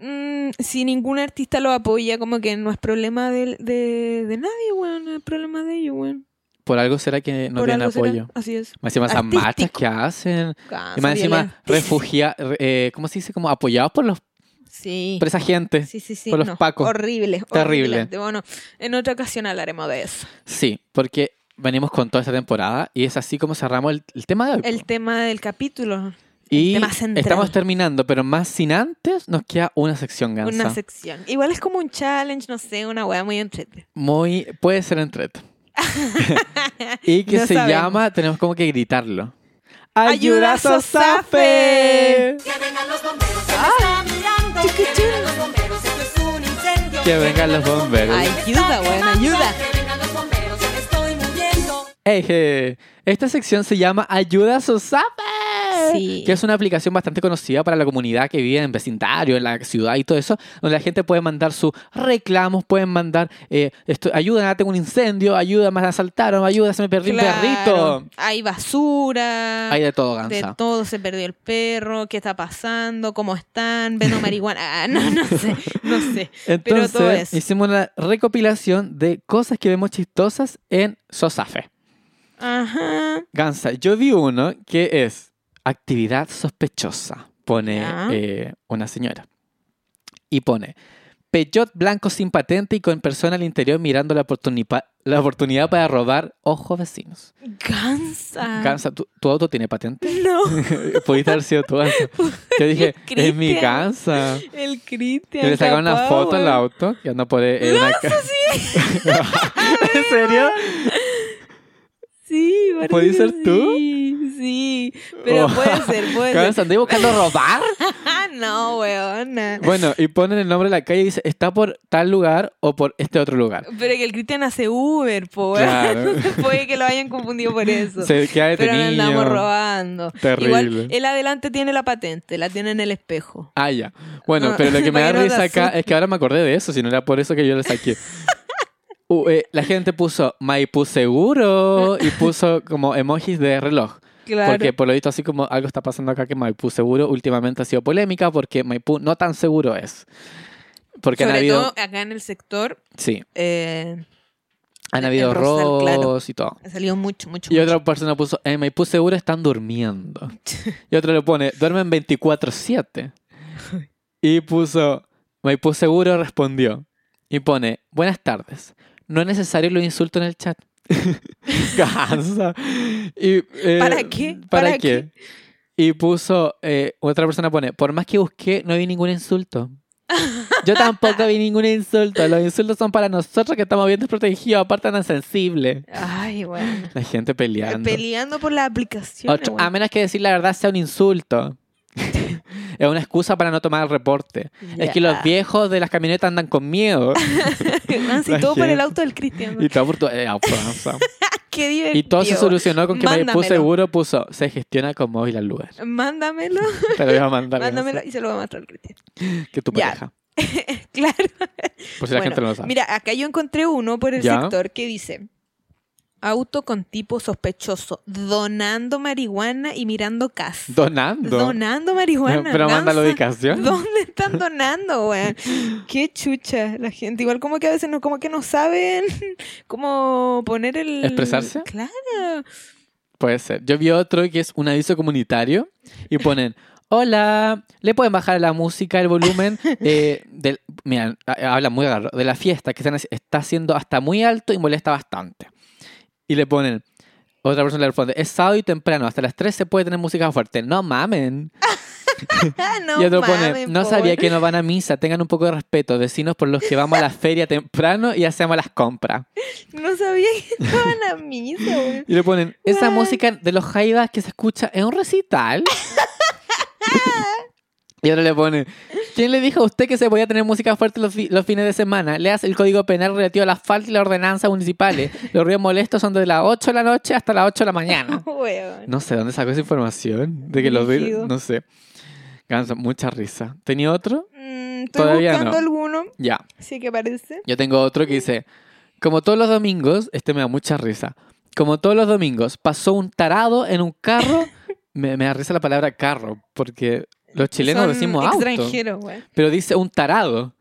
Speaker 3: mm, si ningún artista lo apoya, como que no es problema del- de, de, nadie, bueno, es problema de ellos, bueno.
Speaker 2: Por algo será que no
Speaker 3: Por
Speaker 2: tienen
Speaker 3: algo será.
Speaker 2: apoyo.
Speaker 3: Así es.
Speaker 2: Más encima esas marchas
Speaker 3: Artístico.
Speaker 2: que hacen.
Speaker 3: Cansa,
Speaker 2: Y más encima,
Speaker 3: violenta.
Speaker 2: refugia, re- eh, ¿cómo se dice? Como apoyados por, los,
Speaker 3: Sí.
Speaker 2: por esa gente. Sí.
Speaker 3: Sí, sí, sí.
Speaker 2: Por los
Speaker 3: no,
Speaker 2: pacos.
Speaker 3: Horrible.
Speaker 2: Terrible.
Speaker 3: horrible. Bueno, en otra ocasión hablaremos de eso.
Speaker 2: porque venimos con toda esta temporada y es así como cerramos el, el tema de hoy.
Speaker 3: El
Speaker 2: po.
Speaker 3: tema del capítulo.
Speaker 2: y
Speaker 3: tema central.
Speaker 2: estamos terminando, pero más sin antes nos queda una sección, Gansa.
Speaker 3: Una sección. Igual es como un challenge, no sé, una weá muy entretenida.
Speaker 2: Muy, puede ser entreto. y que
Speaker 3: No
Speaker 2: se
Speaker 3: sabemos.
Speaker 2: llama, tenemos como que gritarlo.
Speaker 3: ¡Ayuda,
Speaker 2: ¡Ayuda, Sosafe!
Speaker 3: Sosafe!
Speaker 6: Que vengan los bomberos, se me está mirando. Que vengan los bomberos, esto es un incendio.
Speaker 2: Que vengan los bomberos.
Speaker 6: Me está
Speaker 3: Ayuda, weón,
Speaker 6: quemando.
Speaker 3: ayuda.
Speaker 6: Que vengan los bomberos, me estoy muriendo.
Speaker 2: Eje. Esta sección se llama Ayuda Sosafe.
Speaker 3: Sí.
Speaker 2: que es una aplicación bastante conocida para la comunidad que vive en vecindario, en la ciudad y todo eso, donde la gente puede mandar sus reclamos, pueden mandar, eh, esto, ayuda, tengo un incendio, ayuda, me asaltaron, ayuda, se me perdió un
Speaker 3: Claro,
Speaker 2: perrito.
Speaker 3: Hay basura.
Speaker 2: Hay de todo,
Speaker 3: de
Speaker 2: Gansa.
Speaker 3: todo, se perdió el perro, qué está pasando, cómo están, vendo marihuana, Ah, no, no sé, no sé. Pero todo
Speaker 2: Entonces,
Speaker 3: eso.
Speaker 2: hicimos una recopilación de cosas que vemos chistosas en Sosafe.
Speaker 3: Ajá.
Speaker 2: Gansa, yo vi uno que es actividad sospechosa, pone
Speaker 3: Ya.
Speaker 2: eh, una señora. Y pone, peyot blanco sin patente y con persona al interior mirando la, oportuni- pa- la oportunidad para robar ojos vecinos.
Speaker 3: Gansa.
Speaker 2: Gansa, ¿tu, tu auto tiene patente?
Speaker 3: No,
Speaker 2: Pudiste haber sido tú. Gansa. Yo dije, es mi
Speaker 3: Cristian.
Speaker 2: Gansa.
Speaker 3: el
Speaker 2: Y
Speaker 3: Cristian.
Speaker 2: le sacaron una
Speaker 3: capaz,
Speaker 2: foto al
Speaker 3: weón.
Speaker 2: auto y anda por eh, una ca- ¿En serio?
Speaker 3: Sí, parece
Speaker 2: ¿Puede
Speaker 3: que
Speaker 2: ser tú?
Speaker 3: Sí, sí. Pero puede ser, puede
Speaker 2: Gansa,
Speaker 3: ser.
Speaker 2: ¿andé buscando robar?
Speaker 3: Ah, no, weona.
Speaker 2: Bueno, y ponen el nombre de la calle y dice, está por tal lugar o por este otro lugar.
Speaker 3: Pero que el Cristian hace Uber, po.
Speaker 2: Claro.
Speaker 3: Puede que lo hayan confundido por eso.
Speaker 2: Se queda
Speaker 3: Pero no
Speaker 2: detenido.
Speaker 3: andamos robando.
Speaker 2: Terrible.
Speaker 3: Igual, él adelante tiene la patente, la tiene en el espejo.
Speaker 2: Ah, ya. Bueno,
Speaker 3: Ah,
Speaker 2: pero lo que me
Speaker 3: para
Speaker 2: da
Speaker 3: que no te
Speaker 2: risa acá
Speaker 3: asustes.
Speaker 2: es que ahora me acordé de eso, si no era por eso que yo lo saqué. Uh, eh, la gente puso Maipú seguro y puso como emojis de reloj.
Speaker 3: Claro.
Speaker 2: Porque por lo visto así como algo está pasando acá que Maipú seguro últimamente ha sido polémica porque Maipú no tan seguro es. Porque han
Speaker 3: Sobre
Speaker 2: habido,
Speaker 3: todo acá en el sector
Speaker 2: sí,
Speaker 3: eh,
Speaker 2: han
Speaker 3: en
Speaker 2: habido
Speaker 3: Rosal,
Speaker 2: robos
Speaker 3: claro.
Speaker 2: y todo.
Speaker 3: ha salido mucho, mucho.
Speaker 2: Y
Speaker 3: mucho.
Speaker 2: otra persona puso, en Maipú seguro están durmiendo. Y otro le pone, duermen 24-7. Y puso, Maipú seguro respondió. Y pone, buenas tardes. No es necesario los insultos en el chat. Cansa. Y, eh,
Speaker 3: ¿Para qué?
Speaker 2: ¿Para,
Speaker 3: ¿Para
Speaker 2: qué? Y puso, eh, otra persona pone, por más que busqué, no vi ningún insulto. Yo tampoco vi ningún insulto. Los insultos son para nosotros que estamos bien desprotegidos, aparte tan sensible.
Speaker 3: Ay, bueno.
Speaker 2: La gente peleando.
Speaker 3: Peleando por la aplicación.
Speaker 2: Ocho- a menos que decir la verdad sea un insulto. es una excusa para no tomar el reporte. Es que los viejos de las camionetas andan con miedo. la
Speaker 3: Nancy, todo por el
Speaker 2: gente.
Speaker 3: auto del Cristian.
Speaker 2: y, todo por tu- eh, Alfonso.
Speaker 3: Qué divertido.
Speaker 2: y todo se solucionó con que me
Speaker 3: Mándamelo.
Speaker 2: puso seguro, puso, se gestiona con móvil al lugar.
Speaker 3: Mándamelo,
Speaker 2: Te lo voy a mandar. que no
Speaker 3: mándamelo y se lo va a mostrar al Cristian.
Speaker 2: sé, Que tu
Speaker 3: Ya.
Speaker 2: pareja.
Speaker 3: Claro.
Speaker 2: Por si la
Speaker 3: Bueno,
Speaker 2: gente no lo sabe.
Speaker 3: Mira, acá yo encontré uno por el
Speaker 2: Ya.
Speaker 3: sector que dice: auto con tipo sospechoso, donando marihuana y mirando cas.
Speaker 2: Donando.
Speaker 3: Donando marihuana.
Speaker 2: Pero manda la
Speaker 3: Gansa.
Speaker 2: ubicación.
Speaker 3: ¿Dónde están donando, weón? Qué chucha la gente. Igual como que a veces no, como que no saben cómo poner el...
Speaker 2: ¿Expresarse?
Speaker 3: Claro.
Speaker 2: Puede ser. Yo vi otro que es un aviso comunitario y ponen, hola, le pueden bajar la música, el volumen. eh, del, mira, ha- habla muy raro, de la fiesta que están haci- está haciendo hasta muy alto y molesta bastante. Y le ponen, otra persona le responde, es sábado y temprano, hasta las 3 se puede tener música fuerte. No mamen.
Speaker 3: Ah, no
Speaker 2: y otro pone,
Speaker 3: mamen,
Speaker 2: no
Speaker 3: po,
Speaker 2: sabía
Speaker 3: weón.
Speaker 2: que no van a misa, tengan un poco de respeto, vecinos por los que vamos a la feria temprano y hacemos las compras.
Speaker 3: No sabía que estaban a misa, weón.
Speaker 2: Y le ponen, esa
Speaker 3: Guau.
Speaker 2: música de los Jaivas que se escucha en un recital. y ahora le ponen, ¿quién le dijo a usted que se podía tener música fuerte los, fi- los fines de semana? Leas el código penal relativo a la falta y las ordenanzas municipales. Los ruidos molestos son de las 8 de la noche hasta las 8 de la mañana.
Speaker 3: Weón.
Speaker 2: No sé, ¿dónde sacó esa información? De que los vi-
Speaker 3: Brígido.
Speaker 2: No sé. Ganso, mucha risa. ¿Tenía otro?
Speaker 3: Mm, estoy
Speaker 2: Todavía
Speaker 3: buscando
Speaker 2: no.
Speaker 3: alguno,
Speaker 2: Ya.
Speaker 3: sí que parece.
Speaker 2: Yo tengo otro que dice, como todos los domingos, este me da mucha risa, como todos los domingos pasó un tarado en un carro, me, me da risa la palabra carro, porque los chilenos
Speaker 3: Son
Speaker 2: decimos auto,
Speaker 3: extranjeros, weón.
Speaker 2: pero dice un tarado.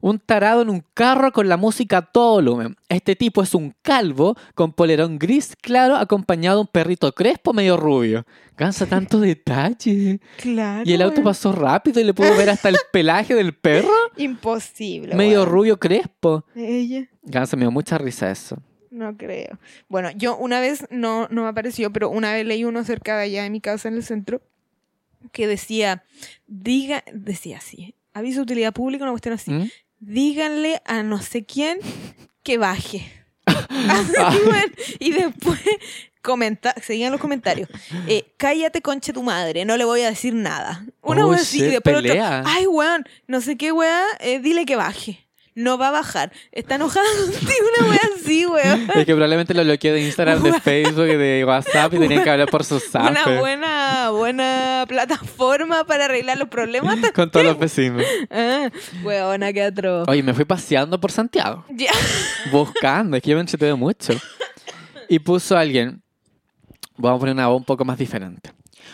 Speaker 2: Un tarado en un carro con la música a todo volumen. Este tipo es un calvo con polerón gris claro acompañado de un perrito crespo medio rubio. Cansa tanto detalle.
Speaker 3: Claro,
Speaker 2: Y el auto
Speaker 3: weón.
Speaker 2: pasó rápido y le pudo ver hasta el pelaje del perro
Speaker 3: Imposible,
Speaker 2: medio
Speaker 3: weón.
Speaker 2: rubio crespo.
Speaker 3: Ella...
Speaker 2: Gansa, me dio mucha risa eso.
Speaker 3: No creo. Bueno, yo una vez no, no me apareció, pero una vez leí uno cerca de allá de mi casa en el centro que decía, diga, decía así, aviso de utilidad pública, una cuestión así,
Speaker 2: ¿Mm?
Speaker 3: díganle a no sé quién que baje. Así, bueno, y después comenta, seguían los comentarios. eh, cállate, conche tu madre, no le voy a decir nada. Una
Speaker 2: Oh,
Speaker 3: vez así, y
Speaker 2: shit,
Speaker 3: después otro,
Speaker 2: pelea.
Speaker 3: ay, weón, no sé qué weá, eh, dile que baje. no va a bajar. Está enojada contigo una wea así, weón.
Speaker 2: Es que probablemente lo bloqueé de Instagram, de Facebook, y de WhatsApp y tenían que hablar por sus
Speaker 3: Una
Speaker 2: zape.
Speaker 3: buena, buena plataforma para arreglar los problemas.
Speaker 2: Con todos los vecinos.
Speaker 3: Ah, weona, qué atroz.
Speaker 2: Oye, me fui paseando por Santiago.
Speaker 3: Ya.
Speaker 2: buscando, es que yo me entretuve mucho. Y puso a alguien, vamos a poner una voz un poco más diferente.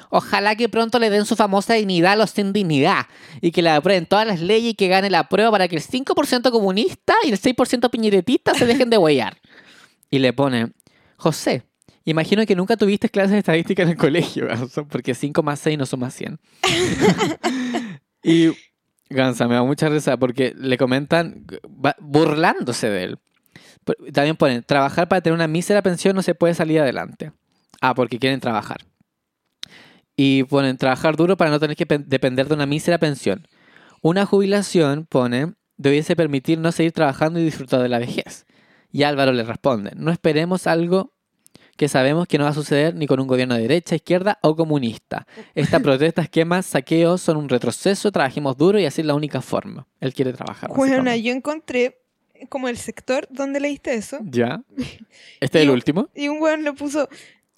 Speaker 2: Ojalá que pronto le den su famosa dignidad a los sin dignidad y que la aprueben todas las leyes y que gane la prueba para que el 5% comunista y el 6% piñeretista se dejen de huellar. Y le pone, José, imagino que nunca tuviste clases de estadística en el colegio, Ganso, porque 5 más 6 no son más 100. y Gansa, me da mucha risa porque le comentan va- burlándose de él. Por- También ponen, trabajar para tener una mísera pensión no se puede salir adelante. Ah, porque quieren trabajar. Y ponen, trabajar duro para no tener que pen- depender de una mísera pensión. Una jubilación, ponen, debiese permitir no seguir trabajando y disfrutar de la vejez. Y Álvaro le responde, no esperemos algo que sabemos que no va a suceder ni con un gobierno de derecha, izquierda o comunista. Estas protestas, quemas, saqueos son un retroceso, trabajemos duro y así es la única forma. Él quiere trabajar.
Speaker 3: Weona,
Speaker 2: básicamente.
Speaker 3: yo encontré como el sector donde leíste eso.
Speaker 2: Ya. ¿Este es el
Speaker 3: Yo-
Speaker 2: último?
Speaker 3: Y un weón lo puso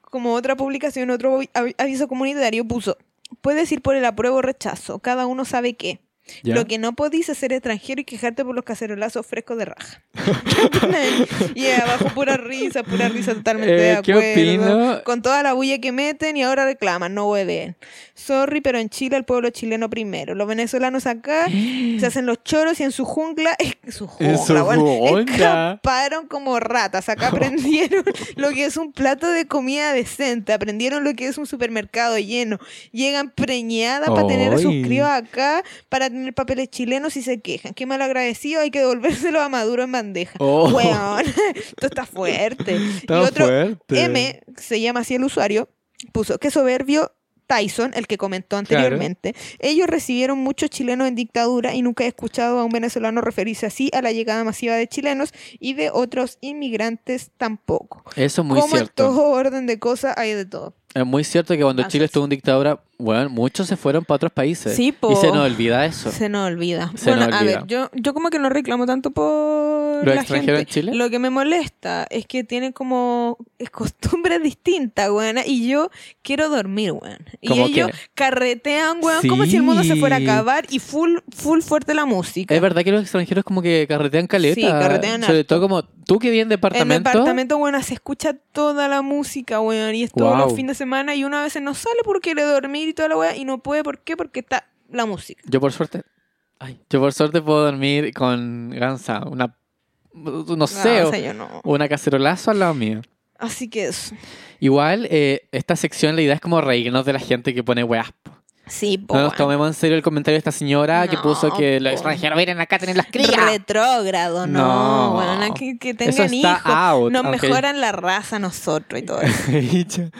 Speaker 3: como otra publicación, otro avi- avi- aviso comunitario, puso, puedes ir por el apruebo o rechazo, cada uno sabe qué.
Speaker 2: Ya.
Speaker 3: Lo que no podís es ser extranjero y quejarte por los cacerolazos frescos de raja. ¿Qué opináis? y abajo pura risa, pura risa totalmente de
Speaker 2: Eh, ¿qué
Speaker 3: acuerdo.
Speaker 2: opino?
Speaker 3: Con toda la bulla que meten y ahora reclaman, no hueven. Sorry, pero en Chile el pueblo chileno primero. Los venezolanos acá se hacen los choros y en su jungla, en su jungla,
Speaker 2: su
Speaker 3: bueno,
Speaker 2: jungla.
Speaker 3: escaparon como ratas. Acá aprendieron lo que es un plato de comida decente, aprendieron lo que es un supermercado lleno. Llegan preñadas para tener a sus
Speaker 2: Oy.
Speaker 3: críos acá, para tener papeles chilenos y se quejan. Qué mal agradecido, hay que devolvérselo a Maduro en bandeja.
Speaker 2: Oh.
Speaker 3: Weón, esto está fuerte.
Speaker 2: Está
Speaker 3: y otro
Speaker 2: fuerte.
Speaker 3: M, se llama así el usuario, puso, qué soberbio Tyson, el que comentó
Speaker 2: Claro.
Speaker 3: anteriormente. Ellos recibieron muchos chilenos en dictadura y nunca he escuchado a un venezolano referirse así a la llegada masiva de chilenos y de otros inmigrantes tampoco.
Speaker 2: Eso es muy
Speaker 3: Como en
Speaker 2: cierto.
Speaker 3: todo orden de cosas hay de todo.
Speaker 2: Es muy cierto que cuando
Speaker 3: Así
Speaker 2: Chile
Speaker 3: es.
Speaker 2: estuvo en dictadura, bueno, muchos se fueron para otros países.
Speaker 3: Sí, po.
Speaker 2: Y se nos olvida eso.
Speaker 3: Se nos olvida.
Speaker 2: Se
Speaker 3: bueno,
Speaker 2: nos
Speaker 3: a
Speaker 2: olvida.
Speaker 3: ver, yo, yo como que no reclamo tanto por
Speaker 2: ¿Lo
Speaker 3: la
Speaker 2: extranjero
Speaker 3: gente.
Speaker 2: en Chile?
Speaker 3: Lo que me molesta es que tienen como costumbres distintas, weón. Y yo quiero dormir, weón. Y
Speaker 2: ¿Cómo
Speaker 3: ellos
Speaker 2: qué?
Speaker 3: carretean, weón, como si el mundo se fuera a
Speaker 2: Sí.
Speaker 3: acabar y full, full fuerte la música.
Speaker 2: Es verdad que los extranjeros como que carretean caleta.
Speaker 3: Sí, carretean
Speaker 2: Sobre
Speaker 3: harto.
Speaker 2: todo como tú que vives en
Speaker 3: En mi
Speaker 2: departamento.
Speaker 3: apartamento, bueno, se escucha toda la música, weón, y es todos
Speaker 2: Guau.
Speaker 3: los fines de semana y una vez no sale porque quiere dormir y toda la weá y no puede, ¿por qué? Porque está la música.
Speaker 2: Yo por suerte. Ay, yo por suerte puedo dormir con Gansa, una no sé,
Speaker 3: Ah,
Speaker 2: o-
Speaker 3: o sea, yo no.
Speaker 2: una cacerolazo al lado mío.
Speaker 3: Así que eso.
Speaker 2: Igual, eh, esta sección la idea es como reírnos de la gente que pone weas. po.
Speaker 3: Sí, po,
Speaker 2: No nos
Speaker 3: weón.
Speaker 2: tomemos en serio el comentario de esta señora que
Speaker 3: Oh, No,
Speaker 2: puso que los
Speaker 3: po.
Speaker 2: extranjeros vienen acá a tener las crías.
Speaker 3: Retrógrado,
Speaker 2: No.
Speaker 3: no. Bueno, que, que tengan
Speaker 2: Eso está
Speaker 3: hijos.
Speaker 2: out,
Speaker 3: nos
Speaker 2: aunque-
Speaker 3: mejoran la raza a nosotros y todo eso.
Speaker 2: Dicho.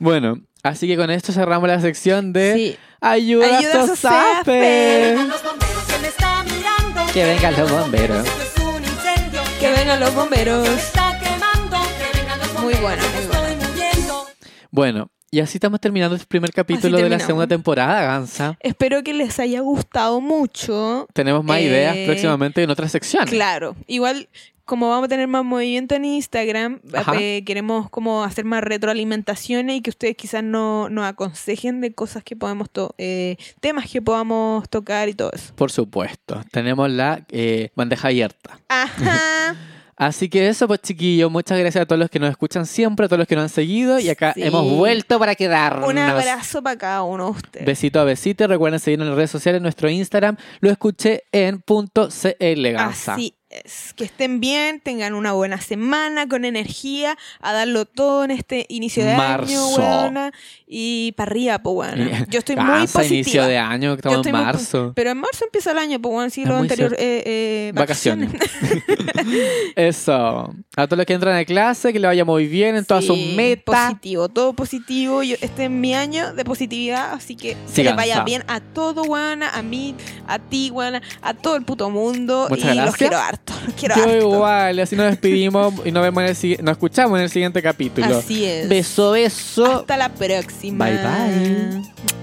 Speaker 2: bueno, así que con esto cerramos la sección de
Speaker 3: Sí.
Speaker 2: Ayuda,
Speaker 3: Ayuda
Speaker 2: a
Speaker 3: Sosape.
Speaker 2: Sosape.
Speaker 6: vengan los bomberos, que me está mirando.
Speaker 2: Que vengan los bomberos.
Speaker 6: Esto es un incendio.
Speaker 3: Que vengan los bomberos.
Speaker 6: Se está quemando. Que vengan los bomberos.
Speaker 3: Muy bueno,
Speaker 6: que
Speaker 3: muy
Speaker 6: estoy
Speaker 3: bueno.
Speaker 6: muriendo.
Speaker 2: Bueno, y así estamos terminando el primer capítulo de la
Speaker 3: terminamos.
Speaker 2: segunda temporada, Gansa.
Speaker 3: Espero que les haya gustado mucho.
Speaker 2: Tenemos más
Speaker 3: Eh,
Speaker 2: ideas próximamente en otras secciones.
Speaker 3: Claro, igual como vamos a tener más movimiento en Instagram,
Speaker 2: Ajá.
Speaker 3: eh, queremos como hacer más retroalimentaciones y que ustedes quizás no, nos aconsejen de cosas que podemos, to- eh, temas que podamos tocar y todo eso.
Speaker 2: Por supuesto, tenemos la eh, bandeja abierta.
Speaker 3: Ajá.
Speaker 2: Así que eso, pues chiquillos, muchas gracias a todos los que nos escuchan siempre, a todos los que nos han seguido y acá
Speaker 3: Sí.
Speaker 2: hemos vuelto para quedarnos.
Speaker 3: Un abrazo para cada uno de ustedes.
Speaker 2: Besito a besito, recuerden seguirnos en las redes sociales, en nuestro Instagram, lo escuché en punto CL, Gansa.
Speaker 3: Así es. Que estén bien, tengan una buena semana con energía, a darlo todo en este inicio de año,
Speaker 2: Marzo.
Speaker 3: weona. Y para arriba, po, weona. Yo estoy muy
Speaker 2: Gansa,
Speaker 3: positiva.
Speaker 2: inicio de año, que
Speaker 3: Yo
Speaker 2: estamos en
Speaker 3: estoy muy po-
Speaker 2: marzo.
Speaker 3: Pero en marzo empieza el año, po, weón. Sí,
Speaker 2: Es
Speaker 3: lo
Speaker 2: muy
Speaker 3: anterior.
Speaker 2: cierto.
Speaker 3: eh, eh,
Speaker 2: Vacaciones. Eso. A todos los que entran a clase, que le vaya muy bien en todas sus
Speaker 3: Sí,
Speaker 2: metas.
Speaker 3: Positivo, todo positivo. Yo, este es mi año de positividad, así que
Speaker 2: Sí,
Speaker 3: que le
Speaker 2: Gansa.
Speaker 3: vaya bien a todo, weona, a mí, a ti, weona, a todo el puto mundo.
Speaker 2: Muchas
Speaker 3: y los
Speaker 2: gracias.
Speaker 3: quiero harto, los quiero
Speaker 2: Yo
Speaker 3: harto.
Speaker 2: igual, así nos despedimos y nos vemos en el sigui- nos escuchamos en el siguiente capítulo.
Speaker 3: Así es.
Speaker 2: Beso, beso.
Speaker 3: Hasta la próxima.
Speaker 2: Bye, bye.